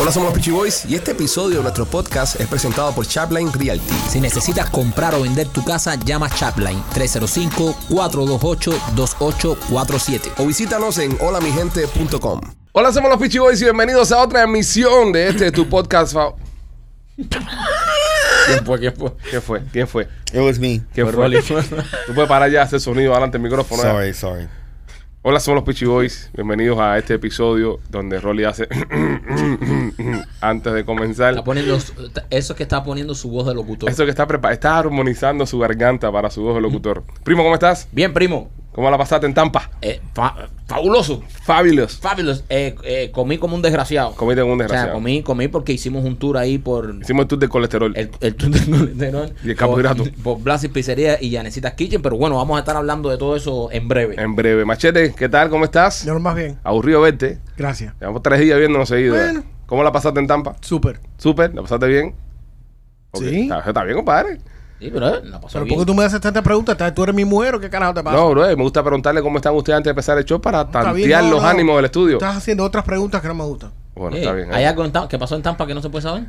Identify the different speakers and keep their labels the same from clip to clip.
Speaker 1: Hola, somos los Peachy Boys y este episodio de nuestro podcast es presentado por Chapline Realty.
Speaker 2: Si necesitas comprar o vender tu casa, llama Chapline 305-428-2847.
Speaker 1: O visítanos en holamigente.com. Hola, somos los Peachy Boys y bienvenidos a otra emisión de este tu podcast. fa- ¿Quién fue? ¿Quién fue? ¿Quién fue? ¿Quién fue?
Speaker 3: It was me.
Speaker 1: ¿Quién fue? Tú puedes parar ya, hacer sonido adelante el micrófono. ya.
Speaker 3: Sorry, sorry.
Speaker 1: Hola, somos los Peachy Boys. Bienvenidos a este episodio donde Rolly hace antes de comenzar.
Speaker 2: Está poniendo, eso que está poniendo su voz de locutor.
Speaker 1: Eso que está prepa- está armonizando su garganta para su voz de locutor. Primo, ¿cómo estás?
Speaker 2: Bien, primo.
Speaker 1: ¿Cómo la pasaste en Tampa?
Speaker 2: Eh, fa- fabuloso.
Speaker 1: Fabulous.
Speaker 2: Fabulous. Eh, eh, comí como un desgraciado.
Speaker 1: Comiste como un
Speaker 2: O sea,
Speaker 1: desgraciado.
Speaker 2: comí, comí porque hicimos un tour ahí por
Speaker 1: Hicimos el tour de colesterol.
Speaker 2: el, el tour del colesterol.
Speaker 1: Y el carbohidrato.
Speaker 2: Por, por Blas y Pizzería y Yanecita's Kitchen. Pero bueno, vamos a estar hablando de todo eso en breve.
Speaker 1: En breve. Machete, ¿qué tal? ¿Cómo estás?
Speaker 4: Yo más bien.
Speaker 1: Aburrido verte.
Speaker 4: Gracias.
Speaker 1: Llevamos tres días viéndonos seguidos.
Speaker 4: Bueno.
Speaker 1: ¿eh? ¿Cómo la pasaste en Tampa?
Speaker 4: Súper.
Speaker 1: Súper, ¿la pasaste bien? Ok,
Speaker 4: Sí.
Speaker 1: Está, está bien, compadre.
Speaker 2: Sí, pero eh, la pasó
Speaker 4: Pero ¿por
Speaker 2: bien.
Speaker 4: qué tú me haces tantas preguntas? ¿Tú eres mi mujer o qué carajo te pasa?
Speaker 1: No, bro, me gusta preguntarle cómo están ustedes antes de empezar el show para
Speaker 4: Está
Speaker 1: tantear
Speaker 4: bien, no,
Speaker 1: los
Speaker 4: no.
Speaker 1: ánimos del estudio.
Speaker 4: Estás haciendo otras preguntas que no me gustan.
Speaker 1: Bueno,
Speaker 2: Eh,
Speaker 1: está bien.
Speaker 2: ¿Hay algo en Tam- que pasó en Tampa que no se puede saber?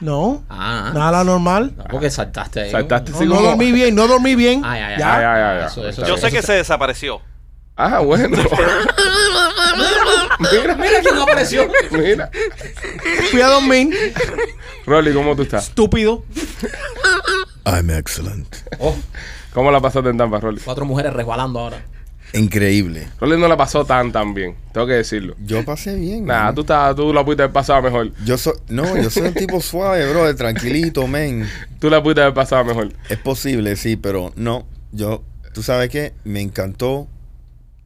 Speaker 4: No.
Speaker 2: Ah,
Speaker 4: Nada normal.
Speaker 2: no, porque saltaste ahí.
Speaker 1: Saltaste
Speaker 4: No,
Speaker 1: así
Speaker 4: no
Speaker 1: como-
Speaker 4: dormí bien, no dormí bien.
Speaker 2: Ay, ay, ay.
Speaker 4: Ya.
Speaker 1: Ay, ay, ay, ay.
Speaker 2: Eso, eso,
Speaker 1: Está
Speaker 5: Yo
Speaker 2: eso.
Speaker 1: bien.
Speaker 5: sé que se desapareció.
Speaker 1: Ah, bueno. mira,
Speaker 2: Mira quién apareció.
Speaker 1: mira.
Speaker 4: Fui a dormir.
Speaker 1: Rolly, ¿cómo tú estás?
Speaker 4: Estúpido.
Speaker 3: I'm excellent.
Speaker 2: Oh,
Speaker 1: ¿Cómo la pasaste en Tampa, Rolly?
Speaker 2: cuatro mujeres resbalando ahora.
Speaker 3: Increíble.
Speaker 1: Rolly no la pasó tan tan bien, tengo que decirlo.
Speaker 3: Yo pasé bien.
Speaker 1: Nada,
Speaker 3: man.
Speaker 1: tú, estás- tú la pudiste haber pasado mejor.
Speaker 3: Yo soy, no, yo soy un tipo suave, bro, tranquilito, men.
Speaker 1: Tú la pudiste haber pasado mejor.
Speaker 3: Es posible, sí, pero no. Yo, tú sabes qué, me encantó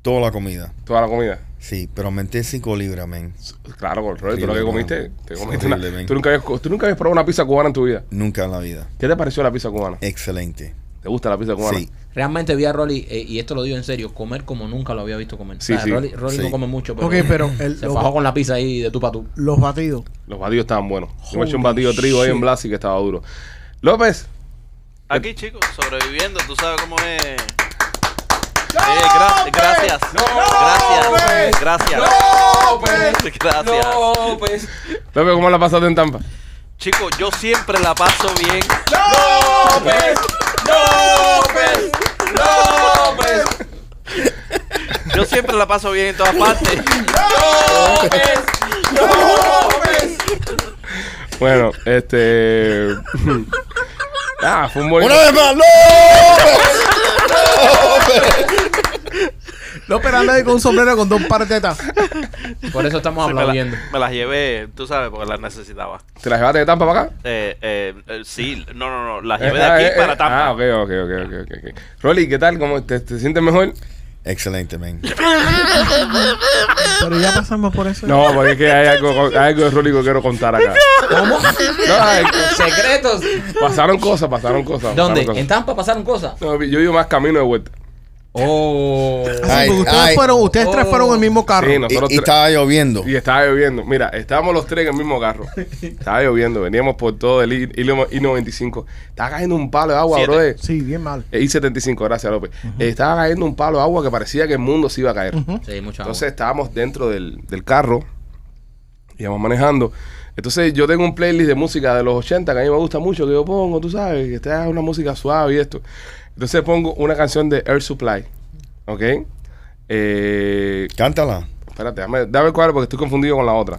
Speaker 3: toda la comida.
Speaker 1: Toda la comida. Pues
Speaker 3: Sí, pero aumenté 5 libras, men.
Speaker 1: Claro, con Rolly, tú
Speaker 3: Horrible,
Speaker 1: lo que
Speaker 3: mano.
Speaker 1: comiste, te comiste
Speaker 3: Horrible,
Speaker 1: una-
Speaker 3: men.
Speaker 1: tú, nunca habías, tú nunca habías probado una pizza cubana en tu vida.
Speaker 3: Nunca en la vida.
Speaker 1: ¿Qué te pareció la pizza cubana?
Speaker 3: Excelente.
Speaker 1: ¿Te gusta la pizza cubana?
Speaker 3: Sí.
Speaker 2: Realmente vi a Rolly, eh, y esto lo digo en serio, comer como nunca lo había visto comer.
Speaker 1: Sí, sí,
Speaker 2: Rolly, Rolly
Speaker 3: sí.
Speaker 2: no come mucho, pero,
Speaker 4: Ok, pero el-
Speaker 2: se
Speaker 4: los,
Speaker 2: fajó con la pizza ahí de tú para tú.
Speaker 4: los batidos.
Speaker 1: Los batidos estaban buenos. Yo me eché un batido de
Speaker 4: Holy
Speaker 1: trigo ahí en
Speaker 4: shit.
Speaker 1: Blasi que estaba duro. López, Eh.
Speaker 5: Aquí, chicos, sobreviviendo, tú sabes cómo es. Eh, gra- gracias.
Speaker 1: hombre!
Speaker 5: Gracias. Gracias. Gracias.
Speaker 1: López, ¿cómo la pasaste en Tampa?
Speaker 5: Chicos, yo siempre la paso bien. Yo siempre la paso bien en todas partes.
Speaker 1: Bueno, este. ah, fue un buen.
Speaker 3: ¡Una vez más! ¡No!
Speaker 4: López anda ahí con un sombrero con dos pares de tetas.
Speaker 2: Por eso estamos
Speaker 5: Sí, me, la-
Speaker 2: aplaudiendo.
Speaker 5: me las llevé, tú sabes, porque las necesitaba.
Speaker 1: ¿Te la llevaste de Tampa para acá?
Speaker 5: Eh, eh, eh, sí, no, no, no, las llevé de
Speaker 1: Ah, eh,
Speaker 5: aquí
Speaker 1: eh,
Speaker 5: para Tampa.
Speaker 1: Ah, ok, ok, ok, ok, ok, ok. Rolly, ¿qué tal? ¿Cómo te, te sientes mejor?
Speaker 3: Excelente, men.
Speaker 4: Pero ya pasamos por eso.
Speaker 1: No, porque es que hay algo, hay algo de Rolly que quiero contar acá.
Speaker 2: ¿Cómo?
Speaker 1: No, hay-
Speaker 2: Secretos.
Speaker 1: pasaron cosas, pasaron cosas.
Speaker 2: ¿Dónde?
Speaker 1: pasaron
Speaker 2: ¿En
Speaker 1: cosas.
Speaker 2: Tampa pasaron cosas?
Speaker 1: No, yo vivo más camino de vuelta.
Speaker 2: Oh.
Speaker 4: Así,
Speaker 3: Ay,
Speaker 4: porque ustedes
Speaker 3: ay.
Speaker 4: fueron, ustedes tres
Speaker 2: Oh.
Speaker 4: fueron en el mismo carro.
Speaker 1: Sí, nosotros
Speaker 3: Ah, Y, y
Speaker 1: tres-
Speaker 3: estaba lloviendo.
Speaker 1: Y estaba lloviendo. Mira, estábamos los tres en el mismo carro. Estaba lloviendo. Veníamos por todo el I- hilo- I-95. Estaba cayendo un palo de agua,
Speaker 5: Siete.
Speaker 1: brother.
Speaker 4: Sí, bien mal.
Speaker 1: Eh, I-75, gracias, López. Eh, Estaba cayendo un palo de agua que parecía que el mundo se iba a caer.
Speaker 2: Sí, mucha
Speaker 1: Entonces estábamos dentro del, del carro, íbamos manejando. Entonces yo tengo un playlist de música de los 80 que a mí me gusta mucho, que yo pongo, tú sabes, que esta es una música suave y esto. Entonces pongo una canción de Air Supply, ¿ok? Eh,
Speaker 3: Cántala.
Speaker 1: espérate, dame, dame cuadro porque estoy confundido con la otra.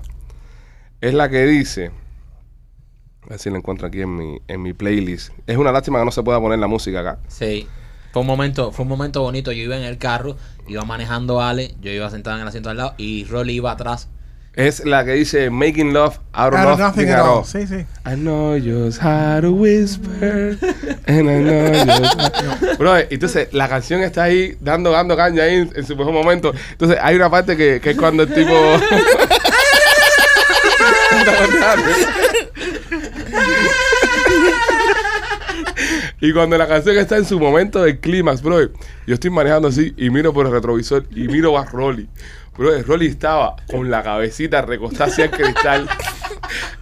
Speaker 1: Es la que dice, a ver si la encuentro aquí en mi, en mi playlist. Es una lástima que no se pueda poner la música acá.
Speaker 2: Sí. Fue un momento, fue un momento bonito. Yo iba en el carro, iba manejando Ale, yo iba sentado en el asiento al lado y Rolly iba atrás.
Speaker 1: Es la que dice Making Love Out of
Speaker 4: Claro,
Speaker 1: Nothing
Speaker 4: nothing
Speaker 1: at
Speaker 4: at
Speaker 1: All.
Speaker 4: all. Sí, sí.
Speaker 1: I know just how to whisper and I know just how- Bro, entonces la canción está ahí dando dando caña ahí en su mejor momento. Entonces hay una parte que, que es cuando el tipo Y cuando la canción está en su momento de clímax, bro, yo estoy manejando así y miro por el retrovisor y miro a Rolly. Bro, Rolly estaba con la cabecita recostada hacia el cristal,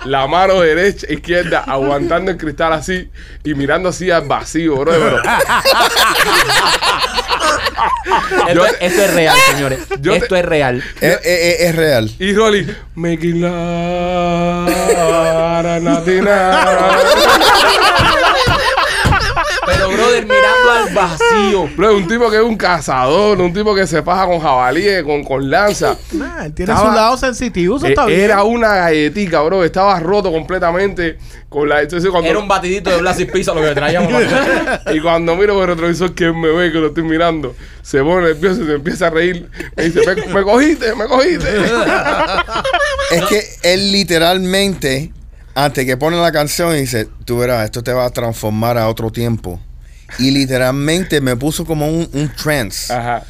Speaker 1: la mano derecha, izquierda, aguantando el cristal así y mirando así al vacío, bro. bro.
Speaker 2: Esto,
Speaker 1: Yo-
Speaker 2: esto es real, señores.
Speaker 1: Yo te-
Speaker 2: esto es real.
Speaker 3: Es, es- es- es real.
Speaker 1: Y Rolly, making love, na, na, ti, na.
Speaker 2: Pero, brother, mirando al vacío.
Speaker 1: Bro, un tipo que es un cazador, un tipo que se paja con jabalíes, con, con lanza.
Speaker 4: Nah, él tiene
Speaker 1: Estaba-
Speaker 4: su lado sensitivo, eso
Speaker 1: Eh,
Speaker 4: está bien.
Speaker 1: era una galletica, bro. Estaba roto completamente con la. Entonces, cuando,
Speaker 2: Era un batidito de Blas y Pizza lo que traíamos.
Speaker 1: Y cuando miro por el retrovisor, que me ve que lo estoy mirando, se pone nervioso y se empieza a reír. Me dice, me, me cogiste, me cogiste.
Speaker 3: Es que él literalmente, antes que pone la canción, dice, tú verás, esto te va a transformar a otro tiempo. Y literalmente me puso como un, un trance.
Speaker 2: Ah.
Speaker 1: Ajá.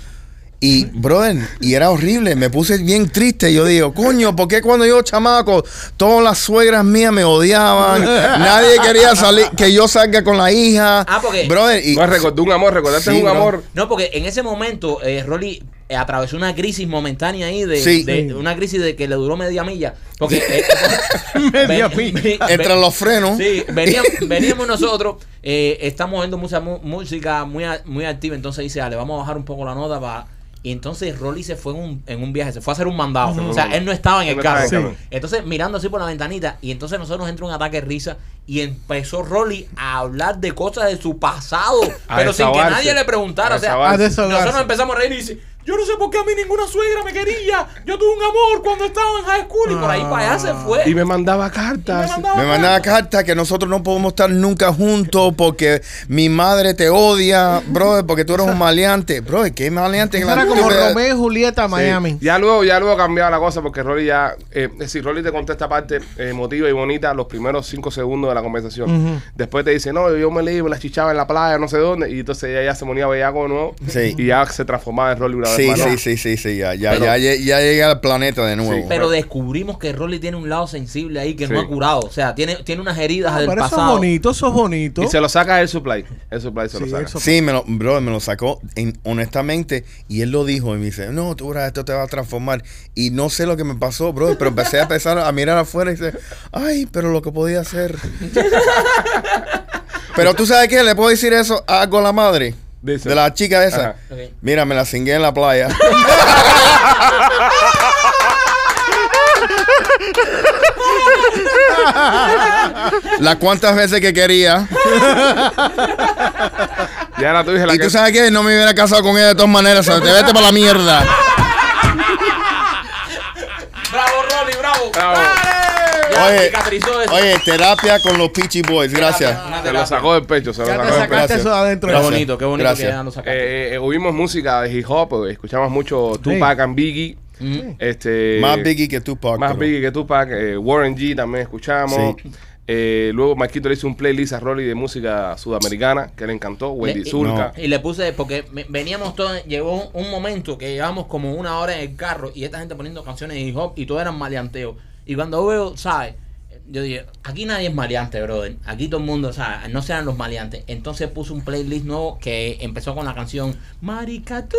Speaker 3: Y, brother, y era horrible. Me puse bien triste. Yo digo, coño, ¿por qué cuando yo chamaco, todas las suegras mías me odiaban? Nadie quería salir, que yo salga con la hija.
Speaker 2: Ah, porque-
Speaker 3: Brother, y...
Speaker 1: No, recordó un amor, recordaste
Speaker 3: Sí,
Speaker 1: un
Speaker 3: bro.
Speaker 1: amor.
Speaker 2: No, porque en ese momento eh, Rolly eh, atravesó una crisis momentánea ahí de,
Speaker 3: Sí.
Speaker 2: de-
Speaker 4: Sí.
Speaker 2: una crisis de que le duró media milla. Porque eh,
Speaker 4: Media
Speaker 2: ven-
Speaker 4: milla.
Speaker 2: ven-
Speaker 3: Entre los frenos.
Speaker 2: Sí, veníamos, veníamos nosotros, eh, estamos viendo mucha mu- música muy, a- muy activa, entonces dice, dale, vamos a bajar un poco la nota para... Y entonces Rolly se fue en un, en un viaje, se fue a hacer un mandado. O sea, él no estaba en
Speaker 1: Él
Speaker 2: el
Speaker 1: no estaba
Speaker 2: carro.
Speaker 1: en el
Speaker 4: carro.
Speaker 2: Sí. Entonces, mirando así por la ventanita, y entonces a nosotros nos entra un ataque de risa y empezó Rolly a hablar de cosas de su pasado,
Speaker 1: A
Speaker 2: pero sin que
Speaker 1: desahogarse.
Speaker 2: nadie le preguntara.
Speaker 1: A
Speaker 2: O sea,
Speaker 1: desahogarse.
Speaker 4: A desahogarse.
Speaker 2: nosotros empezamos a reír y dice, yo no sé por qué a mí ninguna suegra me quería. Yo tuve un amor cuando estaba en high school y por ahí para allá se fue.
Speaker 1: Y me mandaba
Speaker 2: Y me
Speaker 1: cartas.
Speaker 2: mandaba
Speaker 3: Me mandaba carta que nosotros no podemos estar nunca juntos porque mi madre te odia, brother, porque tú eres un maleante. Brother, ¿qué maleante? en
Speaker 4: Eso
Speaker 3: la
Speaker 4: era como
Speaker 3: vida?
Speaker 4: Romeo y Julieta Miami.
Speaker 1: Sí. Ya luego, ya luego cambiaba la cosa porque Rolly ya, eh, es decir, Rolly te contesta esta parte eh, emotiva y bonita los primeros cinco segundos de la conversación.
Speaker 4: Ujú.
Speaker 1: Después te dice, no, yo me leí, me la chichaba en la playa, no sé dónde, y entonces ella ya se ponía bellaco de nuevo
Speaker 3: Sí.
Speaker 1: y ya se transformaba en Rolly una
Speaker 3: Sí,
Speaker 1: vez más. ¿no?
Speaker 3: sí, sí, sí, sí, ya, ya,
Speaker 2: Pero-
Speaker 3: ya, lle- ya llegué al planeta de nuevo.
Speaker 1: Sí,
Speaker 2: Pero descubrimos que Rolly tiene un lado sensible ahí que
Speaker 1: Sí.
Speaker 2: no ha curado. O sea, tiene, tiene unas heridas del
Speaker 4: Ah, pero eso es
Speaker 2: pasado.
Speaker 4: bonito, eso es bonito.
Speaker 1: Y se lo saca el supply. El supply se
Speaker 4: Sí,
Speaker 1: lo saca.
Speaker 4: eso-
Speaker 3: Sí, me lo, brother, me lo sacó en- honestamente y él lo dijo y me dice, no, tú verás, esto te va a transformar. Y no sé lo que me pasó, brother, pero empecé a empezar a mirar afuera y dice, ay, pero lo que podía hacer. pero tú sabes qué, le puedo decir eso a algo a la madre
Speaker 1: Dice.
Speaker 3: de la chica esa.
Speaker 1: Ajá.
Speaker 2: Ok.
Speaker 3: Mira, me la cingué en la playa. Las cuantas veces que quería.
Speaker 1: Y ahora tú dices la
Speaker 3: Y tú
Speaker 1: que-
Speaker 3: sabes que no me hubiera casado con ella de todas maneras, ¿sabes? Te vete para la mierda.
Speaker 2: ¡Bravo, Rolly, bravo!
Speaker 1: Bravo.
Speaker 4: Ah,
Speaker 2: Ya
Speaker 3: Oye,
Speaker 2: cicatrizó eso.
Speaker 3: Oye, terapia con los Peachy Boys, gracias. Ah,
Speaker 2: Una
Speaker 1: Se lo
Speaker 2: terapia.
Speaker 1: sacó del pecho, se lo
Speaker 4: Ya
Speaker 1: sacó
Speaker 4: te
Speaker 1: del pecho.
Speaker 4: sacaste
Speaker 3: gracias.
Speaker 4: eso de adentro.
Speaker 2: Qué
Speaker 3: Gracias.
Speaker 2: bonito, qué bonito
Speaker 3: Gracias.
Speaker 2: que ya lo sacaste.
Speaker 1: Eh, eh, oímos música de hip hop, escuchamos mucho Tupac and Biggie.
Speaker 2: Mm.
Speaker 1: Este,
Speaker 3: Más Biggie que Tupac.
Speaker 1: Más
Speaker 3: pero-
Speaker 1: Biggie que Tupac, eh, Warren G también escuchamos.
Speaker 3: Sí.
Speaker 1: Eh, luego Marquito le hizo un playlist a Rolly de música sudamericana que le encantó, Wendy
Speaker 2: Le-
Speaker 1: Zulka.
Speaker 2: Y le puse, porque me- veníamos todos, llegó un, un momento que llevábamos como una hora en el carro y esta gente poniendo canciones de hip hop y todo eran maleanteos. Y cuando veo, ¿sabes? Yo dije, aquí nadie es maleante, brother. Aquí todo el mundo, ¿sabes? No sean los maleantes. Entonces puse un playlist nuevo que empezó con la canción Marica tú,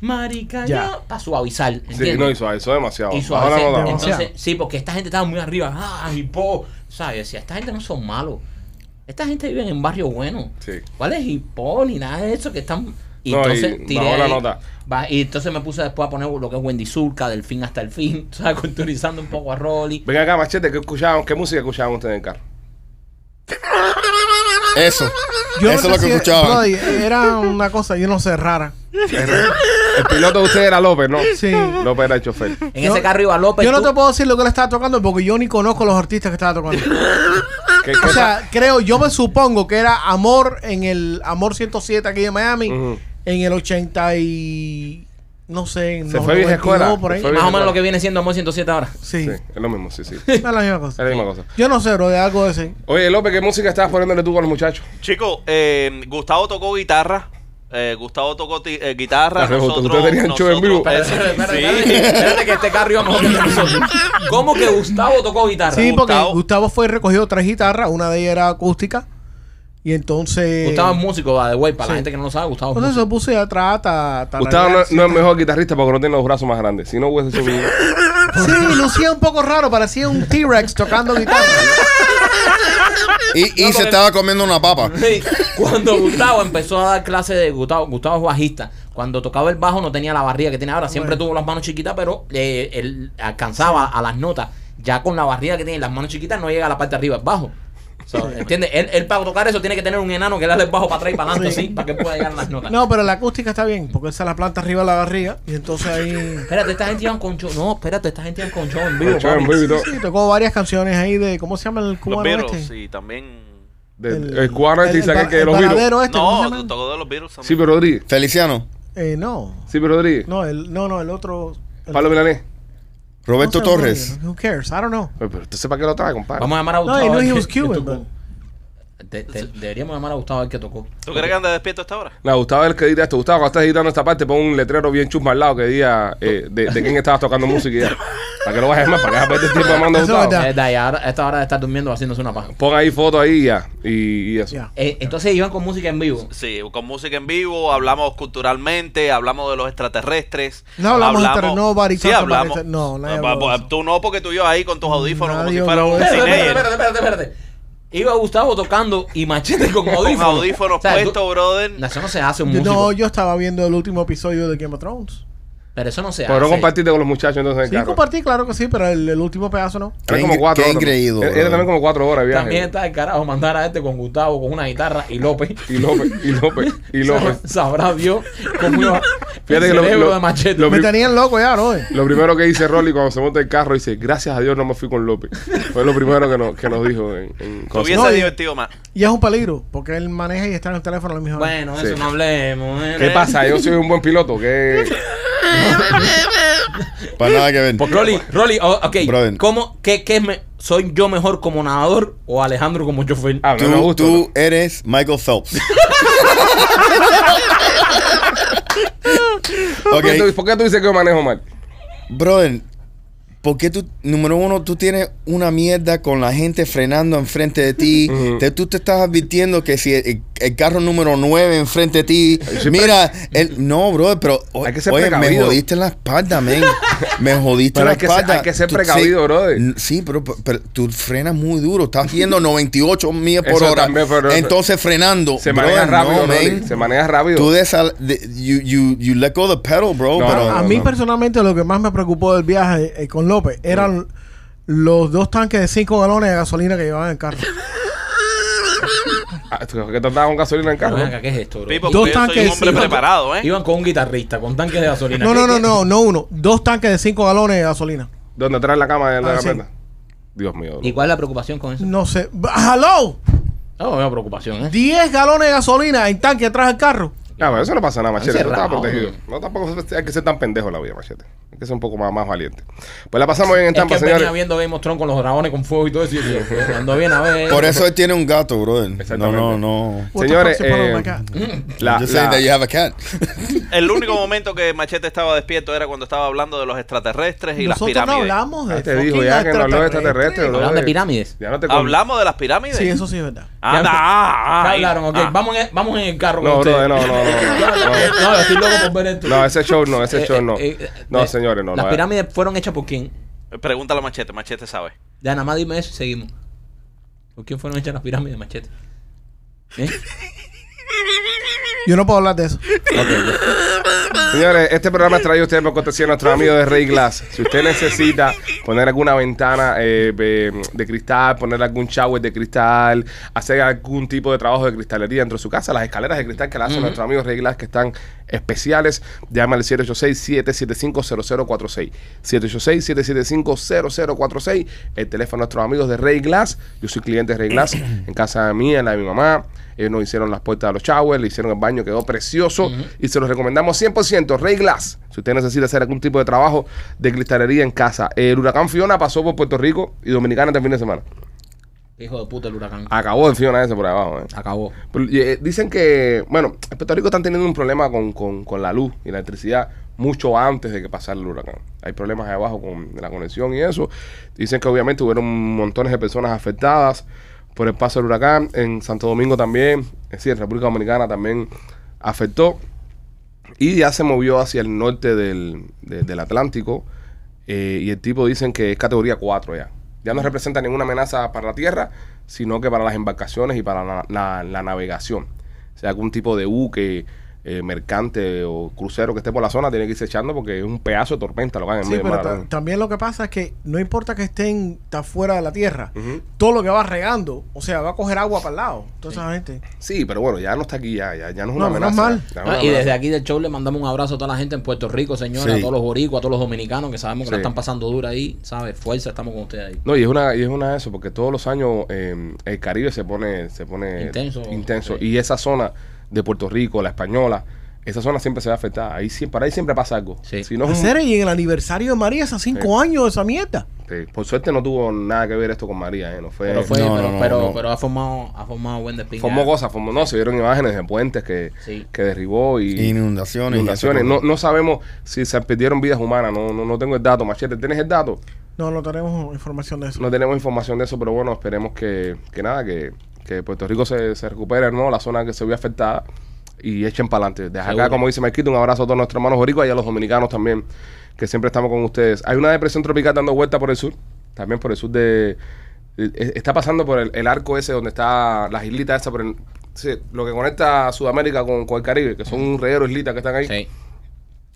Speaker 2: Marica
Speaker 4: Ya.
Speaker 2: yo, para suavizar. ¿entiendes?
Speaker 1: Sí, no, hizo, hizo demasiado.
Speaker 2: Y
Speaker 1: Bajó la
Speaker 2: suavicé.
Speaker 1: nota,
Speaker 4: Demasiado.
Speaker 2: Entonces, sí, porque esta gente estaba muy arriba. Ah, hip hop. ¿Sabes? Yo decía, esta gente no son malos. Esta gente vive en barrio bueno.
Speaker 1: Sí.
Speaker 2: ¿Cuál es hip hop ni nada de eso que están. Y
Speaker 1: No, y
Speaker 2: entonces tiré
Speaker 1: bajó la
Speaker 2: ahí,
Speaker 1: nota.
Speaker 2: ba- y entonces me puse después a poner lo que es Wendy Zulka, del fin hasta el fin, ¿sabes? Culturizando un poco a Rolly.
Speaker 1: Ven acá, Machete, ¿qué, escuchaban, ¿qué música escuchaban ustedes en el carro?
Speaker 3: Eso.
Speaker 4: Yo
Speaker 3: Eso es lo que
Speaker 4: decía-
Speaker 3: escuchaba.
Speaker 4: Brody, era una cosa, yo no sé, rara.
Speaker 1: El piloto de ustedes era López, ¿no?
Speaker 4: Sí.
Speaker 1: López era el chofer.
Speaker 2: En
Speaker 4: Yo-
Speaker 2: ese carro iba López.
Speaker 4: Yo no
Speaker 2: pues tú-
Speaker 4: te puedo decir lo que él estaba tocando porque yo ni conozco los artistas que estaba tocando.
Speaker 1: ¿Qué- qué-
Speaker 4: O sea, creo, yo me supongo que era Amor en el Amor 107 aquí de Miami,
Speaker 1: Ujú.
Speaker 4: en el 80 y... No sé, en
Speaker 1: Se
Speaker 4: los
Speaker 1: fue vieja
Speaker 4: 92
Speaker 1: escuela,
Speaker 4: Por
Speaker 1: se
Speaker 4: ahí.
Speaker 1: fue
Speaker 2: más o menos lo que viene siendo Amor 107 ahora.
Speaker 4: Sí,
Speaker 1: sí, es lo mismo, sí, sí.
Speaker 4: es la misma
Speaker 1: Es
Speaker 4: cosa.
Speaker 1: la misma cosa.
Speaker 4: Yo no sé, bro, de algo de ese.
Speaker 1: Oye, López, ¿qué música estabas poniéndole tú con los muchachos?
Speaker 5: Chicos, eh, Gustavo tocó guitarra. Eh, Gustavo tocó ti- eh, guitarra.
Speaker 1: Claro, ustedes tenían show en vivo.
Speaker 2: Espérate, espérate,
Speaker 5: Sí.
Speaker 2: espérate, espérate que este carro iba mejor que nosotros. ¿Cómo que Gustavo tocó guitarra?
Speaker 4: Sí, porque
Speaker 5: Gustavo-
Speaker 4: Gustavo fue y recogió tres guitarras, una de ellas era acústica, y entonces...
Speaker 2: Gustavo es músico, va, de güey, para la
Speaker 4: Sí.
Speaker 2: gente que no lo sabe, Gustavo es
Speaker 4: Entonces
Speaker 2: músico.
Speaker 4: se puse atrás, ta, ta-
Speaker 1: Gustavo no,
Speaker 4: sí,
Speaker 1: no es
Speaker 4: ta-
Speaker 1: mejor guitarrista porque no tiene los brazos más grandes. Si no hubiese sido un-
Speaker 4: Sí, lucía un poco raro, parecía un T-Rex tocando guitarra.
Speaker 3: Y, y
Speaker 2: No,
Speaker 3: se
Speaker 2: porque-
Speaker 3: estaba comiendo una papa.
Speaker 2: Sí, Cuando Gustavo empezó a dar clases de Gustavo, Gustavo es bajista. Cuando tocaba el bajo no tenía la barriga que tiene ahora, siempre
Speaker 4: Bueno.
Speaker 2: tuvo las manos chiquitas, pero eh, él alcanzaba a las notas. Ya con la barriga que tiene y las manos chiquitas no llega a la parte de arriba, es bajo. So, ¿Entiendes? Él, él para tocar eso tiene que tener un enano que le haga el bajo para atrás y para adelante, así, para que pueda llegar a las notas.
Speaker 4: No, pero la acústica está bien, porque esa es la planta arriba de la barriga. Y entonces ahí.
Speaker 2: Espérate, esta gente iba con show. No, espérate, esta gente iba con show en vivo.
Speaker 1: Con show en
Speaker 2: papi.
Speaker 1: vivo y todo.
Speaker 4: Sí, tocó varias canciones ahí de. ¿Cómo se llama el
Speaker 5: Los
Speaker 4: cubano
Speaker 5: Beatles
Speaker 4: este?
Speaker 5: y también.
Speaker 1: De- el cubano este y
Speaker 4: el,
Speaker 1: saqué
Speaker 4: ba-
Speaker 1: que
Speaker 4: el
Speaker 1: los viro.
Speaker 4: panadero este, ¿cómo se
Speaker 5: No,
Speaker 4: llama?
Speaker 5: tocó de los Beatles también.
Speaker 1: Sí, pero Rodríguez.
Speaker 3: Feliciano,
Speaker 4: Eh, no.
Speaker 1: Sí, pero Rodríguez.
Speaker 4: No, el, no, no, el otro. el-
Speaker 1: Pablo Milanés.
Speaker 3: Roberto
Speaker 4: ¿cómo se llama?
Speaker 3: Torres.
Speaker 4: Who cares? I don't know.
Speaker 1: Pues, Pero, pero usted sepa que lo trae, compadre.
Speaker 2: Vamos a llamar a
Speaker 4: No,
Speaker 2: Gustavo. a
Speaker 4: y no, pues.
Speaker 2: ver
Speaker 4: he
Speaker 2: qué-
Speaker 4: was
Speaker 2: qué
Speaker 4: Cuban,
Speaker 2: tocó.
Speaker 4: but-
Speaker 2: Te- te- deberíamos llamar a Gustavo a ver qué tocó.
Speaker 5: ¿Tú crees que anda despierto hasta ahora?
Speaker 1: No, Gustavo es el que edita esto. Gustavo, cuando estás editando esta parte, pon un letrero bien chusma al lado que diga eh, de, de quién estabas tocando música y ya. Para que lo bajes más, para que dejes perder tiempo llamando a
Speaker 4: Eso es
Speaker 1: Gustavo.
Speaker 4: verdad.
Speaker 2: Eh, da, y ahora, a esta hora de estar durmiendo haciéndose una paja.
Speaker 1: Pon ahí fotos ahí y ya. Y, y eso.
Speaker 4: Ya.
Speaker 2: Eh, entonces iban con música en vivo.
Speaker 5: Sí, con música en vivo, hablamos culturalmente, hablamos de los extraterrestres.
Speaker 4: No hablamos entre- nobody
Speaker 5: Sí,
Speaker 4: talks
Speaker 5: hablamos.
Speaker 4: about it. No, nadie
Speaker 5: Ah,
Speaker 4: habló
Speaker 5: pues,
Speaker 4: de eso.
Speaker 5: Tú no, porque tú ibas ahí con tus audífonos como
Speaker 4: Nadie
Speaker 5: si fuera
Speaker 4: habló
Speaker 5: un
Speaker 4: de eso.
Speaker 2: Espérate, espérate,
Speaker 5: teenager.
Speaker 2: espérate, espérate, espérate. Iba Gustavo tocando y machete con audífonos.
Speaker 5: Con audífonos
Speaker 2: O sea,
Speaker 5: puestos,
Speaker 2: tú-
Speaker 5: brother.
Speaker 2: No, Eso no se hace un
Speaker 4: Yo-
Speaker 2: músico.
Speaker 4: No, yo estaba viendo el último episodio de Game of Thrones.
Speaker 2: pero eso no se
Speaker 1: Pero no
Speaker 2: hace.
Speaker 1: compartiste con los muchachos entonces en el
Speaker 4: Sí,
Speaker 1: carro.
Speaker 4: compartí, claro que sí, pero el, el último pedazo no.
Speaker 1: Eran
Speaker 3: Qué
Speaker 1: como
Speaker 3: incre-
Speaker 1: cuatro
Speaker 3: qué
Speaker 1: horas.
Speaker 3: increíble,
Speaker 1: Era- Era
Speaker 3: brother.
Speaker 1: también como cuatro horas de viaje.
Speaker 2: También está el carajo mandar a este con Gustavo, con una guitarra y López.
Speaker 1: Y López, y López, y López.
Speaker 2: Sab- Sabrá Dios cómo iba
Speaker 1: Fíjate
Speaker 2: el
Speaker 1: que lo-
Speaker 2: cerebro
Speaker 1: lo-
Speaker 2: de machete.
Speaker 1: lo-
Speaker 4: Me tenían loco ya, ¿no?
Speaker 1: Lo primero que dice Rolly cuando se monta el carro dice, gracias a Dios no me fui con López. Fue lo primero que nos, que nos dijo en, en
Speaker 5: Te
Speaker 1: cosas.
Speaker 5: hubiese
Speaker 4: No, y-
Speaker 5: divertido más.
Speaker 4: Y es un peligro, porque él maneja y está en el teléfono a la misma hora.
Speaker 2: Bueno,
Speaker 1: Sí.
Speaker 2: eso no hablemos. eh.
Speaker 1: ¿Qué pasa? Yo soy un buen piloto. ¿Qué?
Speaker 3: Para nada que ver.
Speaker 2: Rolly, Rolly, oh, ok.
Speaker 3: Brother.
Speaker 2: ¿Cómo, qué, qué es me- ¿Soy yo mejor como nadador o Alejandro como chofer?
Speaker 1: Ah, no me
Speaker 3: Tú,
Speaker 1: gusta.
Speaker 3: tú eres Michael Phelps.
Speaker 1: ¿Por qué tú-
Speaker 3: ok,
Speaker 1: ¿Por qué tú dices que yo manejo mal?
Speaker 3: brother, ¿por qué tú, número uno, tú tienes una mierda con la gente frenando enfrente de ti?
Speaker 1: Ujú.
Speaker 3: Te- tú te estás advirtiendo que si el, el carro número 9 enfrente de ti, mira, el, no, brother, pero o-
Speaker 1: Hay que ser
Speaker 3: oye, me
Speaker 1: precavido.
Speaker 3: jodiste en la espalda, men. Me jodiste
Speaker 1: Pero
Speaker 3: en la
Speaker 1: hay que ser-
Speaker 3: espalda.
Speaker 1: hay que ser
Speaker 3: Tú-
Speaker 1: precavido, brother.
Speaker 3: N- Sí, pero, pero tú frenas muy duro. Estás yendo 98 millas por
Speaker 1: Eso
Speaker 3: hora.
Speaker 1: también, pero-
Speaker 3: Entonces frenando.
Speaker 1: Se
Speaker 3: Brother,
Speaker 1: maneja rápido,
Speaker 3: no,
Speaker 1: Rolly,
Speaker 3: men.
Speaker 1: Se maneja rápido.
Speaker 3: Tú desa- de- you, you, you let go the pedal, bro.
Speaker 1: No,
Speaker 3: pero
Speaker 1: no,
Speaker 4: a
Speaker 1: no.
Speaker 4: mí personalmente lo que más me preocupó del viaje eh, con López eran los dos tanques de 5 galones de gasolina que llevaban en el carro.
Speaker 1: Ah, ¿tú- ¿Qué te andabas con gasolina en el
Speaker 2: Pero
Speaker 1: carro?
Speaker 2: ven acá, ¿Qué es esto, bro?
Speaker 5: Pipo,
Speaker 4: Dos
Speaker 5: porque yo soy
Speaker 4: tanques,
Speaker 5: un hombre
Speaker 4: sí.
Speaker 5: preparado, ¿eh?
Speaker 2: Iban con un guitarrista, con tanques de gasolina.
Speaker 4: No,
Speaker 2: ¿Qué-
Speaker 4: no, no,
Speaker 2: qué-
Speaker 4: no, no uno. Dos tanques de 5 galones de gasolina.
Speaker 1: ¿Dónde traes la cama de la
Speaker 4: Ah, sí.
Speaker 1: camioneta? Dios mío.
Speaker 2: ¿Y cuál es la preocupación con eso?
Speaker 4: No sé. B- ¡Hello!
Speaker 2: No, no veo preocupación, ¿eh?
Speaker 4: 10 galones de gasolina en tanque atrás del carro.
Speaker 1: Ah, pero eso no pasa nada, machete. Eso estaba
Speaker 2: Encerrado,
Speaker 1: protegido.
Speaker 2: bro.
Speaker 1: No, tampoco hay que ser tan pendejo en la vida, machete. Hay que ser un poco más, más valiente. Pues la pasamos bien en
Speaker 2: Es que
Speaker 1: Tampa,
Speaker 2: él venía
Speaker 1: señores.
Speaker 2: viendo Game of Thrones con los dragones con fuego y todo eso. y yo, Cuando viene a ver.
Speaker 3: Por eso él tiene un gato, brother. No,
Speaker 1: Exactamente.
Speaker 3: no, no.
Speaker 4: What the
Speaker 1: Señores,
Speaker 4: fuck's the problem
Speaker 1: eh,
Speaker 4: with my cat?
Speaker 1: La,
Speaker 3: Just saying
Speaker 1: la-
Speaker 3: that you have a cat.
Speaker 5: El único momento que Machete estaba despierto era cuando estaba hablando de los extraterrestres y las
Speaker 4: Nosotros no
Speaker 5: pirámides.
Speaker 4: hablamos de
Speaker 1: Ah, te dijo
Speaker 4: fucking
Speaker 1: ya que no habló de extraterrestres, bro.
Speaker 2: Hablan de pirámides.
Speaker 1: Ya no te con-
Speaker 5: ¿Hablamos de las pirámides?
Speaker 4: Sí, eso sí es verdad.
Speaker 5: Ah,
Speaker 2: Ya-
Speaker 5: ah, ah,
Speaker 2: Ya hablaron, ok.
Speaker 5: ah.
Speaker 2: Vamos, en, vamos en el carro.
Speaker 1: No,
Speaker 2: con
Speaker 1: bro,
Speaker 2: ustedes.
Speaker 1: no, no, no, no.
Speaker 2: Eh,
Speaker 1: no.
Speaker 2: no, yo estoy loco por ver esto.
Speaker 1: No, ese show no, ese
Speaker 2: Eh,
Speaker 1: show no.
Speaker 2: eh, eh,
Speaker 1: No,
Speaker 2: eh,
Speaker 1: señores, no.
Speaker 2: Las
Speaker 1: no,
Speaker 2: pirámides fueron hechas por quién?
Speaker 5: Pregúntale a Machete, Machete sabe.
Speaker 2: Ya, nada más dime eso y seguimos. ¿Por quién fueron hechas las pirámides, machete? ¿Eh?
Speaker 4: Yo no puedo hablar de eso.
Speaker 1: Señores, este programa es traído a ustedes por cortesía de nuestros amigos de Ray Glass. Si usted necesita poner alguna ventana eh, de, de cristal, poner algún shower de cristal, hacer algún tipo de trabajo de cristalería dentro de su casa, las escaleras de cristal que le hacen nuestros amigos Ray Glass que están especiales, llama al 786-775-0046. 786-775-0046, el teléfono de nuestros amigos de Ray Glass. Yo soy cliente de Ray Glass en casa mía, en la de mi mamá. Ellos nos hicieron las puertas de los showers, le hicieron el baño, quedó precioso y se los recomendamos 100%. Ray Glass, si usted necesita hacer algún tipo de trabajo de cristalería en casa. El huracán Fiona pasó por Puerto Rico y Dominicana este fin de semana.
Speaker 2: Hijo de puta el huracán.
Speaker 1: Acabó el Fiona ese por ahí abajo. ¿eh?
Speaker 2: Acabó.
Speaker 1: Pero, eh, Dicen que, bueno, en Puerto Rico están teniendo un problema con, con- con la luz y la electricidad mucho antes de que pasara el huracán. Hay problemas ahí abajo con la conexión y eso. Dicen que obviamente hubieron montones de personas afectadas por el paso del huracán. En Santo Domingo también, es decir, en República Dominicana también afectó. Y ya se movió hacia el norte del, de- del Atlántico. eh, y el tipo dicen que es categoría 4 ya. Ya no representa ninguna amenaza para la tierra, sino que para las embarcaciones y para la, la- la navegación. O sea, algún tipo de buque, eh, mercante o crucero que esté por la zona tiene que irse echando porque es un pedazo de tormenta lo que hay en
Speaker 4: Sí,
Speaker 1: medio del
Speaker 4: pero
Speaker 1: mar,
Speaker 4: ta-
Speaker 1: ¿no?
Speaker 4: también lo que pasa es que no importa que estén tan fuera de la tierra,
Speaker 1: Ujú.
Speaker 4: todo lo que va regando, o sea, va a coger agua para el lado. Toda esa gente.
Speaker 1: Sí, pero bueno, ya no está aquí, ya, ya, ya no es una
Speaker 4: No, menos
Speaker 1: amenaza.
Speaker 4: mal.
Speaker 2: Ah,
Speaker 1: ya no es una
Speaker 2: y
Speaker 1: amenaza.
Speaker 2: desde aquí del show le mandamos un abrazo a toda la gente en Puerto Rico, señora,
Speaker 3: Sí.
Speaker 2: a todos los boricuas, a todos los dominicanos que sabemos que la
Speaker 1: Sí.
Speaker 2: están pasando dura ahí, ¿sabes? Fuerza, estamos con ustedes ahí.
Speaker 1: No, y es una, y es una de eso, porque todos los años eh, el Caribe se pone, se pone
Speaker 2: Intenso.
Speaker 1: intenso.
Speaker 2: Sí.
Speaker 1: Y esa zona de Puerto Rico, la española, esa zona siempre se ve afectada. Ahí siempre, para ahí siempre pasa algo.
Speaker 2: Sí.
Speaker 1: Si no es un-
Speaker 4: Hacer y en el aniversario de María, hace cinco años esa mierda.
Speaker 1: Sí, por suerte no tuvo nada que ver esto con María, eh, no fue.
Speaker 2: Pero fue,
Speaker 3: no,
Speaker 2: pero,
Speaker 3: no, no,
Speaker 2: pero,
Speaker 3: no.
Speaker 2: pero ha formado, ha formado buen despingue.
Speaker 1: Formó cosas, formó, no, se vieron imágenes de puentes que,
Speaker 2: Sí.
Speaker 1: que derribó y
Speaker 3: Inundaciones. y
Speaker 1: inundaciones.
Speaker 3: eso.
Speaker 1: No, no sabemos si se perdieron vidas humanas, no, no, no tengo el dato, machete, ¿tienes el dato?
Speaker 4: No, no tenemos información de eso.
Speaker 1: No tenemos información de eso, pero bueno, esperemos que, que nada, que, que Puerto Rico se, se recupere, ¿no? La zona que se vio afectada y echen para adelante. Desde acá,
Speaker 2: Seguro.
Speaker 1: como dice Marquito, un abrazo a todos nuestros hermanos boricuas y a los dominicanos también, que siempre estamos con ustedes. Hay una depresión tropical dando vuelta por el sur, también por el sur de... e- Está pasando por el, el arco ese donde está las islitas esas, por el- sí, lo que conecta Sudamérica con, con el Caribe, que son un reguero de islitas que están ahí.
Speaker 2: Sí.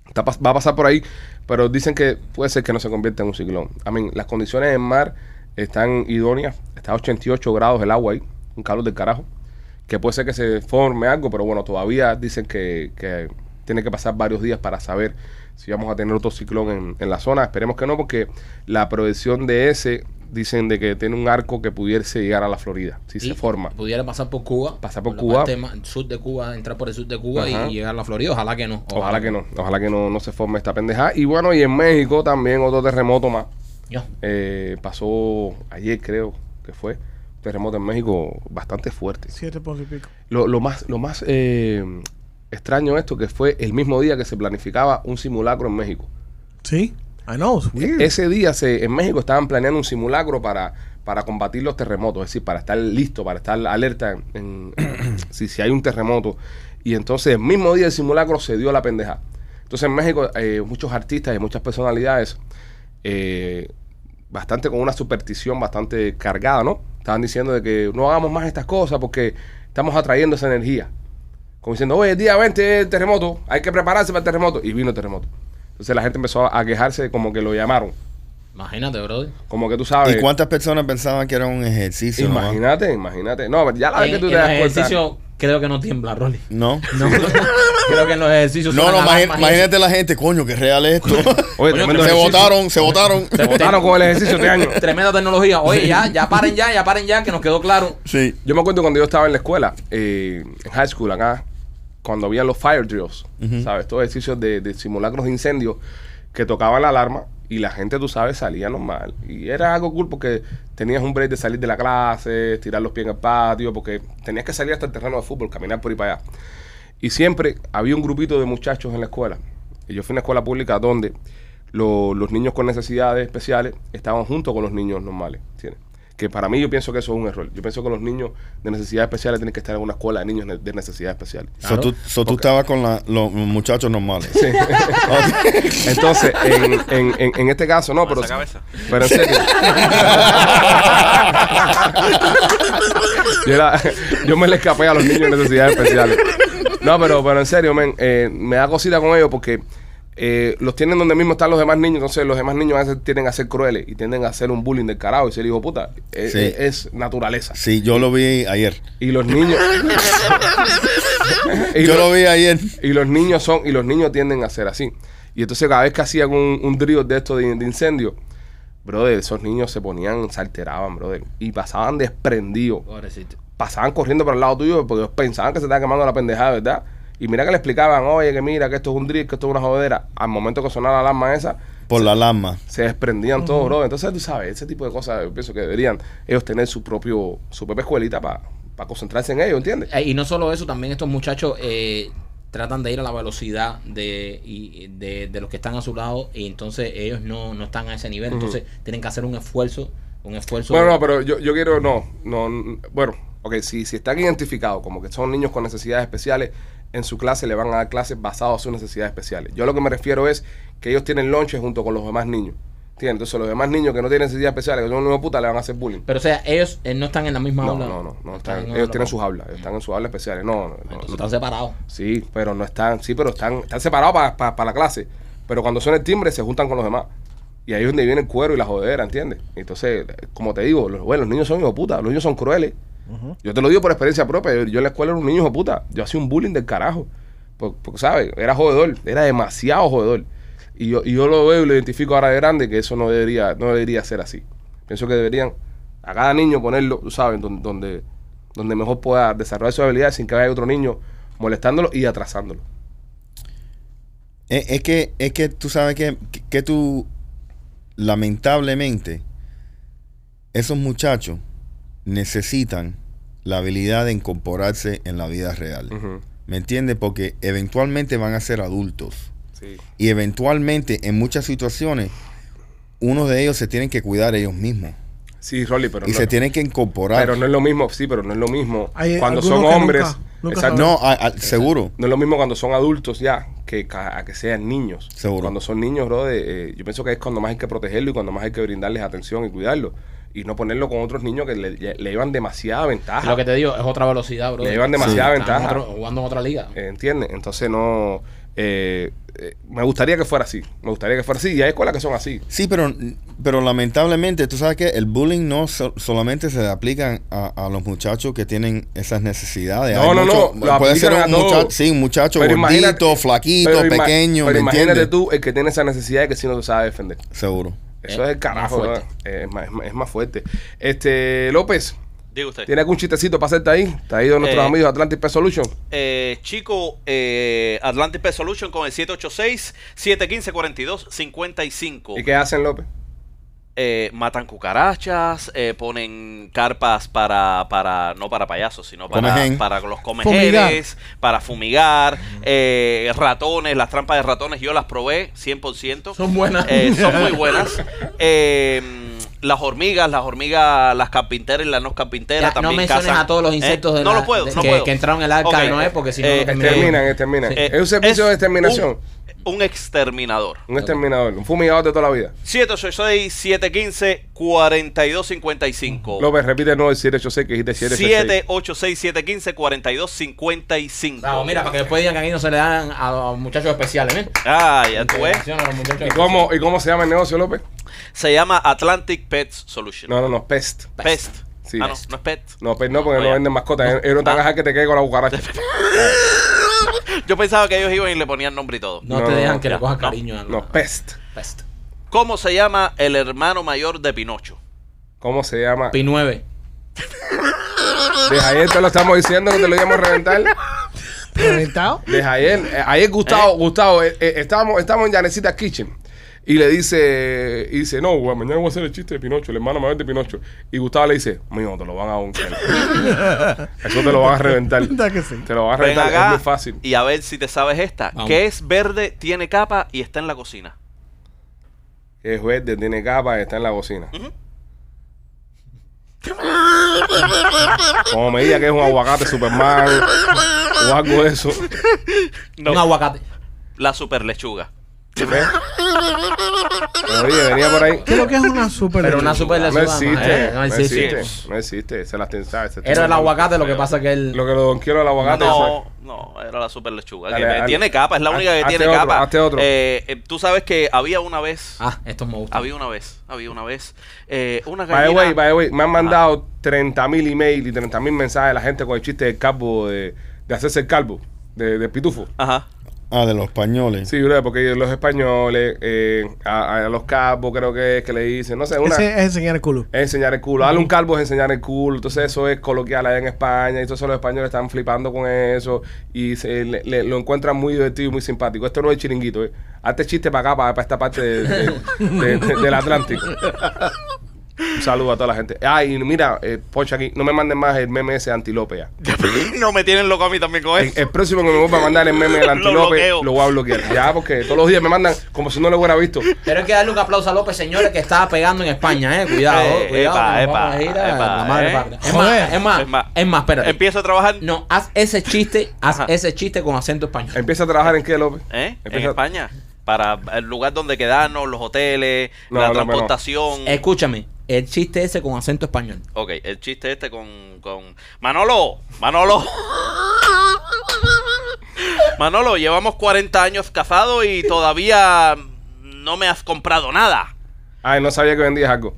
Speaker 1: Está pas- va a pasar por ahí, pero dicen que puede ser que no se convierta en un ciclón. I mean, las condiciones en mar están idóneas, está a 88 grados el agua ahí, un calor del carajo, que puede ser que se forme algo, pero bueno, todavía dicen que, que tiene que pasar varios días para saber si vamos a tener otro ciclón en, en la zona. Esperemos que no, porque la proyección de ese dicen de que tiene un arco que pudiese llegar a la Florida, si
Speaker 2: Y
Speaker 1: se forma.
Speaker 2: Pudiera pasar por Cuba.
Speaker 1: Pasar por
Speaker 2: la
Speaker 1: Cuba.
Speaker 2: parte ma- sur de Cuba, entrar por el sur de Cuba y,
Speaker 1: Ajá.
Speaker 2: y llegar a la Florida. Ojalá que no.
Speaker 1: Ojalá que no, ojalá que no, no se forme esta pendejada. Y bueno, y en México también otro terremoto más.
Speaker 2: Yo.
Speaker 1: Eh, pasó ayer, creo que fue, un terremoto en México bastante fuerte.
Speaker 4: Siete por y pico.
Speaker 1: Lo, lo más, lo más eh, extraño esto que fue el mismo día que se planificaba un simulacro en México.
Speaker 4: Sí, I know, it's weird.
Speaker 1: Ese día se, en México estaban planeando un simulacro para, para combatir los terremotos, es decir, para estar listo, para estar alerta en- en- si, si hay un terremoto. Y entonces el mismo día del simulacro se dio la pendeja. Entonces en México eh, muchos artistas y muchas personalidades, eh, bastante con una superstición bastante cargada, ¿no? Estaban diciendo de que no hagamos más estas cosas porque estamos atrayendo esa energía. Como diciendo, oye, el día 20 es el terremoto, hay que prepararse para el terremoto. Y vino el terremoto. Entonces la gente empezó a quejarse como que lo llamaron.
Speaker 2: Imagínate, brother.
Speaker 1: Como que tú sabes.
Speaker 3: ¿Y cuántas personas pensaban que era un ejercicio? nomás?
Speaker 1: Imagínate, imagínate. No, pero ya la vez
Speaker 2: En,
Speaker 1: que tú te
Speaker 2: en
Speaker 1: das
Speaker 2: los
Speaker 1: cuenta.
Speaker 2: ejercicios, creo que no tiembla, Rolly.
Speaker 3: No.
Speaker 2: No, creo que en los ejercicios.
Speaker 3: No,
Speaker 2: suenan
Speaker 3: no, imagi-
Speaker 2: alarmas y
Speaker 3: imagínate la gente, coño, qué real es esto.
Speaker 2: Coño,
Speaker 1: Oye, tremendo
Speaker 3: se
Speaker 1: ejercicio.
Speaker 3: votaron, se votaron.
Speaker 1: Se votaron con el ejercicio este año.
Speaker 2: eso. Tremenda tecnología. Oye, ya, ya paren ya, ya paren ya, que nos quedó claro.
Speaker 3: Sí.
Speaker 1: Yo me acuerdo cuando yo estaba en la escuela, eh, en high school acá, cuando había los fire drills, ¿sabes? Estos ejercicios de, de simulacros de incendios que tocaban la alarma y la gente, tú sabes, salía normal. Y era algo cool porque tenías un break de salir de la clase, tirar los pies en el patio, porque tenías que salir hasta el terreno de fútbol, caminar por ahí para allá. Y siempre había un grupito de muchachos en la escuela. Y yo fui a una escuela pública donde lo- los niños con necesidades especiales estaban junto con los niños normales. ¿entiendes? Que para mí yo pienso que eso es un error. Yo pienso que los niños de necesidades especiales tienen que estar en una escuela de niños ne- de necesidades especiales.
Speaker 3: So, tú, so, tú estabas con la- los muchachos normales. Sí.
Speaker 1: Entonces, en, en- en- en este caso, no, pero,
Speaker 5: Con esa cabeza.
Speaker 1: pero en serio. yo, era- yo me le escapé a los niños en necesidades especiales. No, pero, pero en serio, men, eh, me da cosita con ellos porque eh, los tienen donde mismo están los demás niños. Entonces, los demás niños a veces tienden a ser crueles y tienden a hacer un bullying del carajo y ser hijo de puta. Es,
Speaker 3: Sí.
Speaker 1: es- es naturaleza.
Speaker 3: yo lo vi ayer.
Speaker 1: Y los niños. Y
Speaker 3: yo
Speaker 1: los-
Speaker 3: lo vi ayer.
Speaker 1: y los niños son, y los niños tienden a ser así. Y entonces cada vez que hacían un, un drill de esto de, de incendio, brother, esos niños se ponían, se alteraban, brother. Y pasaban desprendidos.
Speaker 2: Pobrecito.
Speaker 1: Pasaban corriendo para el lado tuyo porque ellos pensaban que se estaba quemando la pendejada, ¿verdad? Y mira que le explicaban, oye, que mira, que esto es un drill, que esto es una jodera. Al momento que sonaba la alarma esa,
Speaker 3: Por la alarma.
Speaker 1: se desprendían todos, brother. Entonces, tú sabes, ese tipo de cosas, yo pienso que deberían ellos tener su propio, su propia escuelita para concentrarse en ellos, ¿entiendes?
Speaker 2: Eh, y no solo eso, también estos muchachos eh, tratan de ir a la velocidad de, y- de, de los que están a su lado y entonces ellos no, no están a ese nivel, entonces tienen que hacer un esfuerzo, un esfuerzo.
Speaker 1: Bueno, no, pero yo, yo quiero, no, no, n- bueno, ok, si, si están identificados como que son niños con necesidades especiales, en su clase le van a dar clases basadas a sus necesidades especiales. Yo lo que me refiero es que ellos tienen lonches junto con los demás niños. ¿Entiendes? Entonces los demás niños que no tienen necesidades especiales, que son unos putas, le van a hacer bullying.
Speaker 2: Pero o sea, ellos eh, no están en la misma
Speaker 1: No,
Speaker 2: aula.
Speaker 1: no, no, no
Speaker 2: en
Speaker 1: están,
Speaker 2: una
Speaker 1: ellos
Speaker 2: aula.
Speaker 1: tienen sus aulas, están en sus aulas especiales. No, no, no,
Speaker 2: Entonces
Speaker 1: no.
Speaker 2: están separados.
Speaker 1: Sí, pero no están, sí, pero están, están separados para la clase. Pero cuando suena el timbre se juntan con los demás. Y ahí es donde viene el cuero y la jodera, ¿entiendes? Entonces, como te digo, los, bueno, los niños son hijos de puta, los niños son crueles. Yo te lo digo por experiencia propia. Yo, yo en la escuela era un niño hijo de puta. Yo hacía un bullying del carajo. Por- Porque, ¿sabes? Era jodedor, era demasiado jodedor. Y yo, y yo lo veo y lo identifico ahora de grande que eso no debería, no debería ser así. Pienso que deberían a cada niño ponerlo, tú ¿sabes? Don- Donde, donde mejor pueda desarrollar sus habilidades sin que haya otro niño molestándolo y atrasándolo.
Speaker 3: Es, es que, es que tú sabes que, que, que tú, lamentablemente, esos muchachos necesitan la habilidad de incorporarse en la vida real.
Speaker 1: Ujú.
Speaker 3: ¿Me entiendes? Porque eventualmente van a ser adultos.
Speaker 1: Sí.
Speaker 3: Y eventualmente, en muchas situaciones, uno de ellos se tienen que cuidar ellos mismos.
Speaker 1: Sí, Rolly, pero
Speaker 3: y
Speaker 1: no,
Speaker 3: se tienen que incorporar.
Speaker 1: pero no es lo mismo, sí, pero no es lo mismo
Speaker 4: Hay
Speaker 1: cuando
Speaker 4: algunos
Speaker 1: son
Speaker 4: que
Speaker 1: hombres.
Speaker 4: nunca- nunca
Speaker 1: exacto.
Speaker 4: saben.
Speaker 3: No, a- a- seguro.
Speaker 1: No es lo mismo cuando son adultos ya que ca- a que sean niños.
Speaker 3: Seguro.
Speaker 1: Cuando son niños, bro, de, eh, yo pienso que es cuando más hay que protegerlo y cuando más hay que brindarles atención y cuidarlo. Y no ponerlo con otros niños que le, le- le llevan demasiada ventaja.
Speaker 2: Lo que te digo es otra velocidad, bro.
Speaker 1: Le llevan demasiada
Speaker 2: Están en
Speaker 1: ventaja.
Speaker 2: otro- jugando en otra liga.
Speaker 1: Eh, ¿Entiendes? Entonces no... eh, eh, me gustaría que fuera así. Me gustaría que fuera así. Y hay escuelas que son así.
Speaker 3: Sí, pero, pero lamentablemente, tú sabes que el bullying no so- solamente se le aplica a, a los muchachos que tienen esas necesidades.
Speaker 1: No, no, no, lo
Speaker 3: puede ser
Speaker 1: aplican
Speaker 3: un
Speaker 1: a todos.
Speaker 3: muchacho, sí, un muchacho
Speaker 1: Pero
Speaker 3: gordito,
Speaker 1: imagínate-
Speaker 3: flaquito,
Speaker 1: ima-
Speaker 3: pequeño,
Speaker 1: pero
Speaker 3: ¿me
Speaker 1: imagínate
Speaker 3: entiendes?
Speaker 1: tú el que tiene esa necesidad de que si no se sabe defender.
Speaker 3: Seguro.
Speaker 1: Eso
Speaker 2: Eh,
Speaker 1: es el carajo.
Speaker 2: más
Speaker 1: ¿no?
Speaker 2: fuerte.
Speaker 1: Eh, Es más, es más- es más fuerte. Este, López,
Speaker 5: Diga usted.
Speaker 1: ¿tiene algún chistecito para hacerte ahí? ¿Te ha ido nuestros
Speaker 5: Eh.
Speaker 1: amigos de Atlantic Pest Solution?
Speaker 5: Eh, chico, eh, Atlantic Pest Solution con el 786-715-4255.
Speaker 1: ¿Y qué hacen, López?
Speaker 5: Eh, matan cucarachas, eh, ponen carpas para, para, no para payasos, sino para,
Speaker 3: Comején.
Speaker 5: para los comejeres, para fumigar, eh, ratones, las trampas de ratones yo las probé 100%.
Speaker 2: Son buenas.
Speaker 5: Eh, son muy buenas. Eh, mm, las hormigas, las hormigas, las carpinteras y las no
Speaker 2: Ya,
Speaker 5: carpinteras
Speaker 2: no
Speaker 5: también
Speaker 2: menciones
Speaker 5: cazan.
Speaker 2: a todos los
Speaker 5: Eh,
Speaker 2: insectos de
Speaker 5: no
Speaker 2: la-
Speaker 5: lo puedo,
Speaker 2: de-
Speaker 5: no
Speaker 2: que,
Speaker 5: puedo.
Speaker 2: que entraron en el arca
Speaker 5: Ok.
Speaker 2: de Noé, porque si no,
Speaker 5: Eh,
Speaker 2: no termina.
Speaker 1: Exterminan, exterminan.
Speaker 2: Sí.
Speaker 5: Eh,
Speaker 1: es un servicio de exterminación.
Speaker 5: Un, un exterminador.
Speaker 1: Un, exterminador, un fumigador de toda la vida.
Speaker 5: 786-715-4255.
Speaker 1: López, repite el nuevo 786 que dijiste 786.
Speaker 5: 786-715-4255.
Speaker 2: Bravo, mira, para que después digan que aquí no se le dan a los muchachos especiales, ¿eh?
Speaker 5: Ah, ya tú ves.
Speaker 2: Atención a los muchachos
Speaker 1: Pues, ¿Y cómo, ¿Y cómo se llama el negocio, López?
Speaker 5: Se llama Atlantic Pets Solution.
Speaker 1: No, no, no, Pest.
Speaker 5: Pest.
Speaker 1: Sí.
Speaker 5: Ah, no, no es pet.
Speaker 1: No, Pest no, porque no,
Speaker 5: Oye.
Speaker 1: venden mascotas. Es- Es una caja que te quede con la cucaracha.
Speaker 5: Yo pensaba que ellos iban y le ponían nombre y todo.
Speaker 2: No,
Speaker 1: No,
Speaker 2: te
Speaker 1: no,
Speaker 2: dejan
Speaker 1: no,
Speaker 2: que le
Speaker 5: no,
Speaker 2: cojas
Speaker 5: no,
Speaker 2: cariño a
Speaker 1: No, Pest.
Speaker 2: Pest.
Speaker 5: ¿Cómo se llama el hermano mayor de Pinocho?
Speaker 1: ¿Cómo se llama?
Speaker 2: Pi 9.
Speaker 1: Desde ayer te lo estamos diciendo que te lo íbamos a reventar.
Speaker 4: ¿Reventado?
Speaker 1: Desde ayer. eh, ayer Gustavo, Gustavo, eh, eh, estamos, estamos en Yanecita Kitchen. Y le dice, y dice, no, güey, mañana voy a hacer el chiste de Pinocho, el hermano mayor de Pinocho. Y Gustavo le dice, mío, te lo van a oncear. Eso te lo van a reventar.
Speaker 4: Da que sí.
Speaker 1: Te lo van a
Speaker 5: Ven
Speaker 1: reventar,
Speaker 5: acá
Speaker 1: es muy fácil.
Speaker 5: y a ver si te sabes esta.
Speaker 2: Vamos.
Speaker 5: Que es verde, tiene capa y está en la cocina.
Speaker 1: Es verde, tiene capa, está en la cocina. Como me diga que es un aguacate Superman o algo de eso.
Speaker 5: No.
Speaker 2: Un aguacate.
Speaker 5: La super lechuga.
Speaker 1: ¿Ves? Oye, venía por ahí.
Speaker 4: ¿Qué es lo que es una super
Speaker 2: Pero una super
Speaker 1: No
Speaker 2: lechuga,
Speaker 1: existe,
Speaker 2: eh,
Speaker 1: no
Speaker 2: existe.
Speaker 1: existe, no existe. Se las tensaba. se
Speaker 2: Era el
Speaker 1: tensaba.
Speaker 2: aguacate, lo que pasa que él.
Speaker 1: Lo que lo don quiero el aguacate.
Speaker 5: No, no, era la super lechuga.
Speaker 1: Dale,
Speaker 5: que
Speaker 1: dale.
Speaker 5: tiene capa, es la
Speaker 1: Haz-
Speaker 5: única que
Speaker 1: hazte
Speaker 5: tiene
Speaker 1: otro,
Speaker 5: capa.
Speaker 1: hazte otro.
Speaker 5: Eh, eh, tú sabes que había una vez,
Speaker 2: Ah, estos me gustan.
Speaker 5: había una vez, había una vez, eh,
Speaker 1: By
Speaker 5: una
Speaker 1: the
Speaker 5: gallina.
Speaker 1: way, by the way, me
Speaker 2: Ah.
Speaker 1: han mandado 30.000 emails y 30.000 mensajes de la gente con el chiste del calvo, de, de hacerse el calvo, de, de pitufo.
Speaker 5: Ajá.
Speaker 3: Ah, de los españoles.
Speaker 1: Sí, bro, porque los españoles, eh, a, a los calvos creo que es que le dicen, no sé, una...
Speaker 4: Ese es enseñar el culo.
Speaker 1: Es enseñar el culo. Darle un calvo es enseñar el culo. Entonces eso es coloquial allá en España. Y entonces los españoles están flipando con eso. Y se- le- le- lo encuentran muy divertido y muy simpático. Esto no es chiringuito. ¿eh? Hazte chiste para acá, para, para esta parte de- de- de- de- del Atlántico. Un saludo a toda la gente. Ay, mira, eh, Pocha aquí, no me manden más el meme ese de antilope ya.
Speaker 5: no me tienen loco a mí también con
Speaker 1: El,
Speaker 5: eso.
Speaker 1: el próximo que me vuelva a mandar el meme del
Speaker 5: Pues, Lo
Speaker 1: antilope
Speaker 5: bloqueo.
Speaker 1: lo, voy a bloquear. Ya, porque todos los días me mandan como si no lo hubiera visto.
Speaker 2: Pero hay que darle un aplauso a López, señores, que estaba pegando en España, eh. Cuidado,
Speaker 5: Eh,
Speaker 2: cuidado.
Speaker 5: epa,
Speaker 2: que nos vamos
Speaker 5: epa,
Speaker 2: a ir a
Speaker 5: epa,
Speaker 2: la madre
Speaker 5: eh.
Speaker 2: patria. Es
Speaker 4: Joder.
Speaker 2: más, es más,
Speaker 5: Es más.
Speaker 2: es más, espérate.
Speaker 5: Empiezo a trabajar. ¿eh?
Speaker 2: No, haz ese chiste, haz
Speaker 5: Ajá.
Speaker 2: ese chiste con acento español.
Speaker 1: Empieza a trabajar en qué, López.
Speaker 5: ¿Eh? ¿En
Speaker 1: Empieza-
Speaker 5: España? para el lugar donde quedarnos, los hoteles,
Speaker 1: No,
Speaker 5: la
Speaker 1: no, pero no.
Speaker 5: transportación.
Speaker 2: Escúchame, el chiste ese con acento español.
Speaker 5: Ok, el chiste este con, con... Manolo, Manolo. Manolo, llevamos 40 años casados y todavía no me has comprado nada.
Speaker 1: Ay, no sabía que vendías algo.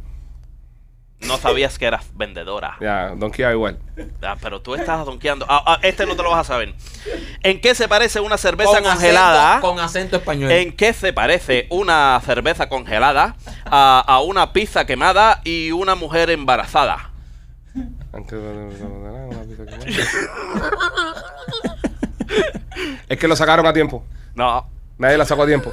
Speaker 5: No sabías que eras vendedora.
Speaker 1: Ya, Don Kia igual.
Speaker 5: Ah, pero tú estás donkeando. Ah, ah, este no te lo vas a saber. ¿En qué se parece una cerveza
Speaker 2: Con
Speaker 5: congelada?
Speaker 2: Acento, con acento español.
Speaker 5: ¿ah? ¿En qué se parece una cerveza congelada a, a una pizza quemada y una mujer embarazada?
Speaker 1: Antes de- de- de- de- de- una pizza que más. es que lo sacaron a tiempo.
Speaker 5: No,
Speaker 1: Nadie la sacó a tiempo.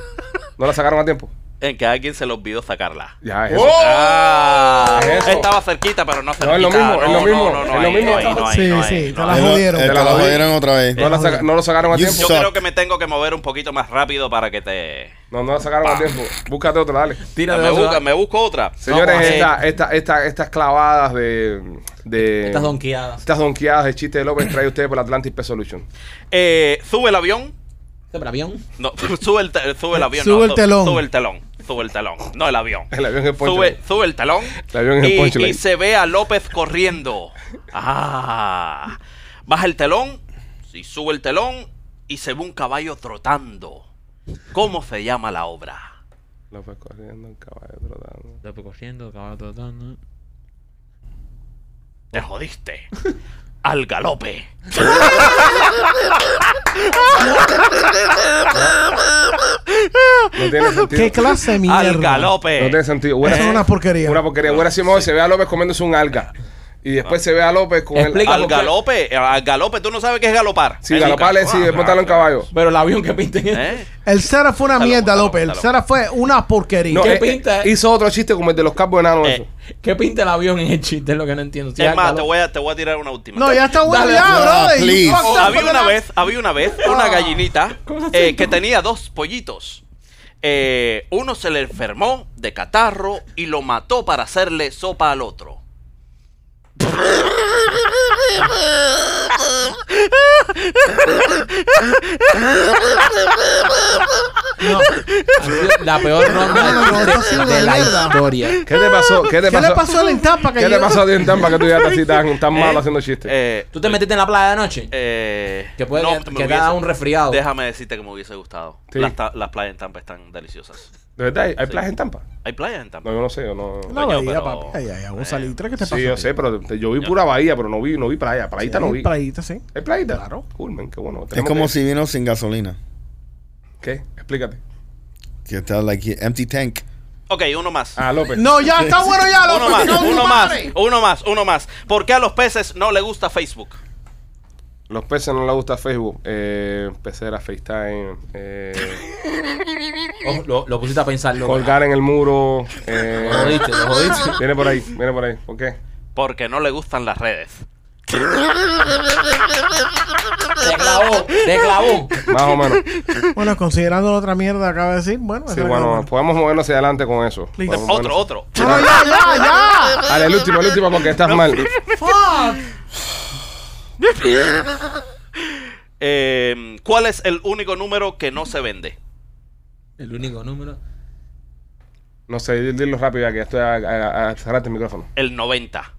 Speaker 1: No la sacaron a tiempo.
Speaker 5: en que a alguien se le olvidó sacarla.
Speaker 1: Ya, es eso.
Speaker 5: Ah,
Speaker 1: Es ¡Oh! eso.
Speaker 5: estaba cerquita, pero no cerquita.
Speaker 1: es lo mismo,
Speaker 5: no,
Speaker 1: es lo mismo,
Speaker 5: no, no, no,
Speaker 1: es lo
Speaker 5: ahí,
Speaker 1: mismo.
Speaker 5: no, ahí, no, ahí,
Speaker 4: Sí,
Speaker 5: no, ahí,
Speaker 4: sí,
Speaker 5: no,
Speaker 4: te la
Speaker 5: ahí.
Speaker 3: Te lo-
Speaker 4: jodieron.
Speaker 3: eh, Te
Speaker 1: Te la
Speaker 3: la jodieron otra vez.
Speaker 1: No, la saca- no lo sacaron a
Speaker 3: You
Speaker 1: tiempo.
Speaker 5: Yo
Speaker 3: Suck.
Speaker 5: creo que me tengo que mover un poquito más rápido para que te...
Speaker 1: No, no la sacaron a tiempo. Búscate otra, dale.
Speaker 2: Tira de
Speaker 5: me,
Speaker 2: otro
Speaker 5: busca-
Speaker 2: lado.
Speaker 5: me busco otra.
Speaker 1: Señores,
Speaker 5: Vamos eh, a-
Speaker 1: esta- esta- esta- estas clavadas de, de-
Speaker 2: Estas donqueadas.
Speaker 1: Estas donkeadas de chiste de López trae ustedes por Atlantic Pest Solution.
Speaker 5: Eh, sube el avión.
Speaker 2: Este avión.
Speaker 5: No, sube el, te- sube el avión.
Speaker 4: Sube
Speaker 5: no,
Speaker 4: el
Speaker 5: su-
Speaker 4: telón.
Speaker 5: Sube el telón. Sube el telón. No el avión.
Speaker 1: El avión es el
Speaker 5: sube,
Speaker 1: punchline.
Speaker 5: sube el telón.
Speaker 1: El avión es el
Speaker 5: y,
Speaker 1: punchline.
Speaker 5: y se ve a López corriendo. Ah. Baja el telón. Y sube el telón. Y se ve un caballo trotando. ¿Cómo se llama la obra?
Speaker 1: López corriendo, el caballo trotando.
Speaker 2: López corriendo, caballo trotando.
Speaker 5: Te jodiste. Al galope.
Speaker 1: No tiene sentido.
Speaker 4: ¿Qué clase de mierda?
Speaker 5: Al galope.
Speaker 1: No tiene sentido. Hubiera
Speaker 4: Eso es
Speaker 1: sido
Speaker 4: una porquería.
Speaker 1: una porquería. Hubiera sido mejor, se ve a López comiéndose un alga. Y después se ve a López con el...
Speaker 2: Explica.
Speaker 5: Al galope. Al galope. Tú no sabes qué es galopar. Ah,
Speaker 1: Sí, galopale, sí, montarlo en caballo.
Speaker 2: Pero el avión que pinten es.
Speaker 5: ¿Eh?
Speaker 4: El Cera fue una
Speaker 5: Búscalo,
Speaker 4: mierda,
Speaker 5: búscalo,
Speaker 4: López. El
Speaker 5: búscalo.
Speaker 4: Cera fue una porquería.
Speaker 1: No,
Speaker 2: ¿Qué
Speaker 1: eh, eh,
Speaker 2: pinta, eh?
Speaker 1: hizo otro chiste como el de los capos enanos.
Speaker 5: Eh,
Speaker 1: eso.
Speaker 2: ¿Qué pinta el avión en el chiste? Es lo que no entiendo. Si
Speaker 5: Es
Speaker 2: al
Speaker 5: más, te
Speaker 2: galo-
Speaker 5: voy, a, te voy a tirar una última.
Speaker 4: No, ya está bueno
Speaker 2: Dale,
Speaker 4: ya,
Speaker 2: no,
Speaker 4: brother.
Speaker 3: please.
Speaker 4: Fuck that
Speaker 5: Oh, había una
Speaker 4: fucking
Speaker 5: vez, había una vez una
Speaker 1: Ah.
Speaker 5: gallinita
Speaker 2: ¿Cómo se
Speaker 5: eh,
Speaker 2: hace?
Speaker 5: que tenía dos pollitos. Eh, uno se le enfermó de catarro y lo mató para hacerle sopa al otro.
Speaker 2: No. Ha sido la peor ronda
Speaker 4: No, no, no, esto ha
Speaker 2: de, de
Speaker 4: sido una
Speaker 2: la
Speaker 4: mierda.
Speaker 2: historia.
Speaker 1: ¿Qué te pasó? ¿Qué te
Speaker 4: ¿Qué
Speaker 1: pasó?
Speaker 4: le pasó a la entampa que
Speaker 1: ¿Qué te
Speaker 4: yo-
Speaker 1: pasó a ti en Tampa que tú ya estás así tan, tan malo haciendo chistes?
Speaker 5: Eh,
Speaker 2: ¿Tú te metiste en la playa de noche?
Speaker 5: eh,
Speaker 2: Que puede que-
Speaker 5: me
Speaker 2: que te ha dado un resfriado.
Speaker 5: Déjame decirte que me hubiese gustado.
Speaker 1: Sí.
Speaker 5: Las, ta- las playas en Tampa están deliciosas.
Speaker 1: ¿De verdad? ¿Hay, hay playas en Tampa?
Speaker 5: ¿Hay playas en Tampa?
Speaker 1: No, yo no sé, yo no...
Speaker 4: No,
Speaker 5: Coño,
Speaker 4: veía,
Speaker 5: pero-
Speaker 4: papi. Ay, ay, ay, un salitre, ¿qué te pasa?
Speaker 1: sí, yo sé, pero te- yo vi pura bahía, pero no vi, no vi playa. Playita no vi.
Speaker 4: Playita, sí.
Speaker 1: ¿Hay playita?
Speaker 4: Claro.
Speaker 1: Cool, man, qué bueno.
Speaker 3: Es
Speaker 1: Tenemos
Speaker 3: como
Speaker 1: que-
Speaker 3: si vino sin gasolina.
Speaker 1: ¿Qué? Explícate.
Speaker 3: Que está like empty tank.
Speaker 5: Ok, uno más.
Speaker 1: Ah, López.
Speaker 4: No, ya está bueno ya, López.
Speaker 5: Uno más,
Speaker 4: no, tu
Speaker 5: uno más,
Speaker 4: madre.
Speaker 5: uno más, uno más. ¿Por qué a los peces no le gusta Facebook?
Speaker 1: Los peces no les gusta Facebook. Eh, pecera, FaceTime. Eh,
Speaker 2: Oh, lo, lo pusiste a pensarlo.
Speaker 1: colgar en el muro. Eh,
Speaker 2: Lo jodiste, lo jodiste.
Speaker 1: viene por ahí, viene por ahí. ¿Por qué?
Speaker 5: Porque no le gustan las redes.
Speaker 2: Te clavó, te clavó.
Speaker 1: Más o menos.
Speaker 4: Bueno, considerando la otra mierda que acaba de decir, bueno.
Speaker 1: Sí,
Speaker 4: es
Speaker 1: Pues bueno, podemos movernos hacia adelante con eso.
Speaker 4: Listo.
Speaker 1: Podemos
Speaker 5: Otro,
Speaker 1: movernos- Ah,
Speaker 5: otro.
Speaker 4: No, ya, ya, Ah, ya.
Speaker 1: Dale, el último, el último, porque estás mal.
Speaker 4: Fuck.
Speaker 5: Eh, ¿Cuál es el único número que no se vende?
Speaker 2: El único número.
Speaker 1: No sé, di- dilo rápido ya que ya estoy a, a- a cerrarte el micrófono.
Speaker 5: El 90.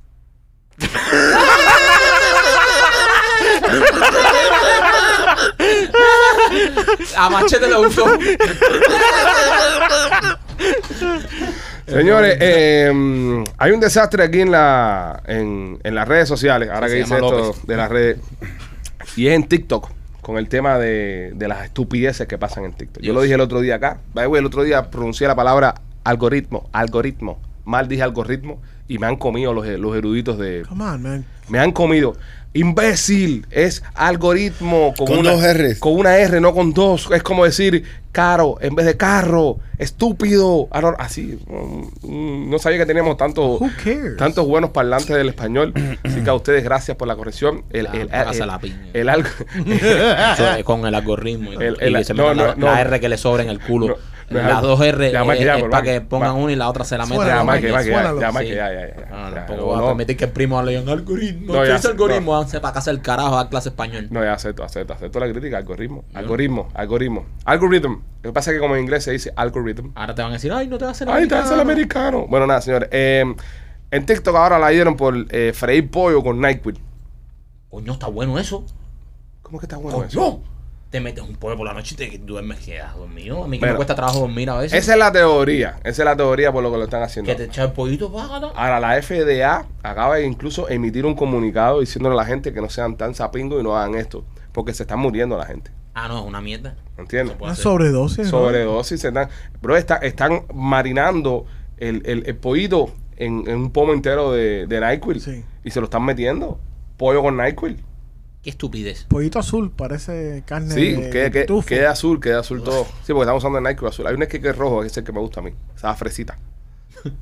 Speaker 2: A Machete le gustó.
Speaker 1: Señores, eh, mm, hay un desastre aquí en la en, en las redes sociales, ahora
Speaker 2: Sí, se
Speaker 1: que dice
Speaker 2: llama
Speaker 1: esto
Speaker 2: López.
Speaker 1: de las redes, y es en TikTok, con el tema de, de las estupideces que pasan en TikTok. Yo lo dije el otro día acá, by the way, el otro día pronuncié la palabra algoritmo, algoritmo, mal dije algoritmo, y me han comido los, los eruditos de...
Speaker 4: Come on, man.
Speaker 1: Me han comido. Imbécil, es algoritmo con,
Speaker 3: Con
Speaker 1: una,
Speaker 3: dos Rs.
Speaker 1: Con una R, no con dos. Es como decir caro en vez de carro. Estúpido. Ah, no, Así. mm, mm, No sabía que teníamos tantos,
Speaker 4: Who cares?
Speaker 1: tantos buenos parlantes del español. Así que a ustedes, gracias por la corrección. El,
Speaker 2: Ah,
Speaker 1: el,
Speaker 2: pasa la piña.
Speaker 1: el algo-
Speaker 2: Eso es con el algoritmo. y-
Speaker 1: El-
Speaker 2: y
Speaker 1: Ah. el-
Speaker 2: se
Speaker 1: no,
Speaker 2: metan
Speaker 1: no,
Speaker 2: la,
Speaker 1: no.
Speaker 2: la R que le sobra en el culo.
Speaker 1: No,
Speaker 2: las dos R eh,
Speaker 1: ya, Mike, ya,
Speaker 2: es
Speaker 1: por
Speaker 2: para
Speaker 1: Mike,
Speaker 2: que pongan
Speaker 1: Mike.
Speaker 2: una y la otra se la metan.
Speaker 4: Suena,
Speaker 1: Ya,
Speaker 4: Suélalo,
Speaker 1: Mike, Mike, ya,
Speaker 4: suélalo.
Speaker 1: ya, Mike,
Speaker 2: Sí.
Speaker 1: ya, ya, ya.
Speaker 2: Ah,
Speaker 1: Ya,
Speaker 2: tampoco
Speaker 1: no,
Speaker 2: voy a
Speaker 1: no.
Speaker 2: permitir que el primo hable en algoritmo.
Speaker 1: No,
Speaker 2: No,
Speaker 1: ya,
Speaker 2: dice
Speaker 1: no.
Speaker 2: algoritmo, háganse para casa el carajo, dar clases español.
Speaker 1: No, ya acepto, acepto, acepto la crítica, algoritmo,
Speaker 2: Ah.
Speaker 1: algoritmo, algoritmo, algorithm. Lo que pasa es que como en inglés se dice algorithm.
Speaker 2: Ahora te van a decir, ay, no te vas a hacer
Speaker 1: Ahí está, es el americano. Bueno, nada, señores. eh, en TikTok ahora la dieron por eh, freír pollo con Nyquil.
Speaker 2: Coño, está bueno eso.
Speaker 1: ¿Cómo que está bueno eso?
Speaker 2: Coño. Te metes un pollo por la noche y te duermes, quedas dormido. A mí que
Speaker 1: Bueno.
Speaker 2: me cuesta trabajo dormir a veces.
Speaker 1: Esa es la teoría, esa es la teoría por lo que lo están haciendo.
Speaker 2: Que te echas el pollito, págata.
Speaker 1: Ahora, la FDA acaba de incluso emitir un comunicado diciéndole a la gente que no sean tan sapingos y no hagan esto, porque se está muriendo la gente.
Speaker 2: Ah, no, es una mierda.
Speaker 1: ¿Entiendes?
Speaker 2: Se puede
Speaker 4: Una
Speaker 2: hacer.
Speaker 4: sobredosis. ¿no?
Speaker 1: Sobredosis, se están, bro, está- están marinando el, el, el pollito en, en un pomo entero de, de NyQuil
Speaker 4: Sí.
Speaker 1: y se lo están metiendo. Pollo con NyQuil.
Speaker 2: Qué estupidez.
Speaker 4: Pollito azul, parece carne
Speaker 1: Sí,
Speaker 4: de
Speaker 1: queda, queda-
Speaker 4: tufo.
Speaker 1: queda azul, queda azul todo. Sí, porque estamos usando el NyQuil azul. Hay un que es rojo, que es el que me gusta a mí. Esa fresita.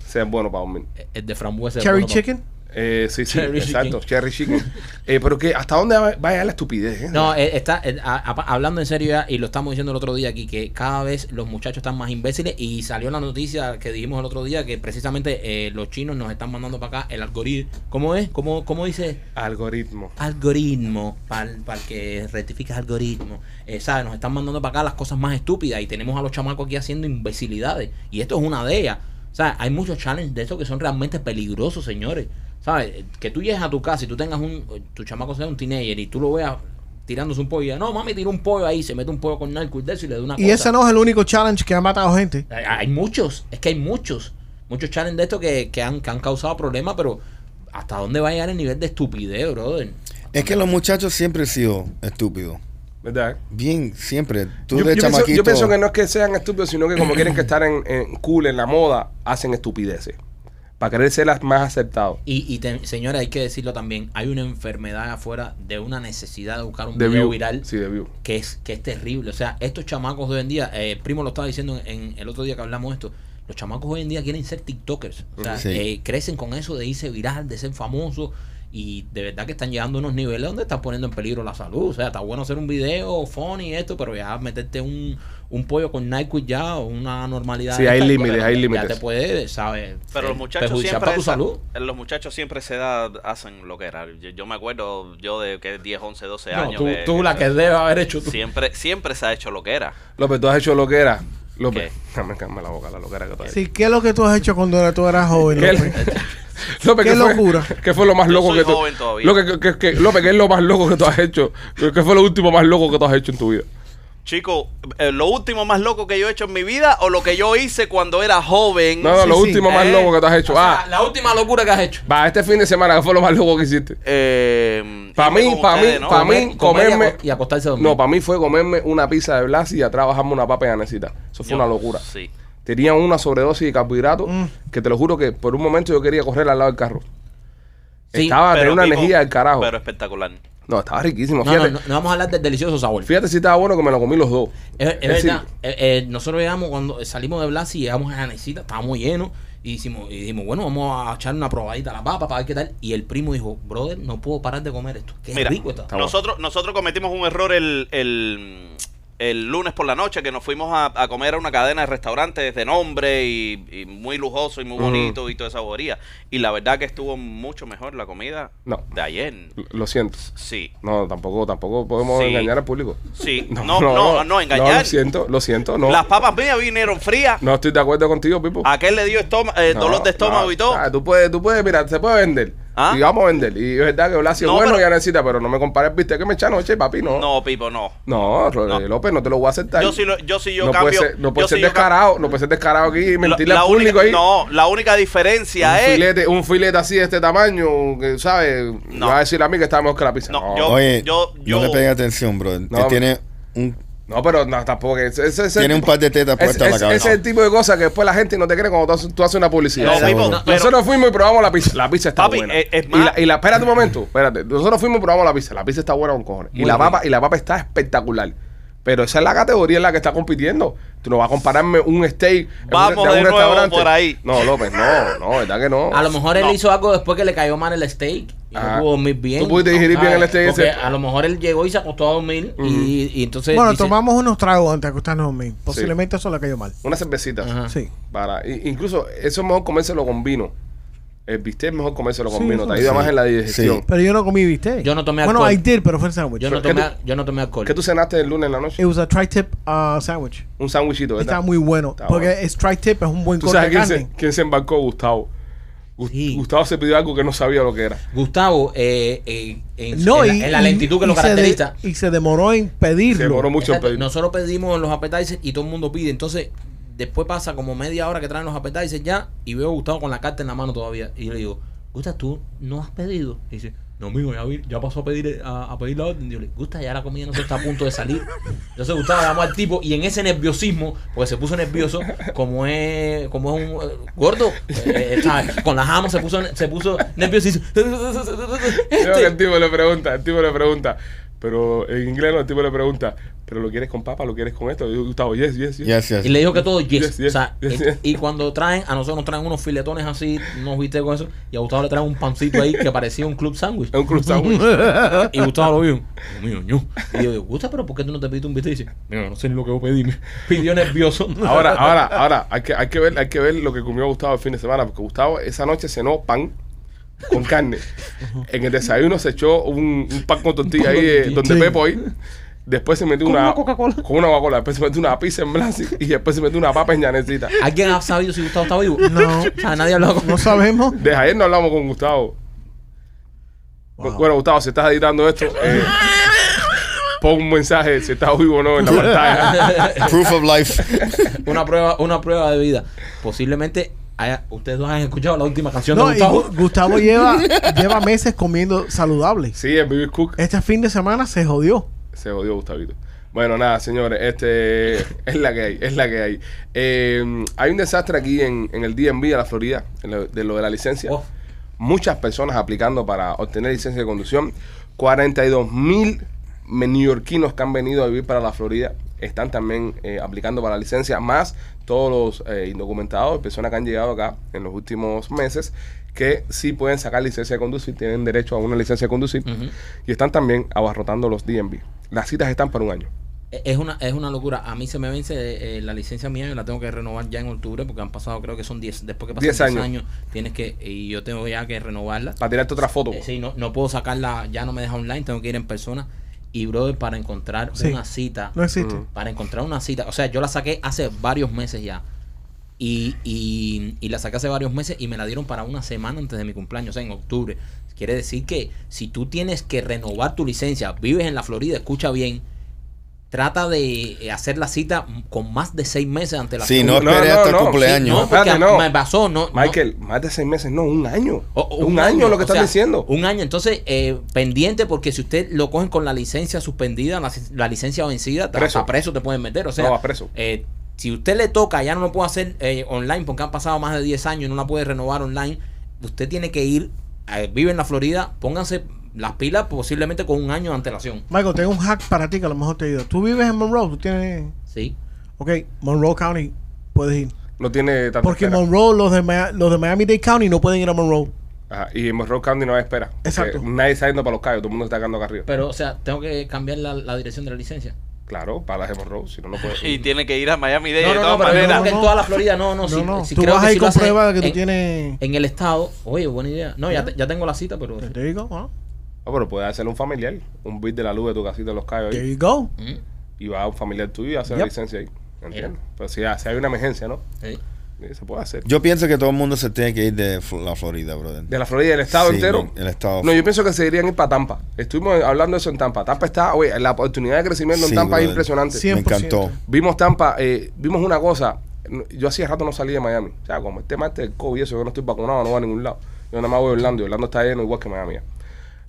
Speaker 1: Ese es bueno para dormir.
Speaker 2: El- El Eh, de frambuesa. es
Speaker 4: Cherry
Speaker 2: bueno pues. pa-
Speaker 4: chicken.
Speaker 1: Eh, sí, sí,
Speaker 2: Cherry
Speaker 1: exacto.
Speaker 2: chicken.
Speaker 1: Cherry chicken. Eh, pero que hasta dónde va va a llegar la estupidez, eh?
Speaker 2: No, eh, está eh, a- a- hablando en serio ya, y lo estamos diciendo el otro día aquí, que cada vez los muchachos están más imbéciles y salió la noticia que dijimos el otro día que precisamente eh, los chinos nos están mandando para acá el algoritmo. ¿Cómo es? ¿Cómo, cómo dice?
Speaker 1: Algoritmo.
Speaker 2: Algoritmo, para el que rectifica algoritmo. Eh, ¿Sabes? Nos están mandando para acá las cosas más estúpidas y tenemos a los chamacos aquí haciendo imbecilidades. Y esto es una de ellas. ¿Sabes? Hay muchos challenges de estos que son realmente peligrosos, señores. ¿Sabes? Eh, Que tú llegues a tu casa y tú tengas un. eh, Tu chamaco sea un teenager y tú lo veas tirándose un pollo. Y ya, no, mami, tira un pollo ahí, se mete un pollo con narco y de eso y le da una
Speaker 4: Y ese no es el único challenge que ha matado gente.
Speaker 2: hay, hay muchos, es que hay muchos. Muchos challenges de estos que, que han, que han causado problemas, pero ¿hasta dónde va a llegar el nivel de estupidez, brother?
Speaker 3: Es que los muchachos siempre han sido estúpidos.
Speaker 1: ¿Verdad?
Speaker 3: Bien, siempre. Tú
Speaker 1: Yo,
Speaker 3: de
Speaker 1: yo pienso,
Speaker 3: chamaquito.
Speaker 1: yo pienso que no es que sean estúpidos, sino que como quieren que estar en, en cool, en la moda, hacen estupideces. Para querer ser las más aceptados.
Speaker 2: Y, y te- señora, hay que decirlo también, hay una enfermedad afuera de una necesidad de buscar un
Speaker 1: De
Speaker 2: video
Speaker 1: view.
Speaker 2: viral
Speaker 1: Sí, de view.
Speaker 2: que es que es terrible. O sea, estos chamacos de hoy en día, eh, el primo lo estaba diciendo en, el otro día que hablamos de esto, los chamacos hoy en día quieren ser TikTokers. O sea,
Speaker 3: Sí.
Speaker 2: eh, crecen con eso de irse viral, de ser famoso. Y de verdad que están llegando a unos niveles donde están poniendo en peligro la salud. O sea, está bueno hacer un video, funny, esto, pero ya meterte un, un pollo con Nike ya, o una normalidad.
Speaker 1: Sí,
Speaker 2: de
Speaker 1: hay
Speaker 2: esta,
Speaker 1: límites,
Speaker 2: ya
Speaker 1: hay
Speaker 2: te-
Speaker 1: límites.
Speaker 2: Ya te puede, ¿sabes?
Speaker 5: Pero
Speaker 2: eh,
Speaker 5: los muchachos
Speaker 2: perjudiciar
Speaker 5: siempre
Speaker 2: para tu
Speaker 5: esa- eh,
Speaker 2: salud.
Speaker 5: los muchachos siempre se da, hacen lo que era. Yo, yo me acuerdo yo de que 10, 11, 12
Speaker 2: No,
Speaker 5: años.
Speaker 2: tú,
Speaker 5: este que-
Speaker 2: tú la que debes haber hecho tú.
Speaker 5: siempre siempre se ha hecho lo que era.
Speaker 1: López, tú has hecho lo que era. López, me calma la boca, la loquera que tú has hecho.
Speaker 4: Sí, ¿qué es lo que tú has hecho cuando era- tú eras joven?
Speaker 1: Eh, ¿Qué,
Speaker 4: López?
Speaker 1: López,
Speaker 4: Qué
Speaker 1: fue-
Speaker 4: locura.
Speaker 1: ¿Qué fue lo más
Speaker 5: Yo
Speaker 1: loco
Speaker 5: soy
Speaker 1: que tú?
Speaker 5: joven todavía.
Speaker 1: Lo que- que- que- que- López, ¿qué es lo más loco que tú has hecho? ¿Qué fue lo último más loco que tú has hecho en tu vida?
Speaker 5: Chico, eh, lo último más loco que yo he hecho en mi vida o lo que yo hice cuando era joven.
Speaker 1: No, no,
Speaker 4: Sí,
Speaker 1: lo
Speaker 4: sí.
Speaker 1: último más
Speaker 5: Eh,
Speaker 1: loco que tú has hecho.
Speaker 2: O sea,
Speaker 1: ah,
Speaker 2: la última locura que has hecho.
Speaker 1: va, este fin de semana, ¿qué fue lo más loco que hiciste?
Speaker 5: Eh,
Speaker 1: Pa'
Speaker 5: irme
Speaker 1: mí,
Speaker 5: con
Speaker 1: pa' mí,
Speaker 5: ustedes, ¿no?
Speaker 1: pa' mí.
Speaker 2: Comer- comer y
Speaker 1: comerme-
Speaker 2: aco- y acostarse a dormir.
Speaker 1: No, para mí fue comerme una pizza de Blas y atrás bajarme una papa de anecita. Eso fue
Speaker 5: Yo-
Speaker 1: una locura.
Speaker 5: Sí.
Speaker 1: Tenía una sobredosis de carbohidratos
Speaker 4: Mm.
Speaker 1: que te lo juro que por un momento yo quería correr al lado del carro.
Speaker 2: Sí,
Speaker 1: estaba, Ah, tenía una
Speaker 5: tipo,
Speaker 1: energía del carajo.
Speaker 5: Pero espectacular.
Speaker 1: no, estaba riquísimo.
Speaker 2: No, no,
Speaker 1: Fíjate,
Speaker 2: no, no vamos a hablar del delicioso sabor. Es,
Speaker 1: fíjate si estaba bueno que me lo comí los dos.
Speaker 2: es
Speaker 1: Es
Speaker 2: verdad,
Speaker 1: decir,
Speaker 2: eh, eh, nosotros llegamos cuando salimos de Blasi, llegamos a Janecita, estábamos llenos y hicimos, y dijimos, bueno, vamos a echar una probadita a la papa para ver qué tal. Y el primo dijo, brother, no puedo parar de comer esto. Qué
Speaker 5: Mira,
Speaker 2: rico está.
Speaker 1: Está bueno.
Speaker 5: nosotros, nosotros cometimos un error el, el, el lunes por la noche que nos fuimos a, a comer a una cadena de restaurantes de nombre y, y muy lujoso y muy
Speaker 1: Ujú.
Speaker 5: bonito y toda esa bobería. Y la verdad que estuvo mucho mejor la comida
Speaker 1: No.
Speaker 5: de ayer.
Speaker 1: Lo siento.
Speaker 5: Sí.
Speaker 1: No, tampoco, tampoco podemos
Speaker 5: Sí.
Speaker 1: engañar al público.
Speaker 5: Sí. No, no, no, engañar.
Speaker 1: lo siento, lo siento, no.
Speaker 5: Las papas mías vinieron frías.
Speaker 1: No estoy de acuerdo contigo, Pipo.
Speaker 5: Aquel le dio estoma- eh,
Speaker 1: No,
Speaker 5: dolor de estómago
Speaker 1: no,
Speaker 5: y todo.
Speaker 1: ah, tú puedes, tú puedes, mira, se puede vender.
Speaker 5: ¿Ah?
Speaker 1: Y vamos a vender. Y es verdad que Blasio
Speaker 5: No,
Speaker 1: es bueno
Speaker 5: pero-
Speaker 1: ya necesita, pero no me compares, viste, que me echa noche, papi, no.
Speaker 5: No, Pipo, no.
Speaker 1: No, Ro-
Speaker 5: No.
Speaker 1: López, no te lo voy a aceptar.
Speaker 5: Yo sí lo- yo sí yo
Speaker 1: no
Speaker 5: cambio-
Speaker 1: Puede ser, no puede
Speaker 5: yo
Speaker 1: ser
Speaker 5: sí yo cam-
Speaker 1: descarado, no puede ser descarado aquí y
Speaker 5: La-
Speaker 1: mentirle
Speaker 5: la
Speaker 1: al público
Speaker 5: única-
Speaker 1: ahí.
Speaker 5: No, la única diferencia
Speaker 1: Un
Speaker 5: es.
Speaker 1: filete, un filete así de este tamaño, que, ¿sabes? Me
Speaker 5: No.
Speaker 1: Va a decir a mí que está mejor que la pizza.
Speaker 5: No,
Speaker 1: No,
Speaker 5: yo-
Speaker 3: Oye,
Speaker 5: yo- yo-
Speaker 3: no le peguen atención, bro.
Speaker 1: No,
Speaker 3: tiene un,
Speaker 1: No, pero no, tampoco. que Ese, ese- ese
Speaker 3: tiene un
Speaker 1: tipo-
Speaker 3: par de tetas
Speaker 1: ese-
Speaker 3: puestas en la
Speaker 1: ese-
Speaker 3: cabeza.
Speaker 1: ese es el tipo de cosas que después la gente no te cree cuando tú haces, tú haces una publicidad.
Speaker 5: No, Pipo,
Speaker 3: Seguro.
Speaker 5: no, pero-
Speaker 1: Nosotros fuimos y probamos la pizza. La pizza está
Speaker 5: Papi,
Speaker 1: buena.
Speaker 5: es- es
Speaker 1: y,
Speaker 5: más-
Speaker 1: la, y la- espérate un momento, espérate. Nosotros fuimos y probamos la pizza. La pizza está buena con cojones. Y
Speaker 2: Muy
Speaker 1: la
Speaker 2: buena.
Speaker 1: papa, y la papa está espectacular. Pero esa es la categoría en la que está compitiendo. Tú no vas a compararme un steak en
Speaker 5: Vamos
Speaker 1: un,
Speaker 5: de nuevo por ahí.
Speaker 1: No, López, no, no, verdad que no.
Speaker 2: a lo mejor él
Speaker 5: No.
Speaker 2: hizo algo después que le cayó mal el steak Y
Speaker 1: Ah.
Speaker 2: no pudo dormir bien.
Speaker 1: Tú pudiste digerir bien el Mm.
Speaker 2: ¿sabes?
Speaker 1: STS.
Speaker 2: Porque a lo mejor él llegó y se acostó a dormir. y, y entonces.
Speaker 4: Bueno,
Speaker 2: dice-
Speaker 4: tomamos unos tragos antes de acostarnos a dormir. Posiblemente eso le cayó mal.
Speaker 1: Una cervecita.
Speaker 2: Ajá.
Speaker 4: Sí.
Speaker 1: Para, i- incluso eso es mejor comérselo con vino. El bistec es mejor comérselo con
Speaker 4: Sí,
Speaker 1: vino.
Speaker 4: eso
Speaker 1: Te ayuda
Speaker 4: sí.
Speaker 1: más en la digestión.
Speaker 3: Sí.
Speaker 4: Pero yo no comí bistec.
Speaker 2: Yo no tomé
Speaker 4: Bueno,
Speaker 2: alcohol.
Speaker 4: I did, pero fue en sándwich.
Speaker 2: Yo no,
Speaker 1: ¿Qué
Speaker 2: tomé,
Speaker 1: tú-
Speaker 2: yo no tomé alcohol.
Speaker 1: ¿Qué tú cenaste el lunes en la noche?
Speaker 4: It was a tri-tip uh, sandwich.
Speaker 1: Un sándwichito, ¿verdad?
Speaker 4: Está muy bueno.
Speaker 1: Está
Speaker 4: porque
Speaker 1: bueno.
Speaker 4: es tri-tip, es un buen
Speaker 1: ¿Tú
Speaker 4: corte
Speaker 1: sabes
Speaker 4: de
Speaker 1: quién
Speaker 4: carne.
Speaker 1: se, quién se embarcó? Gustavo. Gu-
Speaker 2: Sí.
Speaker 1: Gustavo se pidió algo que no sabía lo que era.
Speaker 2: Gustavo, eh, eh, en,
Speaker 4: No,
Speaker 2: en
Speaker 4: y,
Speaker 2: la, en la
Speaker 4: y-
Speaker 2: lentitud que lo
Speaker 4: y se de-
Speaker 2: caracteriza.
Speaker 4: y se demoró en pedirlo.
Speaker 1: Se demoró mucho en
Speaker 2: Exacto,
Speaker 1: pedir.
Speaker 2: Nosotros pedimos los appetizers y todo el mundo pide. Entonces, después pasa como media hora que traen los appetizers ya y veo a Gustavo con la carta en la mano todavía. Y yo le digo, Gusta, ¿tú no has pedido? Y dice, no, amigo, ya, vi- ya pasó a pedir, eh, a, a pedir la orden. Y yo le digo, Gusta, ya la comida no se está a punto de salir. Entonces Gustavo llamó al tipo y en ese nerviosismo, porque se puso nervioso, como es, como es un eh, gordo, eh, eh, ¿sabes? con la jama se puso, se puso nervioso y hizo,
Speaker 1: Creo que el
Speaker 2: este.
Speaker 1: tipo le pregunta, el tipo le pregunta, pero en inglés no, el tipo le pregunta, ¿pero lo quieres con papa? ¿Lo quieres con esto? Y yo, Gustavo, yes, yes, yes.
Speaker 3: Yes, yes.
Speaker 2: Y le dijo que todo yes.
Speaker 1: Yes, yes,
Speaker 2: o sea,
Speaker 1: yes,
Speaker 2: y-
Speaker 1: yes.
Speaker 2: Y cuando traen, a nosotros nos traen unos filetones así, unos viste con eso, y a Gustavo le traen un pancito ahí que parecía un club sándwich.
Speaker 1: Es un club sándwich.
Speaker 2: Y Gustavo lo vio. Dios mío, ñu. Y yo digo, Gustavo, pero ¿por qué tú no te pediste un bistec? Y dice, mira, no sé ni lo que yo pedí. me Pidió nervioso. Ah,
Speaker 1: Ahora, ahora, ahora, hay que, hay, que ver, hay que ver lo que comió Gustavo el fin de semana, porque Gustavo esa noche cenó pan con carne. En el desayuno se echó un, un pan con tortilla ahí, eh, donde
Speaker 4: Sí.
Speaker 1: Pepo ahí. Después se metió
Speaker 2: Con
Speaker 1: una,
Speaker 2: una Coca-Cola.
Speaker 1: Con una Coca-Cola. Después se metió una pizza en Blasi y después se metió una papa en Llanecita.
Speaker 2: ¿Alguien ha sabido si Gustavo está vivo?
Speaker 4: No.
Speaker 2: O sea, nadie ha hablado con
Speaker 4: No sabemos.
Speaker 1: Desde ayer no hablamos con Gustavo. Bu- Bueno, Gustavo, si estás editando esto, eh, pon un mensaje si estás vivo o no en la pantalla.
Speaker 3: Proof of life.
Speaker 2: una prueba, una prueba de vida. Posiblemente haya- ustedes dos han escuchado la última canción
Speaker 4: No,
Speaker 2: de
Speaker 4: y
Speaker 2: Gustavo.
Speaker 4: Gu- Gustavo lleva, lleva meses comiendo saludable.
Speaker 1: Sí, el Baby Cook
Speaker 4: Este fin de semana se jodió.
Speaker 1: se odió Gustavito. Bueno, nada, señores, este es la que hay, es la que hay. Eh, hay un desastre aquí en, en el DMV de la Florida, en lo- de lo de la licencia.
Speaker 2: Oh.
Speaker 1: Muchas personas aplicando para obtener licencia de conducción. 42 mil neoyorquinos que han venido a vivir para la Florida están también eh, aplicando para la licencia, más todos los eh, indocumentados, personas que han llegado acá en los últimos meses, que sí pueden sacar licencia de conducir, tienen derecho a una licencia de conducir, y están también abarrotando los DMV. Las citas están para un año.
Speaker 2: E-, Es una, es una locura. A mí se me vence eh, la licencia mía, yo la tengo que renovar ya en octubre porque han pasado, creo que son 10, después que pasan
Speaker 1: 10
Speaker 2: 10 años.
Speaker 1: años,
Speaker 2: tienes que, y yo tengo ya que renovarla.
Speaker 1: Para tirarte otra foto.
Speaker 2: Eh, sí, no, no puedo sacarla, ya no me deja online, tengo que ir en persona. Y brother, para encontrar
Speaker 4: Sí.
Speaker 2: una cita,
Speaker 4: No existe.
Speaker 1: Mm.
Speaker 2: para encontrar una cita, o sea, yo la saqué hace varios meses ya. Y, y, y la saqué hace varios meses y me la dieron para una semana antes de mi cumpleaños, o sea, en octubre. Quiere decir que si tú tienes que renovar tu licencia, vives en la Florida, escucha bien, trata de eh, hacer la cita con más de seis meses ante la
Speaker 3: Sí, no
Speaker 1: No, no,
Speaker 3: esperé hasta el
Speaker 1: no.
Speaker 3: cumpleaños.
Speaker 2: No, porque
Speaker 1: Espérate, no.
Speaker 2: me pasó, no. no.
Speaker 1: Michael, más de seis meses, no, un año.
Speaker 2: O- o
Speaker 1: un, año, lo que
Speaker 2: oh, o
Speaker 1: estás
Speaker 2: sea,
Speaker 1: diciendo.
Speaker 2: Un año, entonces, eh, pendiente porque si usted lo cogen con la licencia suspendida, la, la licencia vencida, ta-
Speaker 1: Preso.
Speaker 2: hasta preso te pueden meter. O sea,
Speaker 1: No, vas preso.
Speaker 2: eh, si usted le toca, ya no lo puede hacer eh, online porque han pasado más de 10 años y no la puede renovar online, usted tiene que ir, eh, vive en la Florida, pónganse las pilas posiblemente con un año de antelación.
Speaker 4: Michael, tengo un hack para ti que a lo mejor te ayuda. Tú vives en Monroe, tú tienes.
Speaker 2: Sí.
Speaker 4: Ok, Monroe County, puedes ir.
Speaker 1: no tiene tanta
Speaker 4: Porque en
Speaker 1: espera.
Speaker 4: Monroe, los de, Mia- los de Miami-Dade County no pueden ir a Monroe.
Speaker 1: Ajá, y en Monroe County no hay espera. porque
Speaker 4: Exacto.
Speaker 1: Nadie está yendo para los callos, todo el mundo está cagando acá arriba.
Speaker 2: Pero, o sea, tengo que cambiar la, la dirección de la licencia.
Speaker 1: Claro, para las de Monroe, si no, no puede.
Speaker 5: Y tiene que ir a Miami Dade
Speaker 2: No,
Speaker 5: de
Speaker 2: no,
Speaker 5: todas
Speaker 2: no, pero yo
Speaker 5: maneras.
Speaker 2: creo que en toda la Florida, no, no,
Speaker 4: No,
Speaker 2: sí,
Speaker 4: no.
Speaker 2: sí,
Speaker 4: tú
Speaker 2: creo
Speaker 4: vas
Speaker 2: que
Speaker 4: ahí
Speaker 2: sí lo
Speaker 4: con
Speaker 2: hacen
Speaker 4: prueba que tú
Speaker 2: en-
Speaker 4: tienes.
Speaker 2: En el estado, oye, buena idea. No, ya, te- ya tengo la cita, pero.
Speaker 1: Este,
Speaker 4: There you go. ah.
Speaker 1: Ah, pero puede hacerle un familiar, un bit de la luz de tu casita en los callos
Speaker 4: There
Speaker 1: ahí,
Speaker 4: you go.
Speaker 2: Mm,
Speaker 1: y va a un familiar tuyo y hace la
Speaker 4: Yep.
Speaker 1: licencia ahí. ¿Entiendes? Pero si, ah, si hay una emergencia, ¿no?
Speaker 2: sí.
Speaker 1: Eh, Se puede hacer.
Speaker 3: Yo pienso que todo el mundo se tiene que ir de Fl- la Florida, brother.
Speaker 1: De la Florida, del estado
Speaker 3: Sí,
Speaker 1: entero.
Speaker 3: no, el estado.
Speaker 1: No, yo pienso que se irían ir para Tampa. Estuvimos hablando de eso en Tampa. Tampa está, oye, la oportunidad de crecimiento en
Speaker 3: Sí,
Speaker 1: Tampa es
Speaker 3: brother.
Speaker 1: impresionante.
Speaker 4: Sí.
Speaker 3: Me
Speaker 4: 100%.
Speaker 3: encantó.
Speaker 1: Vimos Tampa, eh, vimos una cosa. Yo hacía rato no salí de Miami. O sea, como este martes del COVID, y eso, yo no estoy vacunado, no voy a ningún lado. Yo nada más voy a Orlando y Orlando está lleno igual que Miami. ya.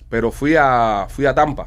Speaker 1: Pero fui a, fui a Tampa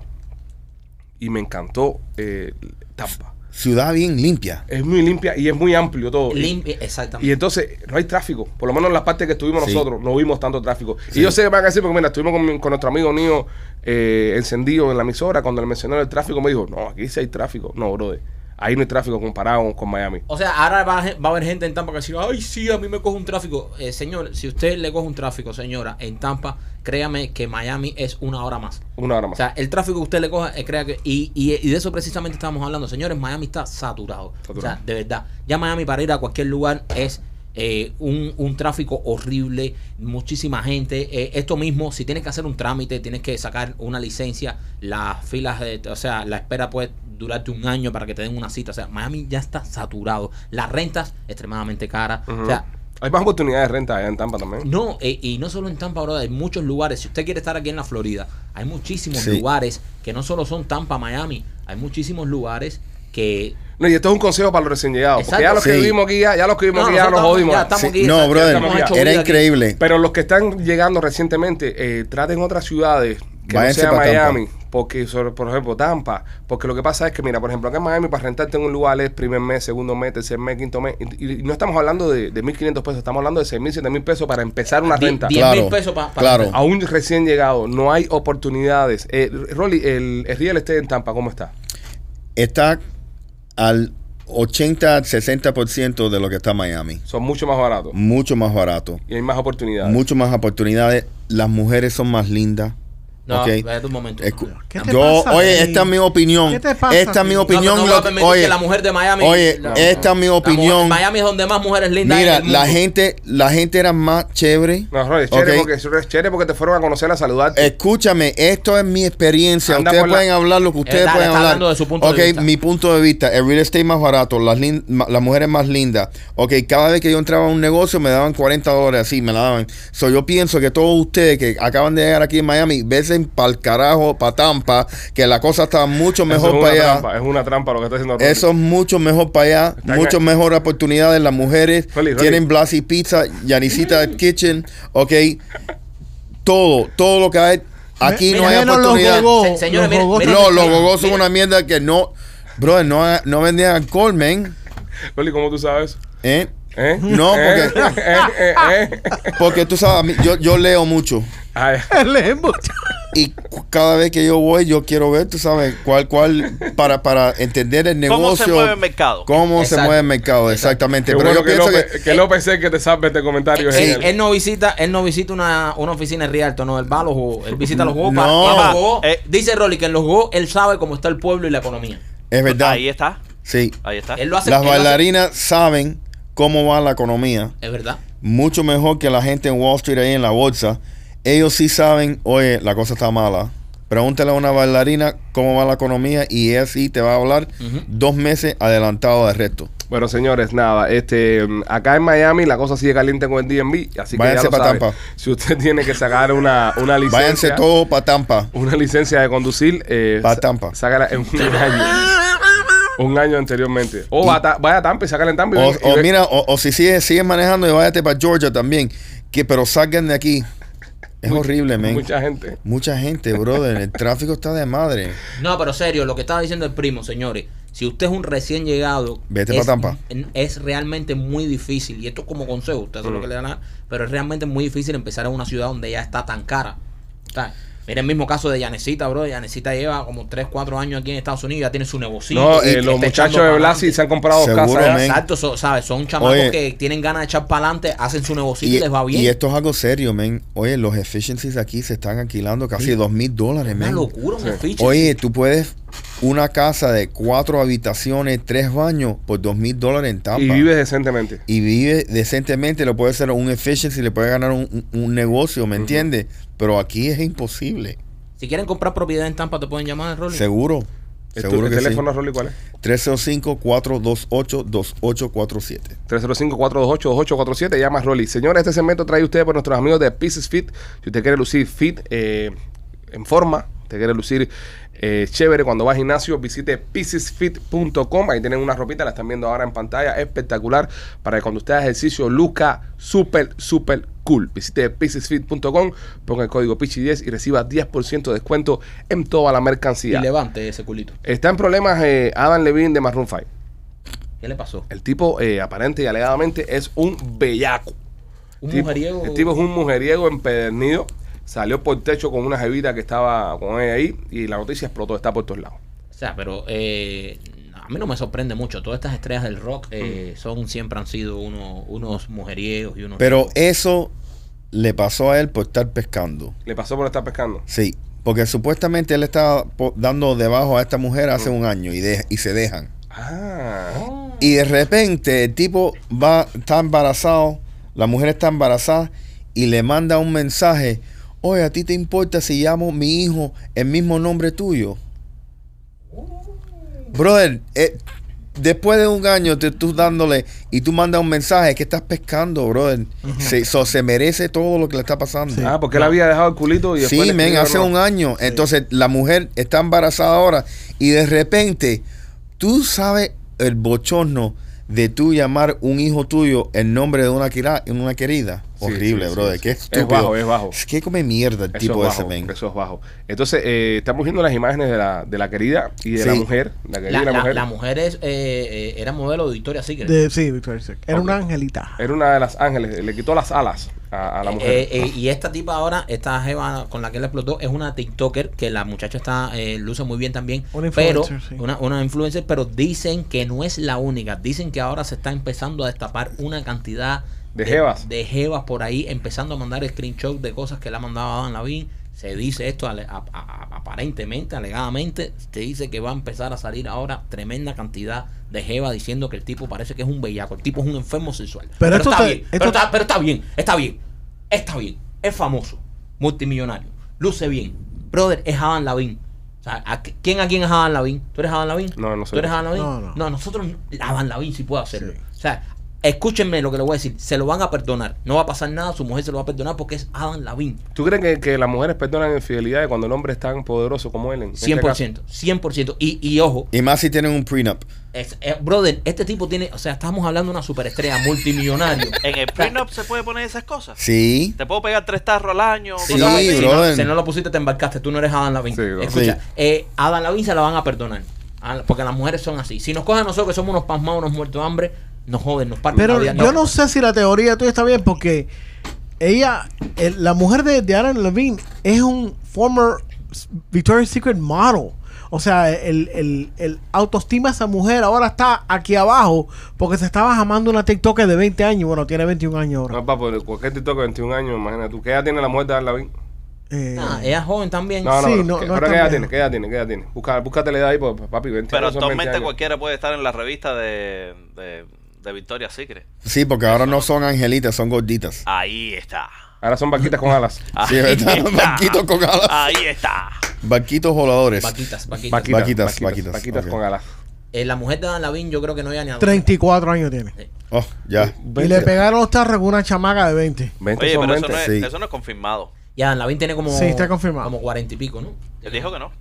Speaker 1: y me encantó eh, Tampa.
Speaker 3: Ciudad bien limpia.
Speaker 1: Es muy limpia y es muy amplio todo. oh, Y-
Speaker 2: Limpia,
Speaker 1: Y
Speaker 2: eh, exactamente.
Speaker 1: entonces no hay tráfico. Por lo menos en la parte que estuvimos
Speaker 3: Sí.
Speaker 1: nosotros no vimos tanto tráfico.
Speaker 3: Sí.
Speaker 1: Y yo sé que van a decir, porque mira, estuvimos con, mi- con nuestro amigo mío eh, encendido en la emisora. Cuando le mencionaron el tráfico, me dijo, no, aquí sí hay tráfico. No, brother. Ahí no hay tráfico comparado con Miami.
Speaker 2: O sea, ahora va, a gen- va a haber gente en Tampa que decir, ay, sí, a mí me coge un tráfico. Eh, señor, si usted le coge un tráfico, señora, en Tampa, créame que Miami es una hora más.
Speaker 1: Una hora
Speaker 2: O
Speaker 1: más.
Speaker 2: sea, el tráfico que usted le coja, eh, crea que. Y, y- y de eso precisamente estamos hablando, señores. Miami está saturado.
Speaker 1: Saturado.
Speaker 2: O sea, de verdad. Ya Miami para ir a cualquier lugar es eh, un, un tráfico horrible, muchísima gente. Eh, esto mismo, si tienes que hacer un trámite, tienes que sacar una licencia, las filas, de, o sea, la espera puede durarte un año para que te den una cita. O sea, Miami ya está saturado. Las rentas extremadamente caras.
Speaker 1: Ujú.
Speaker 2: O sea,
Speaker 1: hay más oportunidades de renta allá en Tampa también.
Speaker 2: no, eh, y no solo en Tampa, bro, hay muchos lugares. Si usted quiere estar aquí en la Florida, hay muchísimos
Speaker 3: Sí.
Speaker 2: lugares que no solo son Tampa, Miami, hay muchísimos lugares que...
Speaker 1: No, y esto es un consejo para los recién llegados.
Speaker 2: Exacto.
Speaker 1: Porque ya los que
Speaker 3: Sí.
Speaker 1: vivimos aquí, ya, ya los que vivimos
Speaker 2: No,
Speaker 1: aquí, ya nos
Speaker 2: nosotros
Speaker 1: jodimos.
Speaker 2: ya estamos
Speaker 3: Sí,
Speaker 2: aquí,
Speaker 3: no,
Speaker 2: estamos
Speaker 3: brother,
Speaker 1: aquí, estamos
Speaker 3: era
Speaker 2: aquí.
Speaker 3: increíble.
Speaker 1: Pero los que están llegando recientemente, eh, traten otras ciudades que
Speaker 3: Váyanse
Speaker 1: no sea
Speaker 3: pa' Tampa.
Speaker 1: Miami. Porque, sobre- por ejemplo, Tampa. Porque lo que pasa es que, mira, por ejemplo, acá en Miami, para rentarte en un lugar es primer mes, segundo mes, tercer mes, quinto mes. Y, y no estamos hablando de, de 1.500 pesos, estamos hablando de 6.000, 7.000 pesos para empezar una
Speaker 2: Die-
Speaker 1: renta.
Speaker 2: 10 mil pesos pa- para
Speaker 3: claro.
Speaker 1: A un recién llegado, no hay oportunidades. Eh, Rolly, el, el real estate en Tampa, ¿cómo está?
Speaker 3: Está al 80-60% de lo que está Miami.
Speaker 1: Son mucho más baratos
Speaker 3: Mucho más barato.
Speaker 1: y hay más oportunidades.
Speaker 3: Mucho más oportunidades. Las mujeres son más lindas.
Speaker 2: No,
Speaker 3: Ok.
Speaker 2: espérate un momento.
Speaker 3: Escu-
Speaker 4: ¿Qué te
Speaker 3: yo,
Speaker 4: pasa,
Speaker 3: oye,
Speaker 4: Luis?
Speaker 3: esta es mi opinión.
Speaker 4: ¿Qué te pasa,
Speaker 3: esta es mi
Speaker 4: Luis?
Speaker 2: No,
Speaker 3: opinión.
Speaker 2: no, no
Speaker 3: lo-
Speaker 2: va a permitir
Speaker 3: oye,
Speaker 2: que la mujer de Miami...
Speaker 3: oye,
Speaker 2: la-
Speaker 3: esta es mi
Speaker 2: la mujer-
Speaker 3: opinión.
Speaker 2: Miami es donde más mujeres lindas
Speaker 3: mira,
Speaker 2: hay en el
Speaker 3: la
Speaker 2: mundo.
Speaker 3: gente, la gente era más chévere.
Speaker 1: No, Rolly, es chévere,
Speaker 3: Ok.
Speaker 1: porque, es chévere porque te fueron a conocer, a saludarte.
Speaker 3: Escúchame, esto es mi experiencia.
Speaker 1: Anda
Speaker 3: ustedes
Speaker 1: por la-
Speaker 3: pueden hablar lo que ustedes
Speaker 2: Eh, dale,
Speaker 3: pueden
Speaker 2: está
Speaker 3: hablar.
Speaker 2: hablando de su punto de
Speaker 3: Ok,
Speaker 2: vista.
Speaker 3: mi punto de vista. El real estate más barato, las, lin- ma- las mujeres más lindas. Ok, cada vez que yo entraba a un negocio me daban 40 dólares así, me la daban. So, yo pienso que todos ustedes que acaban de llegar aquí en Miami, besen pa'l carajo, pa' Tampa, que la cosa está mucho
Speaker 1: Eso es
Speaker 3: mejor para
Speaker 1: una
Speaker 3: allá.
Speaker 1: trampa, es una trampa lo que está haciendo Rolly.
Speaker 3: Eso es mucho mejor para allá,
Speaker 1: Está
Speaker 3: mucho
Speaker 1: ca-
Speaker 3: mejor oportunidades. Las mujeres
Speaker 1: Rolly, Rolly.
Speaker 3: tienen Blasi Pizza, Yanisita Kitchen, ok. Todo, todo lo que hay. Aquí
Speaker 2: Me-
Speaker 3: no
Speaker 2: mira,
Speaker 3: hay
Speaker 4: Menos
Speaker 3: oportunidad.
Speaker 4: los gogos.
Speaker 2: Se- señores,
Speaker 4: los
Speaker 2: miren,
Speaker 4: gogos-
Speaker 2: miren.
Speaker 3: No, los
Speaker 2: Mira,
Speaker 3: gogos son
Speaker 2: mira.
Speaker 3: una mierda que no. Bro, no, no vendían alcohol, men.
Speaker 1: Rolly, ¿cómo tú sabes?
Speaker 3: ¿Eh?
Speaker 1: ¿Eh?
Speaker 3: No,
Speaker 1: ¿Eh?
Speaker 3: porque-
Speaker 1: ¿Eh? ¿Eh? ¿Eh?
Speaker 3: Porque tú sabes, a mí- yo, yo leo mucho.
Speaker 1: Ay,
Speaker 4: Leen mucho.
Speaker 3: Y cu- cada vez que yo voy, yo quiero ver, tú sabes, cuál, cuál, para, para entender el negocio.
Speaker 5: ¿Cómo se mueve el mercado?
Speaker 3: Cómo se
Speaker 2: Exacto.
Speaker 3: mueve el mercado, exactamente.
Speaker 1: qué
Speaker 3: Pero
Speaker 1: bueno
Speaker 3: yo
Speaker 1: que
Speaker 3: pienso
Speaker 1: López,
Speaker 3: que.
Speaker 1: que, López es el que te salve este comentario.
Speaker 2: Él,
Speaker 1: genial.
Speaker 2: él no visita, él no visita una, una oficina en Rialto, no, él va a los juegos, él
Speaker 1: Mm,
Speaker 2: visita los juegos para-
Speaker 3: No.
Speaker 2: para los juegos.
Speaker 5: Eh.
Speaker 2: dice Rolly que en los juegos él sabe cómo está el pueblo y la economía.
Speaker 3: Es verdad.
Speaker 5: Ahí está,
Speaker 3: Sí.
Speaker 5: ahí está.
Speaker 2: Él lo hace,
Speaker 3: Las
Speaker 2: él lo hace-
Speaker 3: bailarinas saben cómo va la economía,
Speaker 2: es verdad.
Speaker 3: mucho mejor que la gente en Wall Street ahí en la bolsa. Ellos sí saben, oye, la cosa está mala. Pregúntale a una bailarina cómo va la economía y ella sí te va a hablar
Speaker 2: Ujú.
Speaker 3: dos meses adelantado del resto.
Speaker 1: Bueno, señores, nada, este, mm, acá en Miami la cosa sigue caliente con el DMV, así que
Speaker 3: Váyanse
Speaker 1: ya lo
Speaker 3: pa'
Speaker 1: sabe.
Speaker 3: Tampa.
Speaker 1: Si usted tiene que sacar una, una licencia,
Speaker 3: Váyanse todos para Tampa.
Speaker 1: una licencia de conducir, eh,
Speaker 3: Pa'
Speaker 1: sa-
Speaker 3: Tampa.
Speaker 1: sácala en un año, un año anteriormente. O va a Ta- vaya a Tampa y sácala en Tampa. y
Speaker 3: O,
Speaker 1: ve- y
Speaker 3: o
Speaker 1: ve-
Speaker 3: mira, o, o si sigues, sigues manejando y váyate para Georgia también. Que, pero salgan de aquí. Es horrible, men.
Speaker 1: mucha gente.
Speaker 3: Mucha gente, brother. El tráfico está de madre.
Speaker 2: No, pero serio, lo que estaba diciendo el primo, señores. Si usted es un recién llegado,
Speaker 3: Vete
Speaker 2: es,
Speaker 3: pa' Tampa.
Speaker 2: es realmente muy difícil. Y esto como consejo, usted hace lo que le dan, a- pero es realmente muy difícil empezar en una ciudad donde ya está tan cara. O sea, Mira el mismo caso de Yanecita, bro. Yanecita lleva como 3, 4 años aquí en Estados Unidos, ya tiene su negocio.
Speaker 1: No, eh, los muchachos de Blasi se han comprado dos
Speaker 3: Seguro,
Speaker 1: casas. allá.
Speaker 3: men.
Speaker 2: Exacto, so- ¿sabes? Son chamacos
Speaker 3: Oye.
Speaker 2: que tienen ganas de echar para adelante, hacen su negocio y, les va bien.
Speaker 3: y esto es algo serio, men. Oye, los efficiencies aquí se están alquilando casi dos mil dólares,
Speaker 2: una
Speaker 3: men.
Speaker 2: locura, un afiche.
Speaker 3: Oye, tú puedes una casa de cuatro habitaciones, tres baños por dos mil dólares en Tampa.
Speaker 1: Y vives decentemente.
Speaker 3: Y vive decentemente, lo puede hacer un efficiency, le puede ganar un, un- un negocio, ¿me entiendes? Pero aquí es imposible.
Speaker 2: Si quieren comprar propiedad en Tampa, te pueden llamar, Rolly.
Speaker 3: Seguro.
Speaker 1: ¿El, tu-
Speaker 3: Seguro
Speaker 1: Este, el
Speaker 3: que sí.
Speaker 1: teléfono, Rolly, cuál es?
Speaker 3: 305-428-2847.
Speaker 1: 305-428-2847, llama a Rolly. Señores, este segmento trae ustedes por nuestros amigos de Pieces Fit. Si usted quiere lucir fit eh, en forma, usted quiere lucir eh, chévere cuando va al gimnasio, visite piecesfit.com. Ahí tienen una ropita, la están viendo ahora en pantalla, espectacular, para que cuando usted haga ejercicio luzca súper, súper cool. Visite piecesfit.com, ponga el código PICHI10 y reciba 10% de descuento en toda la
Speaker 2: Y
Speaker 1: mercancía.
Speaker 2: levante ese culito.
Speaker 1: Está en problemas eh, Adam Levine de Maroon 5.
Speaker 2: ¿Qué le pasó?
Speaker 1: El tipo, eh, aparente y alegadamente, es un bellaco.
Speaker 2: Un
Speaker 1: Tipo-
Speaker 2: mujeriego.
Speaker 1: El tipo es un mujeriego empedernido. Salió por el techo con una jevita que estaba con ella ahí y la noticia explotó, está por todos lados.
Speaker 2: O sea, pero eh, no, a mí no me sorprende mucho. Todas estas estrellas del rock
Speaker 1: Mm.
Speaker 2: eh, son siempre han sido uno- unos mujeriegos y unos.
Speaker 3: Pero eso le pasó a él por estar pescando.
Speaker 1: Le pasó por estar pescando.
Speaker 3: Sí, porque supuestamente él estaba po- dando debajo a esta mujer hace un año y, de- y se dejan.
Speaker 1: Mm. Ah.
Speaker 2: Oh,
Speaker 3: Y de repente el tipo va, está embarazado, la mujer está embarazada y le manda un mensaje. Oye, ¿a ti te importa si llamo mi hijo el mismo nombre tuyo? Brother, eh, después de un año te tú dándole y tú mandas un mensaje que estás pescando, brother. Se, so, se merece todo lo que le está pasando.
Speaker 1: Ah, porque él había dejado el culito y después.
Speaker 3: Sí,
Speaker 1: le
Speaker 3: men,
Speaker 1: escribieron,
Speaker 3: hace
Speaker 1: ¿no?
Speaker 3: un año. Entonces, la mujer está embarazada ahora y de repente, tú sabes el bochorno de tú llamar un hijo tuyo el nombre de una, quira- una querida.
Speaker 1: Sí,
Speaker 3: Horrible,
Speaker 1: sí, sí,
Speaker 3: brother.
Speaker 1: sí.
Speaker 3: Qué
Speaker 1: Es
Speaker 3: estúpido.
Speaker 1: bajo, es bajo.
Speaker 3: ¿Qué come mierda el
Speaker 1: Eso
Speaker 3: tipo
Speaker 1: es
Speaker 3: ese,
Speaker 1: bajo,
Speaker 3: men?
Speaker 1: Eso es bajo. Entonces, eh, estamos viendo las imágenes de la, de la querida y de la
Speaker 3: Sí.
Speaker 1: mujer. La querida
Speaker 2: la,
Speaker 1: y la
Speaker 2: la-
Speaker 1: mujer.
Speaker 2: la mujer es, eh, eh, era modelo de Victoria's Secret.
Speaker 4: De- sí, Victoria Secret. Era
Speaker 1: Ok. Eh,
Speaker 4: una angelita.
Speaker 1: Era una de las ángeles. Le quitó las alas a, a la mujer.
Speaker 2: Eh, eh, y esta tipa ahora, esta jeva con la que él explotó, es una TikToker que la muchacha está eh, luce muy bien también.
Speaker 4: Una
Speaker 2: pero,
Speaker 4: influencer, sí.
Speaker 2: una, una influencer, pero dicen que no es la única. Dicen que ahora se está empezando a destapar una cantidad
Speaker 1: De jevas.
Speaker 2: De jevas por ahí, empezando a mandar screenshot de cosas que le ha mandado Adam Lavín. Se dice esto ale- a- a- a- aparentemente, alegadamente, se dice que va a empezar a salir ahora tremenda cantidad de jevas diciendo que el tipo parece que es un bellaco, el tipo es un enfermo sexual.
Speaker 4: Pero esto
Speaker 2: está
Speaker 4: te-
Speaker 2: bien,
Speaker 4: esto
Speaker 2: pero
Speaker 4: te-
Speaker 2: está- pero está bien, está bien, está bien. Es famoso, multimillonario, luce bien. Brother, es Adam Lavín. O sea, ¿a qué- ¿quién aquí es Adam Lavín? ¿Tú eres Adam Lavín?
Speaker 1: No, no soy
Speaker 2: ¿Tú eres
Speaker 1: yo.
Speaker 2: Adam Lavín?
Speaker 4: No, no.
Speaker 2: nosotros, Adam Lavín sí puede hacerlo. O sea, escúchenme lo que le voy a decir. Se lo van a perdonar. No va a pasar nada. Su mujer se lo va a perdonar porque es Adam Lavín.
Speaker 1: ¿Tú crees que, que las mujeres perdonan infidelidades cuando el hombre es tan poderoso como él? En este
Speaker 2: 100%. 100%. Y, y ojo,
Speaker 3: Y más si tienen un prenup.
Speaker 2: es- eh, brother, este tipo tiene. O sea, estamos hablando de una superestrella multimillonario.
Speaker 5: En el prenup se puede poner esas cosas.
Speaker 3: Sí.
Speaker 5: Te puedo pegar tres tarros al año.
Speaker 3: Sí,
Speaker 5: cosas
Speaker 2: si,
Speaker 5: así.
Speaker 3: bro.
Speaker 2: no,
Speaker 3: brother.
Speaker 2: si no lo pusiste, te embarcaste. Tú no eres Adam Lavín.
Speaker 1: Sí, bro.
Speaker 2: Escucha,
Speaker 3: Sí.
Speaker 2: eh, Adam Lavín se la van a perdonar. Ah, Porque las mujeres son así. Si nos cogen a nosotros que somos unos pasmados, unos muertos de hambre, nos joden, nos parten
Speaker 4: Pero
Speaker 2: la vida.
Speaker 4: yo no sé si la teoría tuya está bien porque ella, el- la mujer de, de Aaron Levine, es un former s- Victoria's Secret model. O sea, el, el, el autoestima de esa mujer ahora está aquí abajo porque se estaba amando una TikToker de 20 años. Bueno, tiene 21 años ahora.
Speaker 1: No, papo, cualquier TikTok de 21 años, imagínate tú. ¿Qué edad tiene la mujer de Darlavín?
Speaker 4: Eh,
Speaker 2: Ah, ella es joven también.
Speaker 1: No, no,
Speaker 4: Sí,
Speaker 1: no,
Speaker 4: no,
Speaker 1: que-
Speaker 4: no
Speaker 1: pero
Speaker 4: está
Speaker 1: ¿qué edad
Speaker 4: bien.
Speaker 1: tiene? ¿Qué edad tiene? ¿Qué edad tiene? Busca, búscatele de ahí, pues, papi. 20
Speaker 5: Pero
Speaker 1: son 20
Speaker 5: actualmente
Speaker 1: años.
Speaker 5: cualquiera puede estar en la revista de, de, de Victoria Secret.
Speaker 3: Sí, porque ahora no son angelitas, son gorditas.
Speaker 5: Ahí está.
Speaker 1: Ahora son vaquitas con alas.
Speaker 3: Sí,
Speaker 5: Ahí
Speaker 3: ¿verdad?
Speaker 5: está.
Speaker 3: Barquitos con alas.
Speaker 5: Ahí está.
Speaker 3: Barquitos voladores.
Speaker 2: Vaquitas, vaquitas.
Speaker 1: Vaquitas,
Speaker 3: Vaquitas,
Speaker 1: vaquitas,
Speaker 3: vaquitas,
Speaker 1: vaquitas
Speaker 3: ok.
Speaker 1: con alas.
Speaker 2: Eh, la mujer de Dan Lavín yo creo que no llega ni a
Speaker 4: 34 años tiene.
Speaker 3: Oh, ya.
Speaker 4: Y le pegaron los tarros con una chamaca de 20.
Speaker 1: 20
Speaker 5: Oye,
Speaker 1: son
Speaker 5: pero eso
Speaker 1: 20.
Speaker 5: no, es,
Speaker 3: Sí.
Speaker 5: eso no es confirmado.
Speaker 2: Ya Dan Lavín tiene como...
Speaker 4: Sí, está confirmado.
Speaker 2: Como 40 y pico, ¿no?
Speaker 5: Él dijo que no.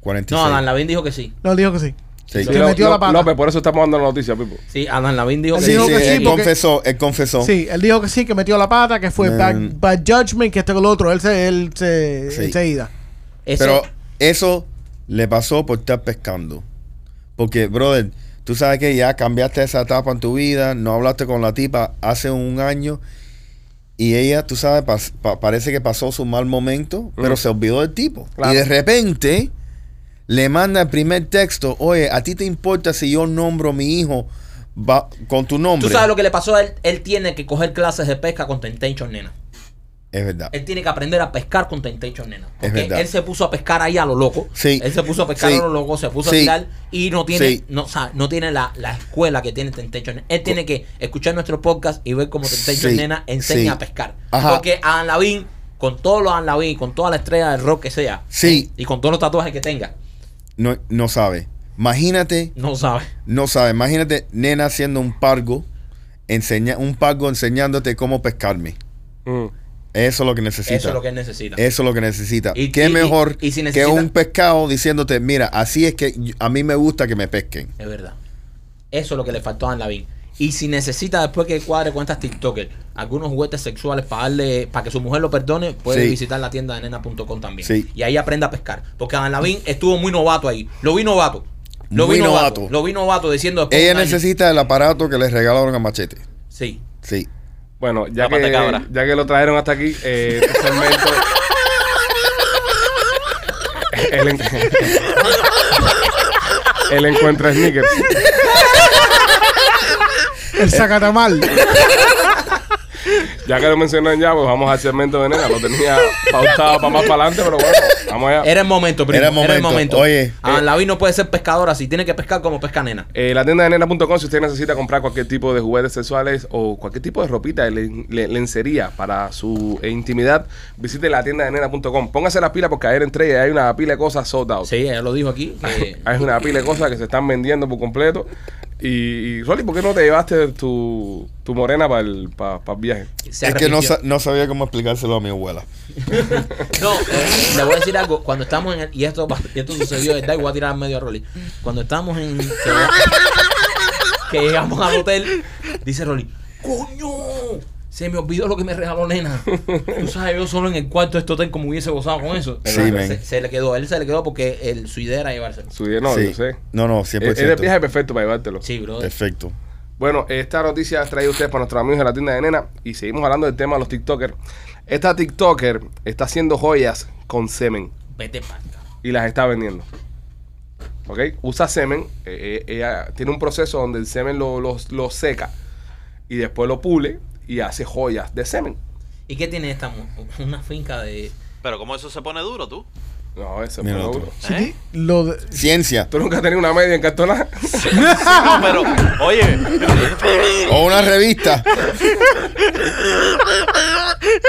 Speaker 3: 46.
Speaker 2: No, Dan Lavín dijo que sí.
Speaker 4: No, dijo que sí.
Speaker 3: Sí.
Speaker 1: Sí,
Speaker 4: que
Speaker 1: Lo-
Speaker 4: metió
Speaker 1: Lo-
Speaker 4: la pata.
Speaker 1: López, por eso estamos dando la noticia, Pipo.
Speaker 2: Sí, Dan Lavín dijo que
Speaker 4: Él
Speaker 2: sí.
Speaker 3: Sí,
Speaker 4: dijo
Speaker 3: sí, eh,
Speaker 4: que sí,
Speaker 3: él
Speaker 4: porque-
Speaker 3: confesó, él confesó.
Speaker 4: Sí, él dijo que sí, que metió la pata, que fue bad,
Speaker 3: Man.
Speaker 4: bad judgment, que este con el otro. Él se, él se,
Speaker 3: Sí.
Speaker 4: él se ida.
Speaker 2: Ese-
Speaker 3: Pero eso le pasó por estar pescando. Porque, brother, tú sabes que ya cambiaste esa etapa en tu vida, no hablaste con la tipa hace un año y ella, tú sabes, pas- pa- parece que pasó su mal momento, pero
Speaker 1: Mm.
Speaker 3: se olvidó del tipo.
Speaker 1: Claro.
Speaker 3: Y de repente le manda el primer texto, oye, ¿a ti te importa si yo nombro a mi hijo ba- con tu nombre?
Speaker 2: Tú sabes lo que le pasó a él. Él tiene que coger clases de pesca con Temptation Nena.
Speaker 3: Es verdad.
Speaker 2: Él tiene que aprender a pescar con Temptation Nena.
Speaker 3: Es
Speaker 2: Porque
Speaker 3: verdad.
Speaker 2: Él se puso a pescar ahí a lo loco.
Speaker 3: Sí.
Speaker 2: Él se puso a pescar
Speaker 3: Sí.
Speaker 2: a lo loco, se puso
Speaker 3: Sí.
Speaker 2: a tirar y no tiene,
Speaker 3: Sí.
Speaker 2: no, o sea, no tiene la, la escuela que tiene Temptation Nena. Él tiene que escuchar nuestro podcast y ver cómo Temptation
Speaker 3: Sí.
Speaker 2: Nena enseña
Speaker 3: Sí.
Speaker 2: a pescar.
Speaker 3: Ajá.
Speaker 2: Porque Adam Lavín, con todo lo Adam Lavín, con toda la estrella del rock que sea,
Speaker 3: Sí.
Speaker 2: y con todos los tatuajes que tenga,
Speaker 3: No, no sabe. Imagínate
Speaker 2: no sabe.
Speaker 3: No sabes, imagínate nena haciendo un pargo, enseña, un pargo enseñándote cómo pescarme.
Speaker 1: Mm.
Speaker 3: Eso es lo que necesita.
Speaker 2: Eso es lo que él necesita.
Speaker 3: Eso es lo que necesita.
Speaker 2: Y-
Speaker 3: Qué
Speaker 2: y- y-
Speaker 3: mejor
Speaker 2: y si
Speaker 3: que
Speaker 2: necesita-
Speaker 3: un pescado diciéndote, mira, así es que yo- a mí me gusta que me pesquen.
Speaker 2: Es verdad. Eso es lo que le faltó a Dan Lavín. Y si necesita después que cuadre con estas TikTokers algunos juguetes sexuales para darle, para que su mujer lo perdone, puede
Speaker 3: Sí.
Speaker 2: visitar la tienda de nena.com también.
Speaker 3: Sí.
Speaker 2: Y ahí aprenda a pescar. Porque Dan Lavín estuvo muy novato ahí. Lo vi novato. Lo
Speaker 3: Muy
Speaker 2: vi novato.
Speaker 3: novato.
Speaker 2: Lo vi novato diciendo después de
Speaker 3: Ella
Speaker 2: un año.
Speaker 3: necesita el aparato que le regalaron a Machete.
Speaker 2: Sí.
Speaker 3: Sí.
Speaker 1: Bueno, ya
Speaker 5: La pata
Speaker 1: que,
Speaker 5: cabra.
Speaker 1: ya que lo trajeron hasta aquí, eh, este segmento. el, en- Él encuentra sneakers.
Speaker 4: El Zacatamal.
Speaker 1: Ya que lo mencionan ya, pues vamos al segmento de nena. Lo tenía pautado para más para adelante, pero bueno, vamos allá.
Speaker 2: Era el momento, primo.
Speaker 3: Era
Speaker 2: Era
Speaker 3: el
Speaker 2: el
Speaker 3: momento.
Speaker 2: momento.
Speaker 3: Oye, eh,
Speaker 2: Ah, la vi no puede ser pescadora. Si tiene que pescar como pesca nena.
Speaker 1: Eh, la tienda de nena.com, si usted necesita comprar cualquier tipo de juguetes sexuales o cualquier tipo de ropita, len- len- lencería para su eh, intimidad, visite la tienda de nena.com. Póngase la pila porque ayer entré y hay una pila de cosas sold out.
Speaker 2: Sí, ella lo dijo aquí. que-
Speaker 1: Hay una pila de cosas que se están vendiendo por completo. Y, y Rolly, ¿por qué no te llevaste tu, tu morena para el, pa- pa el viaje?
Speaker 2: se
Speaker 3: Es que no,
Speaker 2: arrepintió.
Speaker 3: sa- no sabía cómo explicárselo a mi abuela.
Speaker 2: No, eh, le voy a decir algo. Cuando estamos en el, y esto, pa- y esto sucedió, de ¿verdad? Y voy a tirar al medio a Rolly. Cuando estamos en. Que, que llegamos al hotel, dice Rolly: ¡Coño! Se me olvidó lo que me regaló nena. Tú sabes, yo solo en el cuarto de este hotel, como hubiese gozado con eso.
Speaker 3: Sí, man.
Speaker 2: se, se le quedó, él se le quedó porque el, su idea era llevárselo.
Speaker 1: Su día no,
Speaker 3: Sí.
Speaker 1: yo sé. Eh,
Speaker 3: No, no,
Speaker 1: Es el
Speaker 3: 100%.
Speaker 1: viaje perfecto para llevártelo.
Speaker 2: Sí, bro.
Speaker 3: Perfecto.
Speaker 1: Bueno, esta noticia la traído ustedes para nuestros amigos de la tienda de nena y seguimos hablando del tema de los TikTokers. Esta TikToker está haciendo joyas con semen
Speaker 2: Vete para acá.
Speaker 1: y las está vendiendo. ¿Ok? Usa semen, eh, eh, ella tiene un proceso donde el semen lo, lo- lo seca y después lo pule y hace joyas de semen.
Speaker 2: ¿Y qué tiene esta? mu- Una finca de.
Speaker 5: Pero como eso se pone duro, tú.
Speaker 1: No, ese
Speaker 3: Mira
Speaker 1: fue
Speaker 3: otro.
Speaker 1: duro.
Speaker 5: ¿Eh?
Speaker 4: Lo de-
Speaker 3: Ciencia.
Speaker 1: ¿Tú nunca has tenido una media en cartona?
Speaker 5: No, pero, oye,
Speaker 3: O una revista.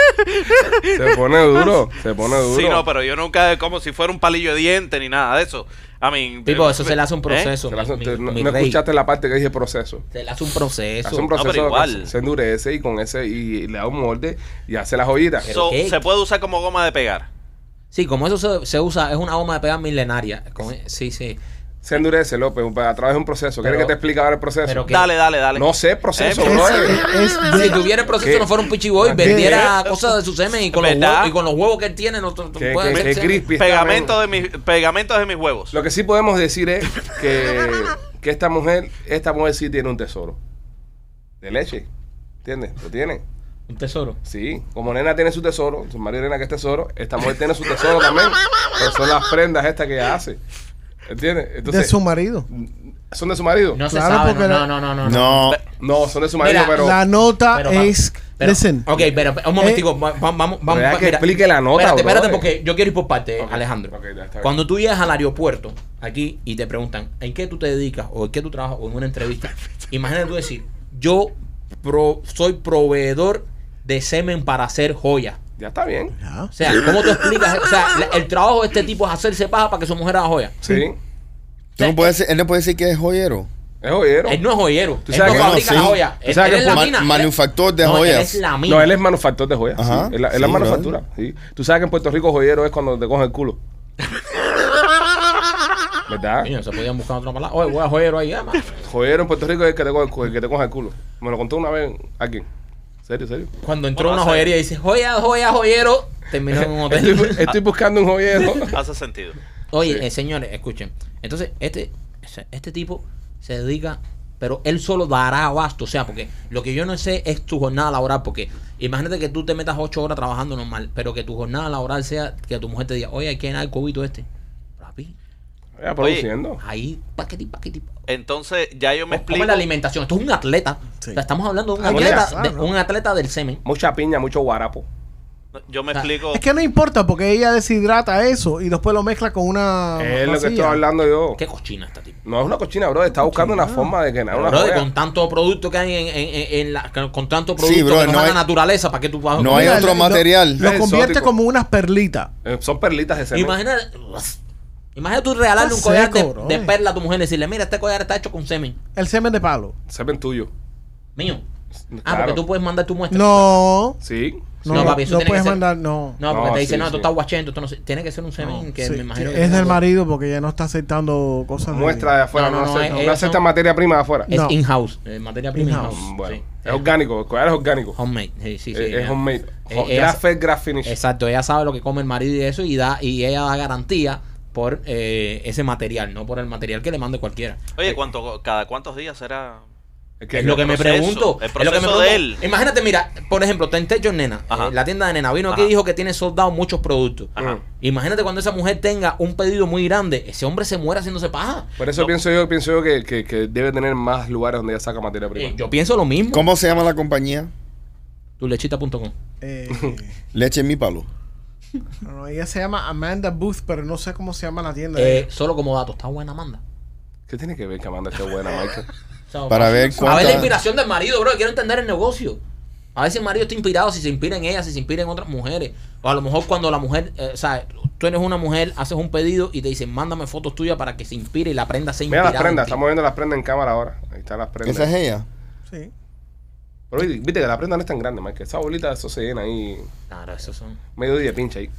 Speaker 1: se pone duro, se pone duro.
Speaker 5: sí, no, pero yo nunca, como si fuera un palillo de diente ni nada de eso. A mí,
Speaker 2: Tipo, eso se le hace un
Speaker 5: ¿eh?
Speaker 2: proceso.
Speaker 1: Te
Speaker 2: mi-
Speaker 1: la- te-
Speaker 2: mi-
Speaker 1: no
Speaker 2: mi
Speaker 1: no
Speaker 2: rey.
Speaker 1: escuchaste la parte que dije proceso.
Speaker 2: Se le hace un proceso.
Speaker 1: Hace un proceso
Speaker 5: pero
Speaker 1: que
Speaker 5: igual.
Speaker 1: se- se endurece y con ese y le da un molde y hace las joyitas.
Speaker 2: Pero-
Speaker 5: So,
Speaker 2: qué?
Speaker 5: se puede usar como goma de pegar.
Speaker 2: Sí, como eso se, se usa, es una goma de pegar milenaria. Con- sí, sí.
Speaker 1: Se endurece, López, a través de un proceso. ¿Quieres que
Speaker 2: Pero-
Speaker 1: te explique ahora el proceso?
Speaker 2: pero ¿qué?
Speaker 5: Dale, dale, dale.
Speaker 1: No sé, proceso,
Speaker 5: Eh,
Speaker 1: bro.
Speaker 4: es, es
Speaker 2: Si
Speaker 4: de-
Speaker 2: tuviera el proceso,
Speaker 1: ¿Qué?
Speaker 2: no fuera un pichiboy,
Speaker 4: ¿Qué?
Speaker 2: vendiera cosas de su semen y con, los
Speaker 5: ¿Verdad?
Speaker 2: huevos, y con los huevos que él tiene, no, no
Speaker 1: Que-
Speaker 2: puede
Speaker 1: que-
Speaker 2: hacer
Speaker 1: que
Speaker 2: semen.
Speaker 1: crispy está,
Speaker 5: Pegamento
Speaker 1: men.
Speaker 5: de mis, pegamentos de mis huevos.
Speaker 1: Lo que sí podemos decir es que, que esta mujer, esta mujer sí tiene un tesoro. De leche. ¿Entiendes? Lo tiene.
Speaker 2: Un tesoro.
Speaker 1: Sí, como nena tiene su tesoro, su marido nena que es tesoro, esta mujer tiene su tesoro también. Pero son las prendas estas que ella hace. ¿Entiendes?
Speaker 4: de
Speaker 1: Entonces,
Speaker 4: su marido.
Speaker 1: ¿Son de su marido?
Speaker 2: No se
Speaker 4: Claro,
Speaker 2: sabe.
Speaker 4: porque
Speaker 2: No,
Speaker 4: la-
Speaker 2: no, no, no. no.
Speaker 3: No.
Speaker 1: No, son de su marido,
Speaker 2: Mira,
Speaker 1: pero.
Speaker 4: la nota
Speaker 2: pero vamos,
Speaker 4: Ah, es.
Speaker 2: pero-
Speaker 4: listen. Eh,
Speaker 2: Ok, pero un momentico, va- va- vamos, vamos.
Speaker 1: deja que explique la nota,
Speaker 2: Espérate, espérate,
Speaker 1: brother.
Speaker 2: porque yo quiero ir por parte,
Speaker 1: Ok,
Speaker 2: Alejandro.
Speaker 1: ok, ya está bien.
Speaker 2: Cuando tú llegas al aeropuerto aquí y te preguntan en qué tú te dedicas o en qué tú trabajas o en una entrevista, imagínate tú decir, yo pro- soy proveedor de semen para hacer joyas.
Speaker 1: Ya está bien.
Speaker 4: Ya.
Speaker 2: O sea, ¿cómo tú explicas? O sea, la- el trabajo de este tipo es hacerse paja para que su mujer haga joya.
Speaker 1: Sí.
Speaker 3: Tú no puedes decir- él no puede decir que es joyero.
Speaker 1: Es joyero.
Speaker 2: Él no es joyero.
Speaker 1: Tú
Speaker 2: Él no
Speaker 1: sabes
Speaker 2: fabrica
Speaker 1: que-
Speaker 2: la
Speaker 3: Bueno, sí.
Speaker 2: joya.
Speaker 1: Tú
Speaker 2: Él,
Speaker 1: sabes
Speaker 2: él
Speaker 1: que
Speaker 2: es la
Speaker 3: Ma-
Speaker 2: mina.
Speaker 3: manufactor de
Speaker 2: No, él
Speaker 3: joyas.
Speaker 2: es la mina.
Speaker 1: No, él es manufactor de joyas.
Speaker 3: Ajá.
Speaker 1: sí. Él, él
Speaker 3: Sí,
Speaker 1: es
Speaker 3: brother.
Speaker 1: manufactura. sí. Tú sabes que en Puerto Rico joyero es cuando te coge el culo. ¿Verdad?
Speaker 2: Coño, se podían buscar otra palabra. Oye, voy a joyero ahí, ah, ama.
Speaker 1: Joyero en Puerto Rico es el que te coge el, cu- el que te coge el culo. Me lo contó una vez alguien. ¿Serio, serio?
Speaker 2: Cuando entró a
Speaker 5: Bueno,
Speaker 2: una
Speaker 5: hace-
Speaker 2: joyería y dice, joya, joya, joyero, terminó en un
Speaker 1: Estoy,
Speaker 2: hotel.
Speaker 1: estoy buscando un joyero.
Speaker 5: Hace sentido.
Speaker 2: Oye, eh, señores, escuchen. Entonces, este, este tipo se dedica, pero él solo dará abasto. O sea, porque lo que yo no sé es tu jornada laboral. Porque imagínate que tú te metas ocho horas trabajando normal, pero que tu jornada laboral sea que tu mujer te diga, oye, hay que llenar el cubito este. Papi,
Speaker 1: Ya, produciendo.
Speaker 2: ahí, paqueti, paqueti.
Speaker 5: Entonces, ya yo
Speaker 2: ¿Cómo
Speaker 5: me explico.
Speaker 2: es la alimentación? Esto es un atleta.
Speaker 4: Sí.
Speaker 2: O sea, estamos hablando de un
Speaker 4: Hay
Speaker 1: que
Speaker 2: atleta,
Speaker 4: pensar,
Speaker 2: de-
Speaker 4: ¿no?
Speaker 2: un atleta del semen.
Speaker 1: Mucha piña, mucho guarapo.
Speaker 5: Yo me
Speaker 2: O sea,
Speaker 5: explico.
Speaker 4: Es que no importa porque ella deshidrata eso y después lo mezcla con
Speaker 3: Ah,
Speaker 4: una.
Speaker 1: es lo que
Speaker 4: masilla.
Speaker 1: estoy hablando yo.
Speaker 2: Qué cochina esta tipo.
Speaker 1: No es una cochina, bro. Está buscando una forma de ganar una
Speaker 2: Pero, brother,
Speaker 1: joya.
Speaker 2: con tanto producto que hay en, en- en- en la, con tanto
Speaker 3: Sí,
Speaker 2: producto
Speaker 3: brother,
Speaker 2: que nos
Speaker 3: no
Speaker 2: da
Speaker 3: hay-
Speaker 2: la naturaleza, ¿para qué tú vas a-
Speaker 3: No hay
Speaker 4: Mira,
Speaker 3: otro
Speaker 4: lo-
Speaker 3: material.
Speaker 4: Lo,
Speaker 1: Es
Speaker 4: convierte
Speaker 1: exótico.
Speaker 4: como unas perlitas.
Speaker 1: Eh, Son perlitas de semen.
Speaker 2: Imagina, imagina tú regalarle un
Speaker 4: Está
Speaker 2: collar de,
Speaker 4: seco, bro.
Speaker 2: de perla a tu mujer y decirle, mira, este collar está hecho con semen.
Speaker 4: El semen de palo.
Speaker 1: Semen tuyo.
Speaker 2: Mío. Ah,
Speaker 1: Claro.
Speaker 2: porque tú puedes mandar tu muestra.
Speaker 4: No.
Speaker 1: Sí.
Speaker 4: No,
Speaker 2: No,
Speaker 4: no,
Speaker 2: papi, eso tiene que
Speaker 4: puedes
Speaker 2: ser-
Speaker 4: mandar, no.
Speaker 2: No, porque
Speaker 1: No,
Speaker 2: te dicen,
Speaker 1: sí,
Speaker 2: no, tú
Speaker 1: sí.
Speaker 2: estás guachento, esto no se- tiene que ser un semen que
Speaker 4: Sí,
Speaker 2: me imagino que
Speaker 4: es del
Speaker 2: tenga-
Speaker 4: marido porque ella no está aceptando cosas de-
Speaker 1: Muestra de afuera.
Speaker 2: No,
Speaker 1: No,
Speaker 2: no, no,
Speaker 1: acepta-
Speaker 2: eh,
Speaker 1: no
Speaker 2: eh,
Speaker 1: acepta
Speaker 2: son-
Speaker 1: materia prima de afuera.
Speaker 2: Es
Speaker 4: No.
Speaker 2: in-house, eh, materia prima
Speaker 4: In-house.
Speaker 2: in-house.
Speaker 1: Bueno,
Speaker 2: sí.
Speaker 1: es orgánico, el collar es orgánico.
Speaker 2: Homemade, sí, sí, sí.
Speaker 1: es, es
Speaker 2: ya.
Speaker 1: homemade.
Speaker 2: Eh,
Speaker 1: Ho-
Speaker 2: ella
Speaker 1: grass
Speaker 2: sa-
Speaker 1: fed, grass finish.
Speaker 2: Exacto, ella sabe lo que come el marido y eso y da y ella da garantía por eh, ese material, no por el material que le mande cualquiera.
Speaker 5: Oye, ¿cuánto, ¿cada cuántos días será?
Speaker 1: que-
Speaker 2: Es lo que me
Speaker 5: proceso,
Speaker 2: pregunto.
Speaker 5: el
Speaker 2: es lo que me
Speaker 5: proceso de
Speaker 2: pregunto.
Speaker 5: él.
Speaker 2: Imagínate, mira, por ejemplo, Tentecho Nena,
Speaker 5: Ajá.
Speaker 2: eh, la tienda de Nena, vino aquí y
Speaker 5: Ajá.
Speaker 2: dijo que tiene soldado muchos productos.
Speaker 5: Ajá.
Speaker 1: Mm.
Speaker 2: Imagínate cuando esa mujer tenga un pedido muy grande, ese hombre se muere haciéndose paja.
Speaker 1: Por eso
Speaker 5: No.
Speaker 1: pienso yo, pienso yo que, que- que debe tener más lugares donde ya saca materia prima.
Speaker 2: Eh, yo pienso lo mismo.
Speaker 3: ¿Cómo se llama la compañía?
Speaker 2: Tulechita.com.
Speaker 4: Eh,
Speaker 3: Leche en mi palo.
Speaker 4: no, ella se llama Amanda Booth, pero no sé cómo se llama la tienda. de
Speaker 2: Eh,
Speaker 4: ella.
Speaker 2: solo como dato, está buena Amanda.
Speaker 1: ¿Qué tiene que ver que Amanda esté buena, Michael?
Speaker 2: O sea,
Speaker 3: Para
Speaker 2: fácil.
Speaker 3: ver
Speaker 2: A
Speaker 3: cuánta-
Speaker 2: ver la inspiración del marido, bro. Quiero entender el negocio. A ver si el marido está inspirado, si se inspira en ella, si se inspira en otras mujeres. O a lo mejor cuando la mujer, eh, o sea, tú eres una mujer, haces un pedido y te dicen, mándame fotos tuyas para que se inspire y la prenda se
Speaker 1: Mira
Speaker 2: inspirada.
Speaker 1: las prendas,
Speaker 2: en ti".
Speaker 1: estamos viendo las prendas en cámara ahora. Ahí están las prendas.
Speaker 3: Esa es ella.
Speaker 4: Sí.
Speaker 1: Pero oye, viste que la prenda no es tan grande, Michael. Esa bolita, eso se llena ahí.
Speaker 2: Claro, esos son.
Speaker 1: Medio día pincha ahí.